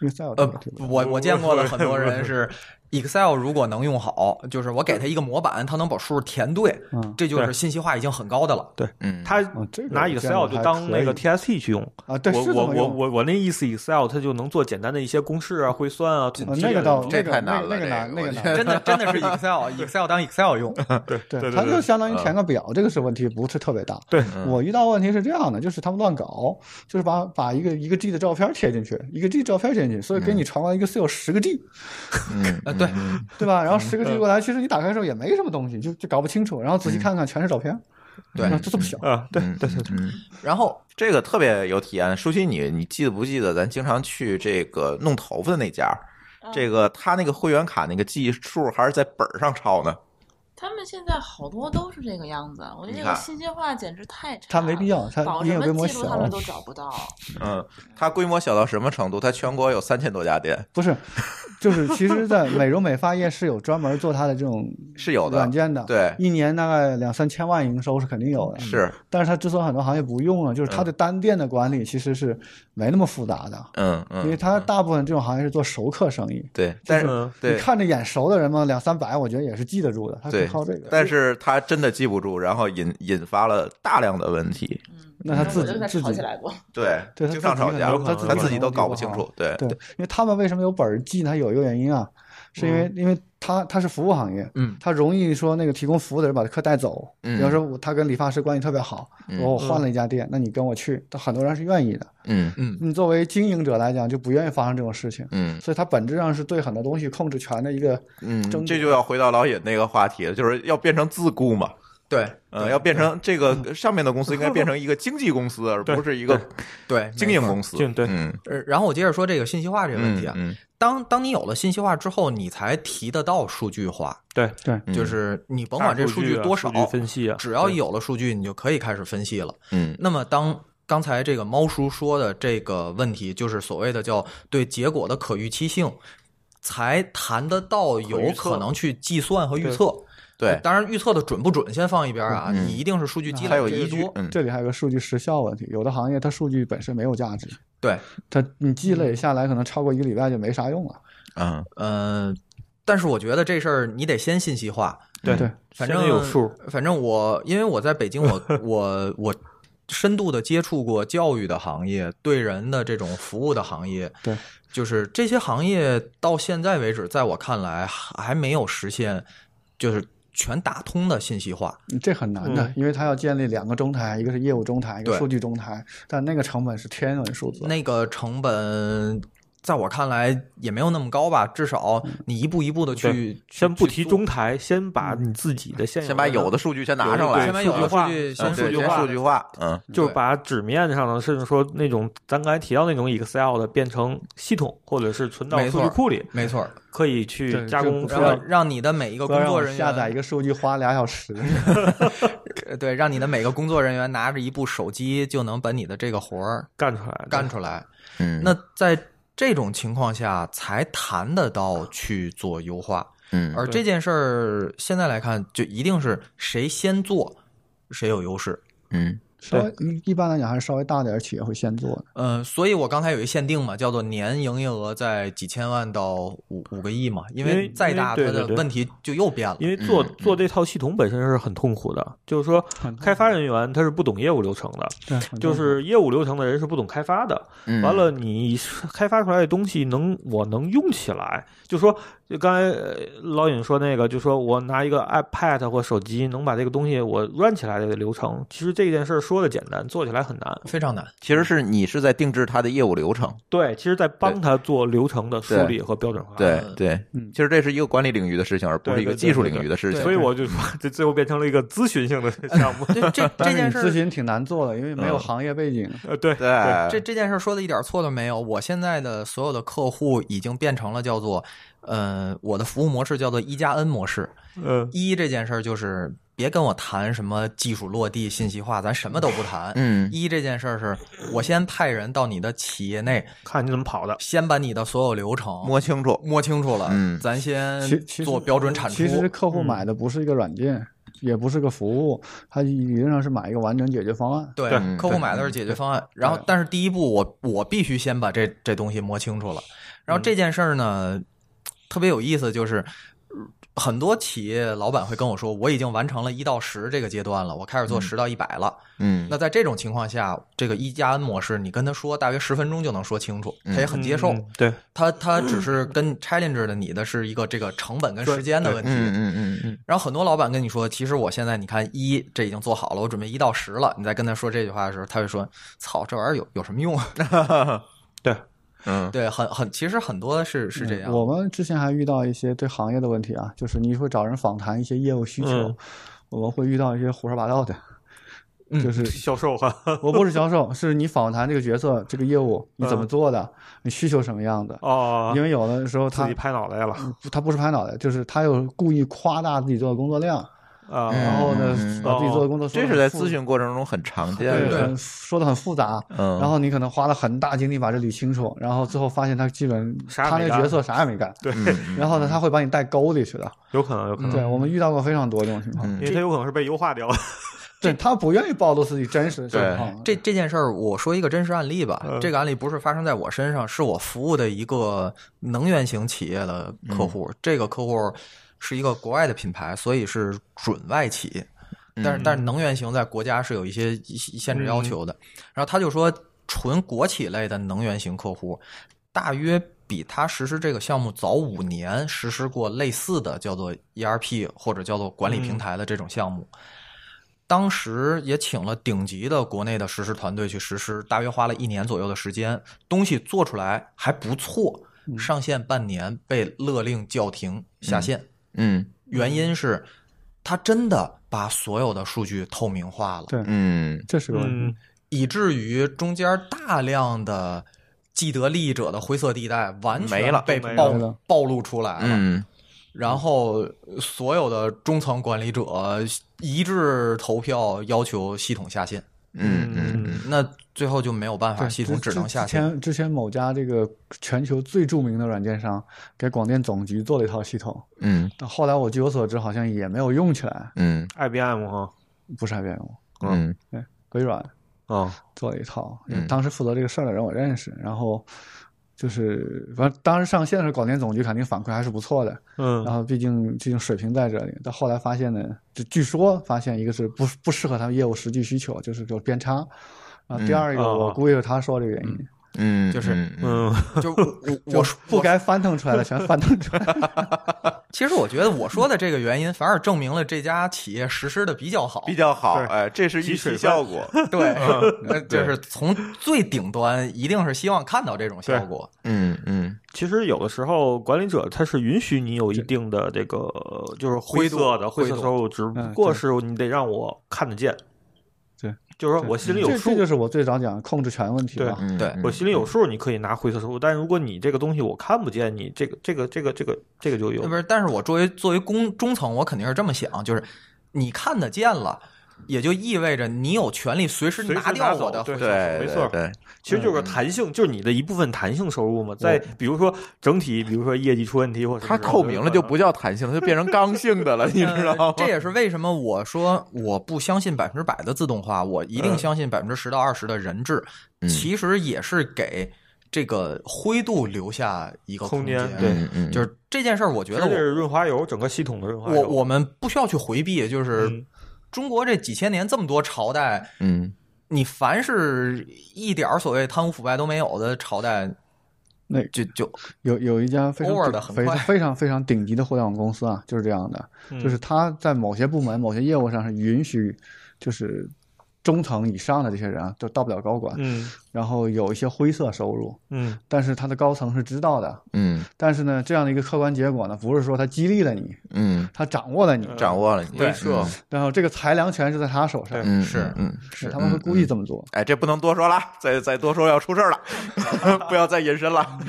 Speaker 4: ，Excel 这
Speaker 2: 呃
Speaker 4: 个问题不，大。
Speaker 2: 我我见过的很
Speaker 1: [LAUGHS]
Speaker 2: 多人是 Excel 如果能用好，就是我给他一个模板，他能把数填对，
Speaker 4: 嗯
Speaker 2: 这就是信息化已经很高的了。
Speaker 1: 嗯，
Speaker 3: 他
Speaker 4: 嗯这个
Speaker 3: 拿
Speaker 4: 我见过
Speaker 3: Excel 就当那
Speaker 4: 还可
Speaker 3: 个
Speaker 4: 以
Speaker 3: TST 去用。
Speaker 4: 啊，对，
Speaker 3: 我
Speaker 4: 是这
Speaker 3: 我
Speaker 4: 么
Speaker 3: 我
Speaker 4: 用
Speaker 3: 我我那意思，Excel 它就能做简单的一些公式啊、汇算啊、统
Speaker 4: 呃
Speaker 3: 计啊
Speaker 4: 那个
Speaker 3: 这
Speaker 4: 倒
Speaker 3: 种
Speaker 1: 这
Speaker 4: 那个
Speaker 1: 太难了
Speaker 4: 那个
Speaker 1: 这
Speaker 4: 难
Speaker 1: 个
Speaker 4: 那
Speaker 1: 我
Speaker 4: 个
Speaker 1: 觉
Speaker 4: 难
Speaker 2: 真 [LAUGHS] 的真的是
Speaker 3: [LAUGHS]
Speaker 2: Excel，Excel 当 Excel 用。
Speaker 4: 对，
Speaker 3: 对
Speaker 4: 他
Speaker 3: 对
Speaker 4: 就相当于填个表，这个是问题，不是特别大。
Speaker 3: 对
Speaker 1: 嗯
Speaker 4: 我遇到问题是这样的，就是他们乱搞，就是把把一个一个 G 的照片贴进去，一个 G 照片贴进去，所以给你传过来一个是有十个 G，
Speaker 1: 嗯
Speaker 2: 呃对，
Speaker 1: 嗯
Speaker 4: 对吧？然后十个 G 过来，其实你打开的时候也没什么东西，就就搞不清楚，然后仔细看看全是照片，
Speaker 2: 对
Speaker 4: 那就这么想。
Speaker 3: 啊，对
Speaker 1: 嗯
Speaker 3: 对对
Speaker 1: 嗯嗯
Speaker 2: 然后
Speaker 1: [LAUGHS] 这个特别有体验。舒淇，你你记得不记得咱经常去这个弄头发的那家？这个他那个会员卡那个计数还是在本儿上抄呢？
Speaker 5: 他们现在好多都是这个样子，我觉得
Speaker 1: 你
Speaker 5: 这
Speaker 1: 看
Speaker 5: 个信息化简直太差了。
Speaker 4: 他没必要，他
Speaker 5: 搞
Speaker 4: 营业
Speaker 5: 什
Speaker 4: 规模
Speaker 5: 么记录他
Speaker 4: 小
Speaker 5: 们，都找不到。
Speaker 1: 嗯，它规模小到什么程度？它全国有三千多家店，
Speaker 4: 不是，就是其实，
Speaker 5: [LAUGHS]
Speaker 4: 在美容美发业是有专门做它的这种
Speaker 1: 是 [LAUGHS] 有的
Speaker 4: 软件的，
Speaker 1: 对
Speaker 4: 一年大概两三千万营收是肯定有的，嗯
Speaker 1: 是，
Speaker 4: 但是它之所以很多行业不用了，就是它的单店的管理其实是没那么复杂的，
Speaker 1: 嗯
Speaker 4: 因为
Speaker 1: 嗯，
Speaker 4: 它大部分这种行业是做熟客生意。
Speaker 1: 对，但是、
Speaker 3: 嗯
Speaker 4: 你
Speaker 1: 对。
Speaker 4: 看着眼熟的人嘛，两三百，我觉得也是记得住的。他
Speaker 1: 对
Speaker 4: 是靠这个，
Speaker 1: 但是他真的记不住，然后引引发了大量的问题，
Speaker 5: 嗯，
Speaker 4: 那他
Speaker 5: 我
Speaker 4: 自
Speaker 5: 就
Speaker 4: 己
Speaker 5: 跟他
Speaker 4: 自
Speaker 5: 吵
Speaker 4: 己
Speaker 5: 起来过。
Speaker 1: 对，
Speaker 4: 对他
Speaker 1: 经常
Speaker 4: 自己
Speaker 1: 吵架
Speaker 4: 可能他自，己
Speaker 1: 他
Speaker 4: 可
Speaker 1: 自己
Speaker 4: 能
Speaker 1: 都
Speaker 4: 记
Speaker 1: 搞
Speaker 4: 不
Speaker 1: 不清
Speaker 4: 好
Speaker 1: 楚，对，
Speaker 4: 对，因为他们为什么有本儿记呢？它有一个原因啊，是因为
Speaker 1: 嗯
Speaker 4: 因为他他是服务行业，
Speaker 2: 嗯，
Speaker 4: 他容易说那个提供服务的人把客带走。
Speaker 1: 嗯
Speaker 4: 比方说我他跟理发师关系特别好，
Speaker 1: 嗯
Speaker 4: 我我换了一家店，那你跟我去，但很多人是愿意的。
Speaker 1: 嗯
Speaker 4: 你作为经营者来讲，就不愿意发生这种事情。
Speaker 1: 嗯
Speaker 4: 所以它本质上是对很多东西控制权的一个
Speaker 1: 嗯，
Speaker 4: 争
Speaker 1: 这
Speaker 4: 夺
Speaker 1: 就要回到老尹那个话题了，就是要变成自雇嘛，
Speaker 2: 对
Speaker 1: 呃，要变成这个上面的公司应该变成一个经纪公司，而不是一个
Speaker 2: 对
Speaker 1: 经营公
Speaker 2: 司。
Speaker 1: 司
Speaker 3: 对。对
Speaker 1: 嗯，
Speaker 2: 呃然后我接着说这个信息化这个问题啊，
Speaker 1: 嗯
Speaker 2: 当当你有了信息化之后，你才提得到数据化，
Speaker 3: 对，
Speaker 1: 嗯
Speaker 2: 就是你甭管这
Speaker 3: 大数
Speaker 2: 据
Speaker 3: 啊
Speaker 2: 多少，
Speaker 3: 数据分析啊，
Speaker 2: 只要
Speaker 3: 对
Speaker 2: 有了数据，你就可以开始分析了。
Speaker 1: 嗯
Speaker 2: 那么当刚才这个猫叔说的这个问题，就是所谓的叫对结果的可预期性，才谈得到有可能去计算和预测。
Speaker 1: 对，
Speaker 2: 当然预测的准不准先放一边啊，
Speaker 1: 嗯
Speaker 2: 你一定是数据积
Speaker 1: 还
Speaker 2: 累
Speaker 1: 有
Speaker 2: 这
Speaker 1: 依
Speaker 2: 个
Speaker 1: 据
Speaker 2: 多，。
Speaker 1: 嗯，
Speaker 4: 这里还有个数据时效问题，有的行业它数据本身没有价值，
Speaker 2: 对，
Speaker 4: 它你积累下来可能超过一个礼拜就没啥用了。
Speaker 1: 嗯
Speaker 2: 嗯，但是我觉得这事儿你得先信息化，
Speaker 3: 对
Speaker 4: 对，
Speaker 2: 嗯反
Speaker 3: 心里
Speaker 2: 正
Speaker 3: 有数。
Speaker 2: 反正我因为我在北京我，我我深度的接触过教育的行业，对人的这种服务的行业，
Speaker 4: 对，
Speaker 2: 就是这些行业到现在为止，在我看来还没有实现，就是全打通的信息化。
Speaker 4: 嗯这很难的
Speaker 3: 嗯，
Speaker 4: 因为它要建立两个中台，一个是业务中台，一个
Speaker 2: 对
Speaker 4: 数据中台，但那个成本是天文数字。
Speaker 2: 那个成本，在我看来也没有那么高吧，至少你一步一步的去，
Speaker 3: 先不提
Speaker 2: 去做
Speaker 3: 中台，先把
Speaker 4: 嗯
Speaker 3: 你自己的现有
Speaker 1: 先把有
Speaker 3: 的
Speaker 1: 的数据先拿上来
Speaker 2: 先，把
Speaker 3: 对
Speaker 2: 有
Speaker 3: 数据化
Speaker 2: 的数据
Speaker 1: 嗯
Speaker 2: 先
Speaker 1: 对
Speaker 2: 数据
Speaker 1: 先
Speaker 2: 化，
Speaker 1: 数据化，嗯
Speaker 3: 那，就是把纸面上的，甚至说那种咱刚才提到那种 Excel 的，变成系统或者是存到
Speaker 2: 没
Speaker 3: 数
Speaker 2: 错
Speaker 3: 据库里，
Speaker 2: 没错儿，
Speaker 3: 可以去
Speaker 4: 对
Speaker 3: 加
Speaker 4: 这
Speaker 3: 工
Speaker 4: 不
Speaker 3: 出
Speaker 2: 然
Speaker 4: 要
Speaker 3: 来
Speaker 2: 后。让你的每一个
Speaker 4: 不要
Speaker 2: 工
Speaker 4: 让
Speaker 2: 作
Speaker 4: 我
Speaker 2: 人员
Speaker 4: 下载一个数据花俩小
Speaker 2: [LAUGHS]
Speaker 4: 时，
Speaker 2: 呃对，让你的每个工作人员拿着一部手机就能把你的这个活儿
Speaker 3: 干出来，
Speaker 2: 干出来。
Speaker 1: 嗯，
Speaker 2: 那在这种情况下，才谈得到去做优化。
Speaker 1: 嗯
Speaker 2: 而这件事儿现在来看，就一定是谁先做，谁有优势。
Speaker 1: 嗯
Speaker 4: 稍微一般来讲还是稍微大点儿企业会先做
Speaker 2: [LAUGHS]
Speaker 4: 的。
Speaker 2: 嗯、所以我刚才有一限定嘛，叫做年营业额在几千万到五五个亿嘛，因
Speaker 3: 因
Speaker 2: 为
Speaker 3: 为
Speaker 2: 再大它
Speaker 3: 因为对
Speaker 2: 的
Speaker 3: 对对
Speaker 2: 问题就又变了。
Speaker 3: 因为做
Speaker 1: 嗯
Speaker 3: 做这套系统本身是很痛苦的，就是说
Speaker 4: 很痛
Speaker 3: 开发人员他是不懂业务流程的，
Speaker 4: 对，很
Speaker 3: 就
Speaker 4: 多
Speaker 3: 是业务流程的人是不懂开发的。
Speaker 1: 嗯，
Speaker 3: 完了，你开发出来的东西能我能用起来，就说就刚才呃老尹说那个，就说我拿一个 iPad 或手机能把这个东西我 run 起来的流程，其实这件事儿说的简单，做起来很难。[LAUGHS]
Speaker 2: 非常难。
Speaker 1: 其实是你是在定制它的业务流程，
Speaker 3: 对，其实在帮他做流程的梳理和标准化。
Speaker 1: 对
Speaker 2: 嗯
Speaker 1: 对
Speaker 4: 嗯，
Speaker 1: 其实这是一个管理领域的事情，而不是一个技术领域的事
Speaker 2: 对
Speaker 1: 情
Speaker 3: 所。以我就说，这最后变成了一个咨询性的项
Speaker 1: [LAUGHS]
Speaker 3: 目。
Speaker 2: 这这这
Speaker 4: 但是
Speaker 2: 件
Speaker 4: 你
Speaker 3: [LAUGHS]
Speaker 2: 事
Speaker 4: 咨
Speaker 2: 儿，
Speaker 4: 询挺难做的，因为没有
Speaker 1: 嗯
Speaker 4: 行业背景。
Speaker 3: 呃，对，
Speaker 1: 对，
Speaker 2: 这这件事儿说的一点错都没有。我现在的所有的客户已经变成了叫做，呃，我的服务模式叫做一加 N 模式。
Speaker 3: 嗯，
Speaker 2: 一这件事儿就是别跟我谈什么技术落地、信息化，咱什么都不谈。
Speaker 1: 嗯
Speaker 2: 一这件事儿是我先派人到你的企业内，
Speaker 3: 看你怎么跑的。
Speaker 2: 先把你的所有流程
Speaker 1: 摸清楚，
Speaker 2: 摸清楚了，
Speaker 1: 嗯
Speaker 2: 咱先
Speaker 4: 其其实
Speaker 2: 做标准产出。嗯
Speaker 4: 其实客户买的不是一个软件，也不是个服务，他理论上是买一个完整解决方案。
Speaker 2: 对
Speaker 3: 对，
Speaker 2: 客户买的是解决方案，然后但是第一步我我必须先把这这东西摸清楚了。然
Speaker 3: 嗯
Speaker 2: 后这件事儿呢，特别有意思，就是呃很多企业老板会跟我说，我已经完成了一到十这个阶段了，我开始做十到一百了。
Speaker 1: 嗯
Speaker 2: 那在这种情况下，这个一加 N 模式，你跟他说大约十分钟就能说清楚，他也很接受。
Speaker 3: 嗯对，
Speaker 2: 他他只是跟 challenge 的你的是一个这个成本跟时间的问题。
Speaker 1: 嗯嗯嗯嗯，
Speaker 2: 然后很多老板跟你说，其实我现在你看一这已经做好了，我准备一到十了。你再跟他说这句话的时候，他会说：“操，这玩意儿有有什么用啊 [LAUGHS]
Speaker 3: 对，？”
Speaker 1: 嗯
Speaker 2: 对，很很，其实很多是是这样。
Speaker 4: 嗯我们之前还遇到一些对行业的问题啊，就是你会找人访谈一些业务需求，
Speaker 3: 嗯
Speaker 4: 我们会遇到一些胡说八道的，
Speaker 2: 嗯
Speaker 4: 就是
Speaker 3: [LAUGHS] [LAUGHS] 销售哈，
Speaker 4: 我不是销售，是你访谈这个角色、这个业务你怎么
Speaker 3: 嗯
Speaker 4: 做的，你需求什么样的。
Speaker 3: 哦，
Speaker 4: 因为有的时候
Speaker 3: 自
Speaker 4: 他
Speaker 3: 己拍脑袋了
Speaker 4: 他不是拍脑袋，就是他又故意夸大自己做的工作量，
Speaker 3: 啊，
Speaker 4: 然后呢
Speaker 1: 嗯，
Speaker 4: 把自己做的工作说
Speaker 1: 这
Speaker 4: 得
Speaker 1: 是在
Speaker 4: 很复
Speaker 1: 咨询过程中很常见
Speaker 4: 对，
Speaker 1: 的。
Speaker 4: 很说的很复杂。
Speaker 1: 嗯，
Speaker 4: 然后你可能花了很大精力把这理清楚，然后最后发现他基本
Speaker 3: 啥也
Speaker 4: 他
Speaker 3: 没
Speaker 4: 那个
Speaker 3: 干
Speaker 4: 角色啥也没干。
Speaker 3: 对，
Speaker 1: 嗯
Speaker 4: 然后呢，他会把你带沟里去的。
Speaker 3: 有可能，有可
Speaker 2: 嗯
Speaker 3: 能，
Speaker 4: 对我们遇到过非常多这种情况，
Speaker 1: 嗯
Speaker 3: 因为它有可能是被优化掉了。
Speaker 4: 对他不愿意暴露自己真实的情况。啊
Speaker 2: 这这件事儿，我说一个真实案例吧。
Speaker 3: 嗯
Speaker 2: 这个案例不是发生在我身上，是我服务的一个能源型企业的客户。这个客户是一个国外的品牌，所以是准外企业。
Speaker 1: 嗯
Speaker 2: 但是但是能源型在国家是有一些一些限制要求的。然后他就说，纯国企类的能源型客户，大约比他实施这个项目早五年实施过类似的叫做 ERP 或者叫做管理平台的这种项目。当时也请了顶级的国内的实施团队去实施，大约花了一年左右的时间，东西做出来还不错，上线半年被勒令叫停下线。
Speaker 1: 嗯
Speaker 2: 原因是他真的把所有的数据透明化了，
Speaker 4: 对，
Speaker 1: 嗯
Speaker 4: 这是个问题。
Speaker 3: 嗯，
Speaker 2: 以至于中间大量的既得利益者的灰色地带完全
Speaker 1: 没了
Speaker 2: 被
Speaker 3: 都没
Speaker 2: 暴
Speaker 4: 了
Speaker 2: 暴露出来了。
Speaker 1: 嗯
Speaker 2: 然后所有的中层管理者一致投票要求系统下线，
Speaker 1: 嗯嗯
Speaker 2: 那最后就没有办法，
Speaker 4: 对，
Speaker 2: 系统
Speaker 4: 之
Speaker 2: 只能下
Speaker 4: 之
Speaker 2: 线。
Speaker 4: 前之前某家这个全球最著名的软件商给广电总局做了一套系统，
Speaker 1: 嗯
Speaker 4: 但后来我据我所知好像也没有用起来，
Speaker 1: 嗯
Speaker 3: IBM 哈，
Speaker 4: 不是 IBM，
Speaker 1: 嗯
Speaker 4: 微软
Speaker 3: 啊，
Speaker 4: 做了一套。
Speaker 1: 嗯
Speaker 4: 当时负责这个事儿的人我认识，然后就是反正当时上线的时候，广电总局肯定反馈还是不错的，然
Speaker 3: 嗯，
Speaker 4: 后毕竟毕竟水平在这里，但后来发现呢，就据说发现一个是不不适合他们业务实际需求，就是有偏差。然后第
Speaker 1: 嗯
Speaker 4: 二一个，
Speaker 3: 哦
Speaker 4: 我估计是他说这个原因，
Speaker 1: 嗯，
Speaker 3: 嗯，
Speaker 4: [LAUGHS]
Speaker 2: 就我我
Speaker 4: 就不该翻腾出来的全翻腾出来。
Speaker 2: 其实我觉得我说的这个原因，反而证明了这家企业实施的比较好，
Speaker 1: 比较好，哎，这是预期效果。
Speaker 3: [LAUGHS]
Speaker 2: 对，
Speaker 3: 嗯
Speaker 2: 呃就是从最顶端一定是希望看到这种效果。
Speaker 1: 嗯嗯
Speaker 3: 其实有的时候管理者他是允许你有一定的这个就是灰色的
Speaker 2: 灰
Speaker 3: 灰
Speaker 2: 度
Speaker 3: 色收入，只不
Speaker 4: 嗯
Speaker 3: 过
Speaker 4: 对
Speaker 3: 是你得让我看得见。
Speaker 4: 对，嗯
Speaker 3: 就是 [LAUGHS] 说我心里有
Speaker 4: 这
Speaker 3: 数
Speaker 4: 这，就是我最早讲控制权问题啊
Speaker 3: 对
Speaker 4: 嘛。
Speaker 1: 嗯，
Speaker 3: 我心里有数，你可以拿灰色收入。但如果你这个东西我看不见，你这个这个这个这个这个就有
Speaker 2: 不是，但是我作为作为公中层，我肯定是这么想，就是你看得见了，也就意味着你有权利随时
Speaker 3: 随时
Speaker 2: 拿掉
Speaker 3: 走
Speaker 2: 我的
Speaker 3: 对
Speaker 2: 回。
Speaker 1: 对，对，
Speaker 3: 其实就是个弹性，就是你的一部分弹性收入嘛。在比如说整体，比如说业绩出问题或者
Speaker 1: 它透明了就
Speaker 3: 嗯
Speaker 1: 不叫弹性了，就变成刚性的了，你
Speaker 2: 呃
Speaker 1: 知道吗？
Speaker 2: 这也是为什么我说我不相信百分之百的自动化，我一定
Speaker 3: 嗯
Speaker 2: 相信百分之十到二十的人制，
Speaker 1: 嗯
Speaker 2: 其实也是给这个灰度留下一个
Speaker 3: 空
Speaker 2: 间。
Speaker 3: 间对
Speaker 1: 嗯嗯，
Speaker 2: 就是这件事儿，我觉
Speaker 3: 觉
Speaker 2: 得
Speaker 3: 得这
Speaker 2: 我
Speaker 3: 是润滑油，整个系统的润滑油。
Speaker 2: 我我们不需要去回避，就是
Speaker 3: 嗯
Speaker 2: 中国这几千年这么多朝代，
Speaker 1: 嗯
Speaker 2: 你凡是一点儿所谓贪污腐败都没有的朝代，
Speaker 4: 那
Speaker 1: 就就
Speaker 4: 有有一家非常
Speaker 2: Over
Speaker 4: 顶
Speaker 2: 的很
Speaker 4: 非
Speaker 2: 快
Speaker 4: 常非常非常顶级的互联网公司啊，就是这样的，
Speaker 3: 嗯
Speaker 4: 就是他在某些部门、某些业务上是允许，就是中层以上的这些人啊，就到不了高管，
Speaker 3: 嗯
Speaker 4: 然后有一些灰色收入，
Speaker 3: 嗯
Speaker 4: 但是他的高层是知道的。
Speaker 1: 嗯
Speaker 4: 但是呢，这样的一个客观结果呢，不是说他激励了你，
Speaker 1: 嗯，
Speaker 4: 他掌握了你，
Speaker 1: 掌握了你
Speaker 3: 对
Speaker 1: 是
Speaker 2: 嗯
Speaker 1: 吧
Speaker 4: 然后这个裁量权是在他手
Speaker 1: [LAUGHS]
Speaker 4: 上，
Speaker 3: 对
Speaker 1: 嗯
Speaker 2: 是
Speaker 1: 嗯嗯
Speaker 4: 对他们会故意这么做。
Speaker 1: 哎，这不能多说了，再再多说要出事儿了， [LAUGHS] 不要再隐身 [LAUGHS] 了。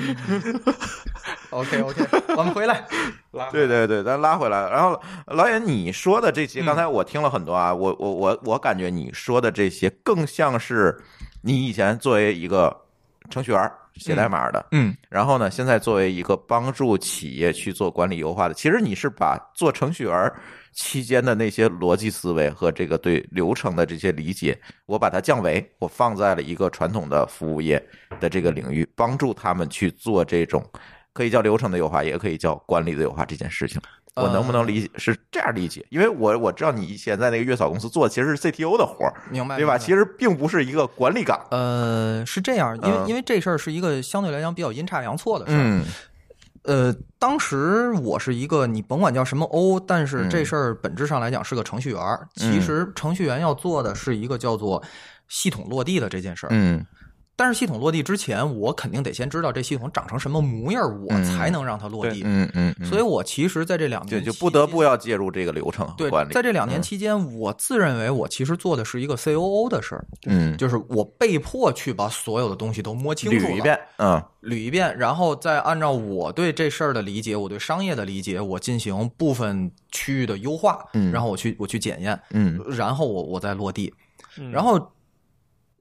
Speaker 2: OK OK，我 [LAUGHS] 们回来。
Speaker 1: 对对对，咱拉回来。然后老演你说的这些，刚才我听了很多啊，我我我我感觉你说的这些更像是你以前作为一个程序员儿写代码的，
Speaker 2: 嗯，
Speaker 1: 然后呢，现在作为一个帮助企业去做管理优化的，其实你是把做程序员儿期间的那些逻辑思维和这个对流程的这些理解，我把它降维，我放在了一个传统的服务业的这个领域，帮助他们去做这种可以叫流程的优化，也可以叫管理的优化这件事情。我能不
Speaker 2: 呃
Speaker 1: 能理解是这样理解？因为我我知道你以前在那个月嫂公司做的其实是 CTO 的活儿，
Speaker 2: 明白
Speaker 1: 对吧？
Speaker 2: 明白
Speaker 1: 其实并不是一个管理岗。
Speaker 2: 呃，是这样，因为、
Speaker 1: 嗯
Speaker 2: 因为这事儿是一个相对来讲比较阴差阳错的事儿。
Speaker 1: 嗯
Speaker 2: 呃，当时我是一个，你甭管叫什么 O，但是
Speaker 1: 嗯
Speaker 2: 这事儿本质上来讲是个程序员儿。
Speaker 1: 嗯
Speaker 2: 其实程序员要做的是一个叫做系统落地的这件事儿。
Speaker 1: 嗯
Speaker 2: 但是系统落地之前，我肯定得先知道这系统长成什么模样儿，我
Speaker 1: 嗯
Speaker 2: 才能让它落地。
Speaker 1: 嗯嗯嗯，
Speaker 2: 所以我其实在这两
Speaker 1: 就
Speaker 2: 年
Speaker 1: 就
Speaker 2: 期
Speaker 1: 不得
Speaker 2: 间
Speaker 1: 不要介入这个流程和
Speaker 2: 对
Speaker 1: 管，理。嗯
Speaker 2: 在这两年期间，我自认为我其实做的是一个 COO 的事儿，
Speaker 1: 嗯，
Speaker 2: 就是我被迫去把所有的东西都摸清楚了
Speaker 1: 捋一，遍，嗯
Speaker 2: 捋一遍，然后再按照我对这事儿的理解，我对商业的理解，我进行部分区域的优化，
Speaker 1: 嗯
Speaker 2: 然后我去我去检验，
Speaker 1: 嗯
Speaker 2: 然后我我再落地，
Speaker 3: 嗯
Speaker 2: 然后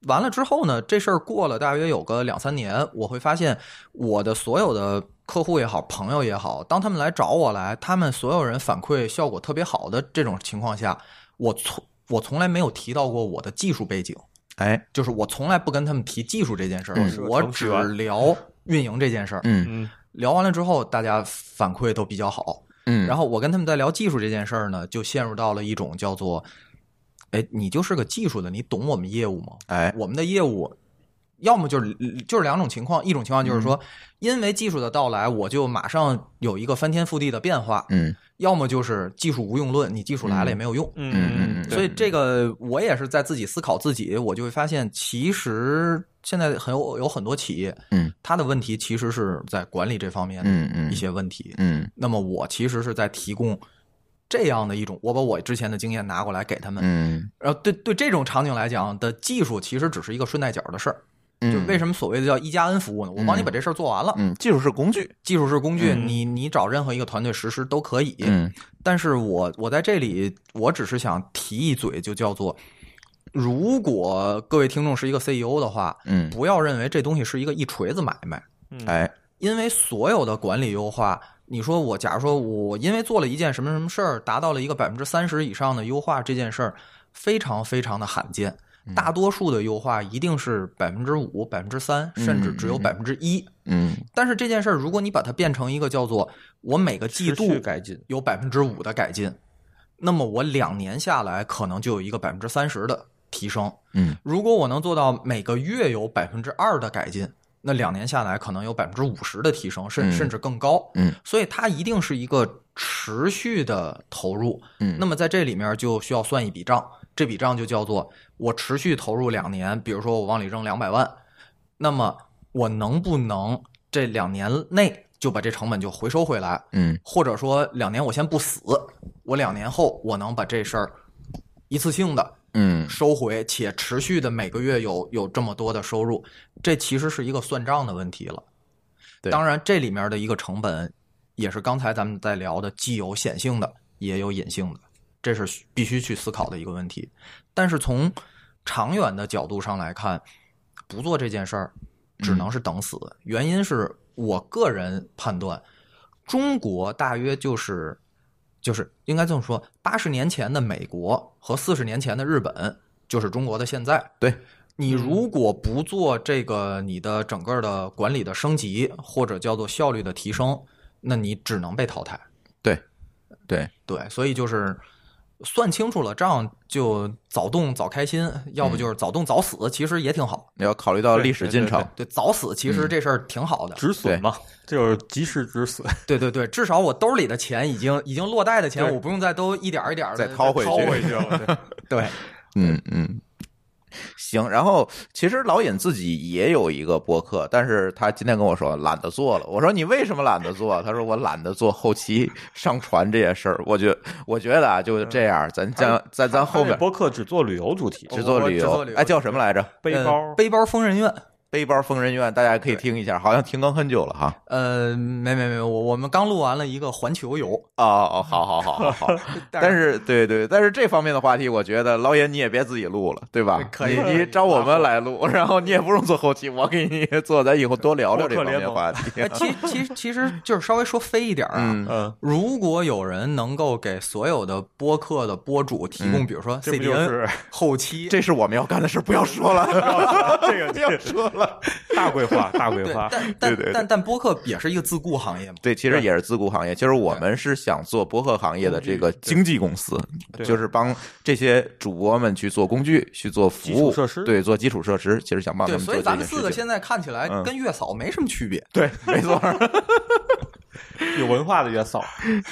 Speaker 2: 完了之后呢，这事儿过了大约有个两三年，我会发现我的所有的客户也好，朋友也好，当他们来找我来，他们所有人反馈效果特别好的这种情况下，我从我从来没有提到过我的技术背景，
Speaker 1: 哎，
Speaker 2: 就是我从来不跟他们提技术这件事儿，
Speaker 1: 嗯
Speaker 3: 是个
Speaker 2: 我
Speaker 3: 程序
Speaker 2: 只
Speaker 3: 员
Speaker 2: 聊运营这件事儿。
Speaker 1: 嗯
Speaker 3: 嗯
Speaker 2: 聊完了之后，大家反馈都比较好。
Speaker 1: 嗯
Speaker 2: 然
Speaker 1: 后
Speaker 2: 后我跟他们在聊技术这件事儿呢，就陷入到了一种叫做，哎，你就是个技术的，你懂我们业务吗？
Speaker 1: 哎，
Speaker 2: 我们的业务要么就是嗯就是两种情况，一种情况就是说，
Speaker 1: 嗯
Speaker 2: 因为技术的到来，我就马上有一个翻天覆地的变化；
Speaker 1: 嗯
Speaker 2: 要么就是技术无用论，你技术来了也没有用。
Speaker 3: 嗯
Speaker 1: 嗯嗯
Speaker 2: 所以这个我也是在自己思考自己，我就会发现，其实现在很有有很多企业，
Speaker 1: 嗯，
Speaker 2: 它的问题其实是在管理这方面
Speaker 1: 嗯
Speaker 2: 的
Speaker 1: 嗯
Speaker 2: 一些问题。
Speaker 1: 嗯
Speaker 2: 那么我其实是在提供这样的一种，我把我之前的经验拿过来给他们。
Speaker 1: 嗯
Speaker 2: 然后对对这种场景来讲的技术，其实只是一个顺带脚的事儿。
Speaker 1: 嗯，
Speaker 2: 就为什么所谓的叫一加 N 服务呢？我帮你把这事儿做完了，
Speaker 1: 嗯技术是工具，
Speaker 2: 技术是工具，
Speaker 3: 嗯
Speaker 2: 你你找任何一个团队实施都可以。
Speaker 1: 嗯
Speaker 2: 但是我我在这里，我只是想提一嘴，就叫做，如果各位听众是一个 CEO 的话，
Speaker 1: 嗯
Speaker 2: 不要认为这东西是一个一锤子买卖，
Speaker 3: 嗯
Speaker 1: 哎
Speaker 2: 因为所有的管理优化，你说我假如说我因为做了一件什么什么事儿，达到了一个百分之三十以上的优化，这件事儿非常非常的罕见。
Speaker 3: 嗯
Speaker 2: 大多数的优化一定是百分之五、百分之三，甚至只有
Speaker 1: 嗯
Speaker 2: 百分之一。
Speaker 1: 嗯
Speaker 2: 但是这件事儿，如果你把它变成一个叫做我每个季
Speaker 3: 持
Speaker 2: 度
Speaker 3: 续改进，
Speaker 2: 有百分之五的改进，那么我两年下来可能就有一个百分之三十的提升。
Speaker 1: 嗯
Speaker 2: 如果我能做到每个月有百分之二的改进，那两年下来可能有百分之五十的提升，
Speaker 1: 嗯
Speaker 2: 甚甚至更高。
Speaker 1: 嗯，
Speaker 2: 所以它一定是一个持续的投入。
Speaker 1: 嗯
Speaker 2: 那么在这里面就需要算一笔账，这笔账就叫做我持续投入两年，比如说我往里扔两百万，那么我能不能这两年内就把这成本就回收回来？
Speaker 1: 嗯
Speaker 2: 或者说两年我先不死，我两年后我能把这事儿一次性的
Speaker 1: 嗯
Speaker 2: 收回，且持续的每个月有有这么多的收入，这其实是一个算账的问题了。
Speaker 1: 对
Speaker 2: 当然这里面的一个成本也是刚才咱们在聊的，既有显性的，也有隐性的，这是需必须去思考的一个问题。但是从长远的角度上来看，不做这件事儿只能是等死。原因是我个人判断，中国大约就是就是应该这么说，八十年前的美国和四十年前的日本就是中国的现在。
Speaker 1: 对，
Speaker 2: 你
Speaker 1: 嗯
Speaker 2: 如果不做这个你的整个的管理的升级，或者叫做效率的提升，那你只能被淘汰。
Speaker 1: 对对
Speaker 2: 对，所以就是算清楚了账就早动早开心，要
Speaker 1: 嗯
Speaker 2: 不就是早动早死，其实也挺好。
Speaker 1: 你要考虑到历史进程，
Speaker 2: 对，早死其
Speaker 1: 嗯
Speaker 2: 实这事儿挺好的。
Speaker 3: 止损嘛，这就是及时止损。
Speaker 2: 对对对，至少我兜里的钱已经已经落袋的钱，
Speaker 3: 对
Speaker 2: 我不用再都一点儿一点的
Speaker 1: 再掏回去 [LAUGHS]
Speaker 2: 去了。对对，
Speaker 1: 嗯嗯。行，然后其实老尹自己也有一个播客，但是他今天跟我说懒得做了。我说你为什么懒得做？他说我懒得做后期上传这些事儿。我觉我觉得啊，就这样，咱将在咱后
Speaker 3: 他那
Speaker 1: 面
Speaker 3: 播客只做旅游主题，
Speaker 1: 只做旅
Speaker 2: 只做
Speaker 1: 游
Speaker 2: 旅，游
Speaker 1: 哎，叫什么来着？
Speaker 3: 背
Speaker 2: 呃
Speaker 3: 包
Speaker 2: 背包疯人院。
Speaker 1: 背包疯人院，大家可以
Speaker 2: 对
Speaker 1: 听一下，好像停更很久了哈。
Speaker 2: 呃，没没没，我我们刚录完了一个环球游，
Speaker 1: 哦哦，好好好好好。 [LAUGHS] 但是对对，但是这方面的话题，我觉得老尹你也别自己录了，对吧？
Speaker 2: 可以
Speaker 1: 你你找我们来录，然后你也不用做后期，我给你做，咱以后多聊聊这方面的话 [LAUGHS] 题。
Speaker 2: 哎，其其其实就是稍微说飞一点儿啊。
Speaker 1: 嗯
Speaker 3: 嗯，
Speaker 2: 如果有人能够给所有的播客的播主提
Speaker 1: 嗯
Speaker 2: 供，比如说
Speaker 3: 这不就
Speaker 2: [LAUGHS] CDN
Speaker 3: 是 [LAUGHS]
Speaker 2: 后期，
Speaker 1: 这是我们要干的事，不要说 [LAUGHS] 了，
Speaker 3: 这个
Speaker 1: 不
Speaker 3: 这
Speaker 1: 要
Speaker 3: 个
Speaker 1: 说了。
Speaker 3: 大规划，大规
Speaker 2: 对，
Speaker 3: 划
Speaker 2: 但。但
Speaker 1: 对对对
Speaker 2: 但但播客也是一个自雇行业嘛，
Speaker 1: 对，其实也是自雇行业。其实我们是想做播客行业的这个经纪公司，
Speaker 3: 对
Speaker 1: 就是帮这些主播们去做工具、去做服务
Speaker 3: 基础设施
Speaker 1: 对，做基础设施。其实想帮他
Speaker 2: 对，
Speaker 1: 们做
Speaker 2: 所
Speaker 1: 这件
Speaker 2: 以咱们四个
Speaker 1: 事情
Speaker 2: 现在看起来
Speaker 1: 嗯
Speaker 2: 跟月嫂没什么区别。
Speaker 1: 对， [LAUGHS] 没错。
Speaker 2: [LAUGHS]
Speaker 3: 有文化的月嫂，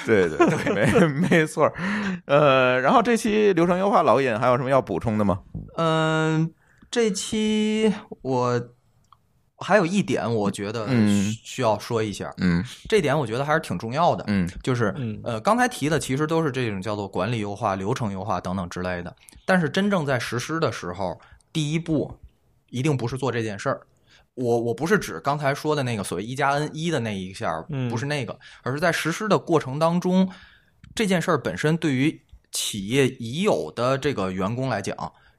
Speaker 1: 对对对，没没错儿。呃，然后这期流程优化老尹还有什么要补充的吗？
Speaker 2: 嗯，这期我还有一点，我觉得
Speaker 1: 嗯
Speaker 2: 需需要说一下，
Speaker 1: 嗯
Speaker 2: 这点我觉得还是挺重要的。
Speaker 1: 嗯
Speaker 2: 就是
Speaker 3: 嗯
Speaker 2: 呃，刚才提的其实都是这种叫做管理优化、流程优化等等之类的，但是真正在实施的时候，第一步一定不是做这件事儿。我我不是指刚才说的那个所谓一加 N 一的那一下儿，
Speaker 3: 嗯
Speaker 2: 不是那个，而是在实施的过程当中，这件事儿本身对于企业已有的这个员工来讲，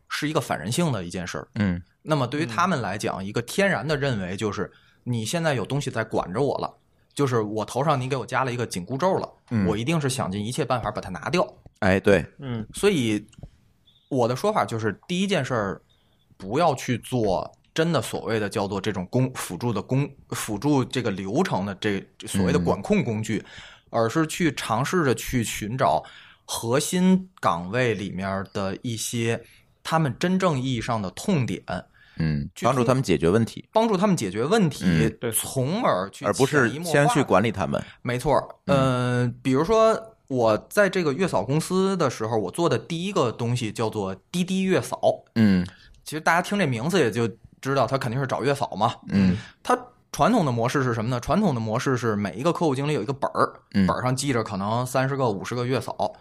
Speaker 2: 是一个反人性的一件事儿。
Speaker 1: 嗯
Speaker 2: 那么对于他们来讲，一个天然的认为就是你现在有东西在管着我了，就是我头上你给我加了一个紧箍咒了，
Speaker 1: 嗯
Speaker 2: 我一定是想尽一切办法把它拿掉。
Speaker 1: 哎，对，
Speaker 3: 嗯，
Speaker 2: 所以我的说法就是，第一件事儿不要去做真的所谓的叫做这种工辅助的工辅助这个流程的这这所谓的
Speaker 1: 嗯
Speaker 2: 管控工具，而是去尝试着去寻找核心岗位里面的一些他们真正意义上的痛点。
Speaker 1: 嗯，
Speaker 2: 去
Speaker 1: 帮助
Speaker 2: 通
Speaker 1: 他们解决问题，
Speaker 2: 帮助他们解决问题，
Speaker 1: 嗯
Speaker 3: 对
Speaker 2: 从而去
Speaker 1: 而不是
Speaker 2: 潜移默
Speaker 1: 先
Speaker 2: 化
Speaker 1: 去。管理他们。
Speaker 2: 没错儿，嗯、比如说我在这个月嫂公司的时候，我做的第一个东西叫做滴滴月嫂。
Speaker 1: 嗯
Speaker 2: 其实大家听这名字也就知道，他肯定是找月嫂嘛。
Speaker 1: 嗯
Speaker 2: 它传统的模式是什么呢？传统的模式是每一个客户经理有一个本儿，
Speaker 1: 嗯
Speaker 2: 本儿上记着可能三十个、五十个月嫂。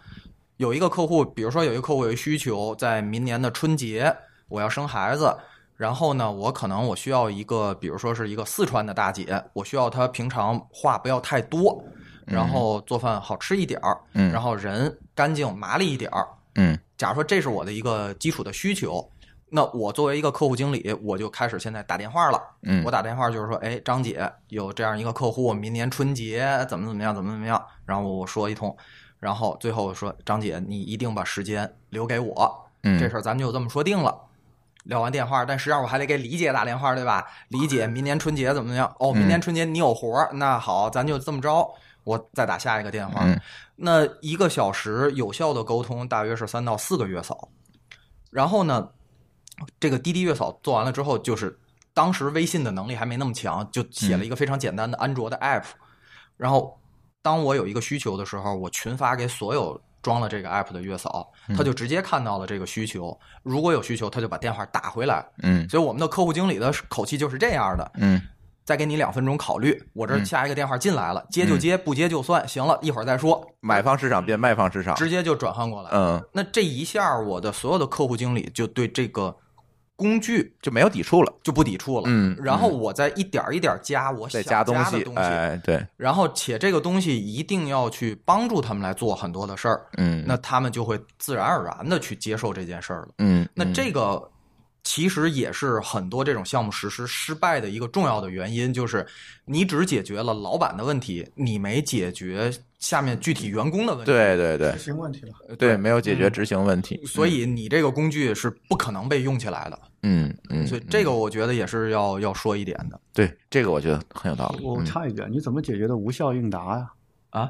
Speaker 2: 有一个客户，比如说有一个客户有一需求，在明年的春节我要生孩子，然后呢，我可能我需要一个，比如说是一个四川的大姐，我需要她平常话不要太多，然后做饭好吃一点儿，
Speaker 1: 嗯
Speaker 2: 然后人干净麻利一点儿，
Speaker 1: 嗯
Speaker 2: 假如说这是我的一个基础的需求，那我作为一个客户经理，我就开始现在打电话了。
Speaker 1: 嗯
Speaker 2: 我打电话就是说，哎，张姐有这样一个客户，明年春节怎么怎么样，怎么怎么样，然后我说一通，然后最后我说，张姐你一定把时间留给我，
Speaker 1: 嗯，
Speaker 2: 这事儿咱们就这么说定了。聊完电话，但实际上我还得给李姐打电话，对吧？李姐，明年春节怎么怎么样？哦，
Speaker 1: 嗯
Speaker 2: 明年春节你有活儿，那好，咱就这么着，我再打下一个电话。
Speaker 1: 嗯
Speaker 2: 那一个小时有效的沟通大约是三到四个月嫂，然后呢，这个滴滴月嫂做完了之后，就是当时微信的能力还没那么强，就写了一个非常简单的安卓的 app，、然后当我有一个需求的时候，我群发给所有装了这个 app 的月嫂，他就直接看到了这个需求，如果有需求，他就把电话打回来。
Speaker 1: 嗯
Speaker 2: 所以我们的客户经理的口气就是这样的，
Speaker 1: 嗯
Speaker 2: 再给你两分钟考虑，我这下一个电话进来了，接就接，不接就算，行了，一会儿再说，
Speaker 1: 买方市场变卖方市场。
Speaker 2: 直接就转换过来。
Speaker 1: 嗯，
Speaker 2: 那这一下，我的所有的客户经理就对这个工具
Speaker 1: 就没有抵触了，
Speaker 2: 就不抵触了。
Speaker 1: 嗯
Speaker 2: 然后我再一点儿一点儿加我
Speaker 1: 再
Speaker 2: 想
Speaker 1: 加
Speaker 2: 东
Speaker 1: 东西
Speaker 2: 的，东西，
Speaker 1: 哎，对，
Speaker 2: 然后且这个东西一定要去帮助他们来做很多的事儿，
Speaker 1: 嗯，
Speaker 2: 那他们就会自然而然的去接受这件事儿了。
Speaker 1: 嗯，
Speaker 2: 那
Speaker 1: 嗯
Speaker 2: 这个其实也是很多这种项目实施失败的一个重要的原因，就是你只解决了老板的问题，你没解决下面具体员工的问题。
Speaker 1: 对对对
Speaker 4: 执行问题了。
Speaker 1: 对，没有解决执行问题，
Speaker 2: 嗯
Speaker 4: 嗯
Speaker 2: 所以你这个工具是不可能被用起来的，
Speaker 1: 嗯嗯，
Speaker 2: 所以
Speaker 1: 嗯
Speaker 2: 这个我觉得也是要要说一点的。
Speaker 1: 对这个我觉得很有道理。
Speaker 4: 我
Speaker 1: 嗯
Speaker 4: 插一句啊，你怎么解决的无效应答呀？
Speaker 2: 啊？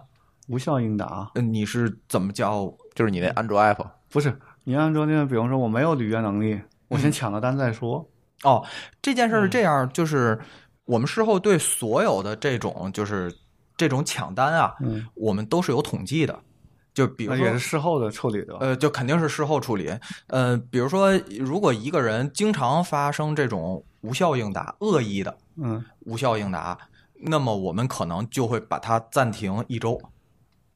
Speaker 4: 无效应答
Speaker 2: 呃你是怎么叫？
Speaker 1: 就是你那
Speaker 2: 嗯
Speaker 1: 安卓 app，
Speaker 4: 不是你按照那个，比方说我没有履约能力，我先抢了单再说。
Speaker 2: 哦，这件事
Speaker 4: 嗯
Speaker 2: 儿是这样，就是我们事后对所有的这种就是这种抢单啊，
Speaker 4: 嗯，
Speaker 2: 我们都是有统计的。就
Speaker 1: 嗯
Speaker 2: 比如
Speaker 4: 那
Speaker 2: 说
Speaker 4: 也是事后的处理的。
Speaker 2: 呃，就肯定是事后处理。呃，比如说，如果一个人经常发生这种无效应答、恶意的
Speaker 4: 嗯，
Speaker 2: 无效应答，那么我们可能就会把他暂停一周，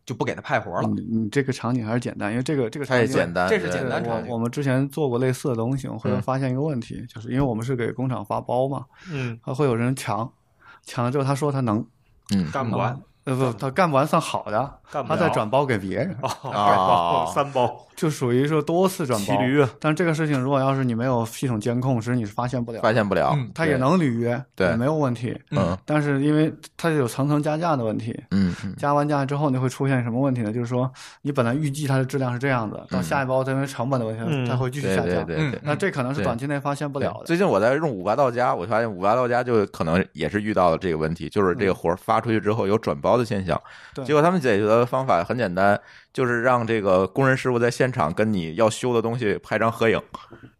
Speaker 2: 就不给他派活了。
Speaker 4: 你嗯你这个场景还是简单，因为这个这个
Speaker 1: 它
Speaker 4: 场
Speaker 1: 也
Speaker 4: 景
Speaker 1: 简单，
Speaker 2: 这是
Speaker 1: 对
Speaker 2: 简单
Speaker 4: 对
Speaker 2: 场景
Speaker 4: 我我们之前做过类似的东西，我会
Speaker 1: 嗯
Speaker 4: 发现一个问题，就是因为我们是给工厂发包嘛，
Speaker 3: 嗯，
Speaker 4: 他会有人抢，抢了之后他说他能，
Speaker 1: 嗯
Speaker 3: 干不完，
Speaker 4: 呃不，他干不完算好的，
Speaker 3: 干不
Speaker 4: 他再
Speaker 3: 了
Speaker 4: 转包 [LAUGHS] 给别人，
Speaker 1: 啊
Speaker 3: 三包，
Speaker 4: 就属于说多次转
Speaker 3: 骑
Speaker 4: 包。
Speaker 3: 驴
Speaker 2: 啊
Speaker 4: 但这个事情如果要是你没有系统监控，其实你是发现不了，
Speaker 1: 发现不了
Speaker 2: 嗯，
Speaker 4: 他也能履约，
Speaker 1: 对
Speaker 4: 也没有问题。
Speaker 1: 嗯
Speaker 4: 但是因为它有层层加价的问题，
Speaker 1: 嗯嗯
Speaker 4: 加完价之后呢，会出现什么问题呢？就是说你本来预计它的质量是这样的，到下一包它因为成本的问题，
Speaker 3: 嗯
Speaker 4: 它会继
Speaker 1: 嗯
Speaker 4: 续
Speaker 1: 对
Speaker 4: 下降。
Speaker 1: 对对
Speaker 2: 嗯
Speaker 1: 对。
Speaker 4: 那这可能是
Speaker 1: 对
Speaker 4: 短期内发现不
Speaker 1: 不
Speaker 4: 了的。
Speaker 1: 最近我在用五八到家，我发现五八到家就可能也是遇到了这个问题，就是这个活儿发出去之后有转包的现象。
Speaker 4: 嗯对
Speaker 1: 结果他们解决的方法很简单，就是让这个工人师傅在现场跟你要修的东西拍张合影，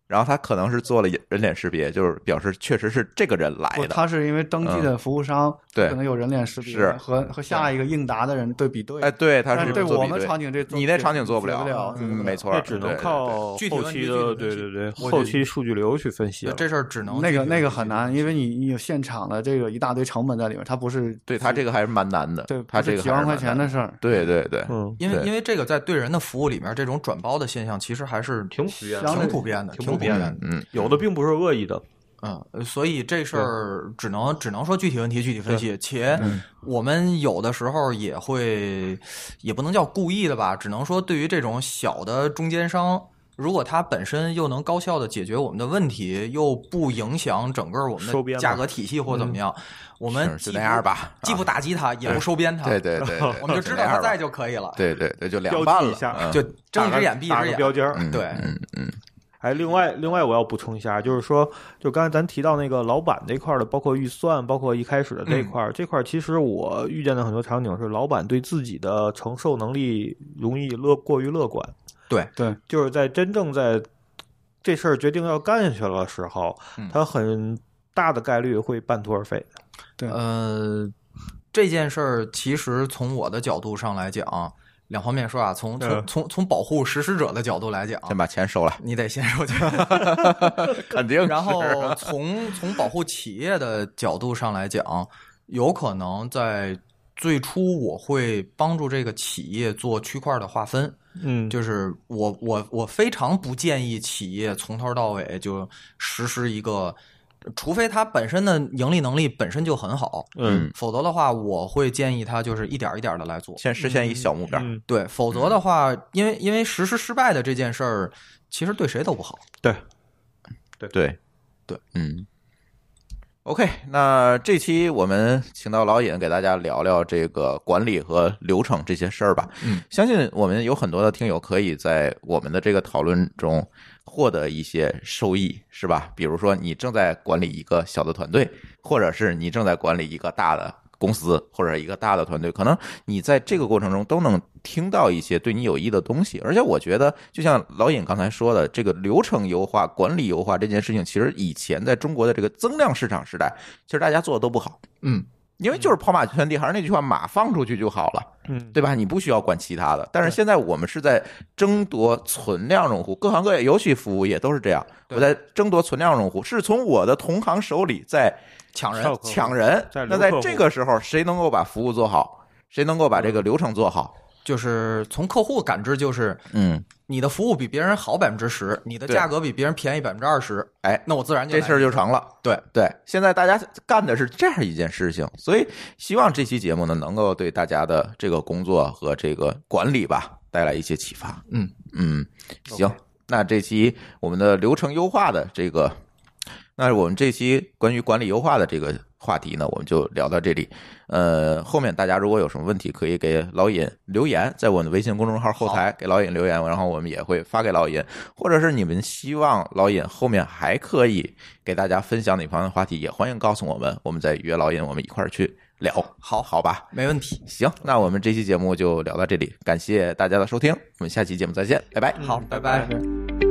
Speaker 1: 然后他可能是做了人脸识别，就是表示确实是这个人来
Speaker 4: 不，
Speaker 1: 的。嗯
Speaker 4: 他是因为登记的服务商，
Speaker 1: 对
Speaker 4: 可能有人脸识别
Speaker 1: 是
Speaker 4: 和和下一个应答的人对比对。
Speaker 1: 哎，对，他
Speaker 4: 但
Speaker 1: 是
Speaker 4: 对
Speaker 1: 做
Speaker 4: 我
Speaker 1: 比
Speaker 4: 们场景这做
Speaker 1: 你那场景做
Speaker 4: 不
Speaker 1: 不了
Speaker 4: 了，，
Speaker 1: 嗯
Speaker 4: 嗯
Speaker 1: 没错
Speaker 3: 那
Speaker 1: 儿，
Speaker 3: 只
Speaker 1: 对
Speaker 3: 能
Speaker 1: 对对
Speaker 3: 靠
Speaker 2: 具体
Speaker 3: 后
Speaker 2: 问
Speaker 3: 期
Speaker 2: 题
Speaker 3: 的，
Speaker 2: 具体
Speaker 3: 对
Speaker 2: 分析
Speaker 3: 对对，
Speaker 2: 我
Speaker 3: 后
Speaker 2: 就
Speaker 3: 期数据流去分析了。
Speaker 2: 这事儿只能
Speaker 4: 那个
Speaker 2: 具体
Speaker 4: 那个很难，因为你你有现场的这个一大堆成本在里面，它不是
Speaker 1: 对他这个还是蛮难的，
Speaker 4: 对，
Speaker 1: 他
Speaker 4: 不是
Speaker 1: 这个
Speaker 4: 几
Speaker 1: 还
Speaker 4: 万
Speaker 1: 是
Speaker 4: 块
Speaker 1: 蛮
Speaker 4: 钱
Speaker 1: 难
Speaker 4: 的事儿。
Speaker 1: 对对对，
Speaker 3: 嗯，
Speaker 2: 因为
Speaker 1: 对
Speaker 2: 因为这个在对人的服务里面，这种转包的现象其实还是
Speaker 3: 挺普遍的
Speaker 2: 挺普遍的，
Speaker 3: 挺
Speaker 2: 挺
Speaker 3: 普
Speaker 2: 普
Speaker 3: 遍
Speaker 2: 遍
Speaker 3: 的
Speaker 2: 的。
Speaker 1: 嗯，
Speaker 3: 有的并不是恶意的，
Speaker 2: 嗯，呃所以这事儿只能只能说具体问题具体分析，且我们有的时候也会，也不能叫故意的吧，只能说对于这种小的中间商，如果他本身又能高效的解决我们的问题，又不影响整个我
Speaker 3: 收
Speaker 2: 们
Speaker 3: 编
Speaker 2: 的
Speaker 3: 吧
Speaker 2: 价格体系或怎么样，我们
Speaker 1: 嗯是就
Speaker 2: 既
Speaker 1: 那
Speaker 2: 不
Speaker 1: 样，吧，啊
Speaker 2: 既不打击他，也不收编他，
Speaker 1: 对对
Speaker 2: [LAUGHS]
Speaker 1: 对，对
Speaker 2: 我们就知道他在，就可以了，
Speaker 1: 对对对，就
Speaker 3: 标
Speaker 1: 凉拌
Speaker 3: 记一
Speaker 1: 了，
Speaker 3: 下，
Speaker 2: 就
Speaker 3: 嗯
Speaker 2: 睁
Speaker 3: 打
Speaker 2: 一
Speaker 3: 个
Speaker 2: 只眼闭一
Speaker 3: 打
Speaker 2: 只
Speaker 3: 个
Speaker 2: 眼，
Speaker 3: 标签儿。
Speaker 1: 嗯
Speaker 2: 对
Speaker 1: 嗯嗯，
Speaker 3: 哎，另外，另外我要补充一下，就是说，就刚才咱提到那个老板这块儿的，包括预算，包括一开始的这一
Speaker 2: 嗯
Speaker 3: 块儿，这块儿其实我遇见的很多场景是，老板对自己的承受能力容易乐过于乐观，
Speaker 4: 对，
Speaker 3: 就是在真正在这事儿决定要干下去了的时候
Speaker 2: 嗯，
Speaker 3: 他很大的概率会半途而废。
Speaker 2: 呃，这件事儿其实从我的角度上来讲，两方面说啊，从
Speaker 3: 嗯
Speaker 2: 从从从保护实施者的角度来讲，
Speaker 1: 先把钱收
Speaker 2: [LAUGHS]
Speaker 1: 了，
Speaker 2: 你得先
Speaker 3: [LAUGHS]
Speaker 2: 收钱，
Speaker 1: 肯定是嗯
Speaker 2: 然
Speaker 3: 啊
Speaker 2: 后从从保护企业的角度上来讲，有可能在最初我会帮助这个企业做区块的划分，
Speaker 3: 嗯，
Speaker 2: 就是我我我非常不建议企业从头到尾就实施一个，除非它本身的盈利能力本身就很好，
Speaker 3: 嗯
Speaker 1: 嗯
Speaker 2: 否则的话，我会建议他就是一点儿一点儿的来做。
Speaker 1: 先实现一小目标，
Speaker 3: 嗯，
Speaker 2: 对，否则的话，因为因为实施失败的这件事儿，其实对谁都不好。
Speaker 3: 对，
Speaker 1: 对
Speaker 2: 对，
Speaker 1: 嗯。OK，那这期我们请到老尹给大家聊聊这个管理和流程这些事儿吧。
Speaker 2: 嗯，
Speaker 1: 相信我们有很多的听友可以在我们的这个讨论中获得一些收益，是吧？比如说你正在管理一个小的团队，或者是你正在管理一个大的公司或者一个大的团队，可能你在这个过程中都能听到一些对你有益的东西。而且我觉得，就像老尹刚才说的，这个流程优化、管理优化这件事情，其实以前在中国的这个增量市场时代，其实大家做的都不好。
Speaker 2: 嗯，
Speaker 1: 因为就是跑马圈地，还是那句话，马放出去就好了。
Speaker 3: 嗯，
Speaker 1: 对吧？你不需要管其他的。但是现在我们是在争夺存量用户，各行各业，尤其服务业都是这样。
Speaker 2: 对
Speaker 1: 我在争夺存量用户，是从我的同行手里在
Speaker 2: 抢人
Speaker 3: 跳，客户
Speaker 1: 抢人
Speaker 3: 在。
Speaker 1: 那
Speaker 3: 留
Speaker 1: 在
Speaker 3: 客户
Speaker 1: 这个时候，谁能够把服务做好？谁能够把这个流程做好？
Speaker 2: 就是从客户感知就是
Speaker 1: 嗯，
Speaker 2: 你的服务比别人好百分之十，你的
Speaker 1: 对
Speaker 2: 价格比别人便宜百分之二十，
Speaker 1: 哎，
Speaker 2: 那我自然就
Speaker 1: 这事儿
Speaker 2: 来
Speaker 1: 就成了。
Speaker 2: 对
Speaker 1: 对，现在大家干的是这样一件事情，所以希望这期节目呢，能够对大家的这个工作和这个管理吧，带来一些启发。
Speaker 2: 嗯
Speaker 1: 嗯，行，那这期我们的流程优化的这个，那我们这期关于管理优化的这个话题呢，我们就聊到这里。呃，后面大家如果有什么问题，可以给老尹留言，在我们的微信公众号后台给老尹留言，然后我们也会发给老尹，或者是你们希望老尹后面还可以给大家分享哪方面的话题，也欢迎告诉我们，我们再约老尹，我们一块儿去聊。好，好吧，
Speaker 2: 没问题。
Speaker 1: 行，那我们嗯这期节目就聊到这里，感谢大家的收听，我们下期节目再见，拜拜。
Speaker 2: 好，拜拜。
Speaker 4: 拜拜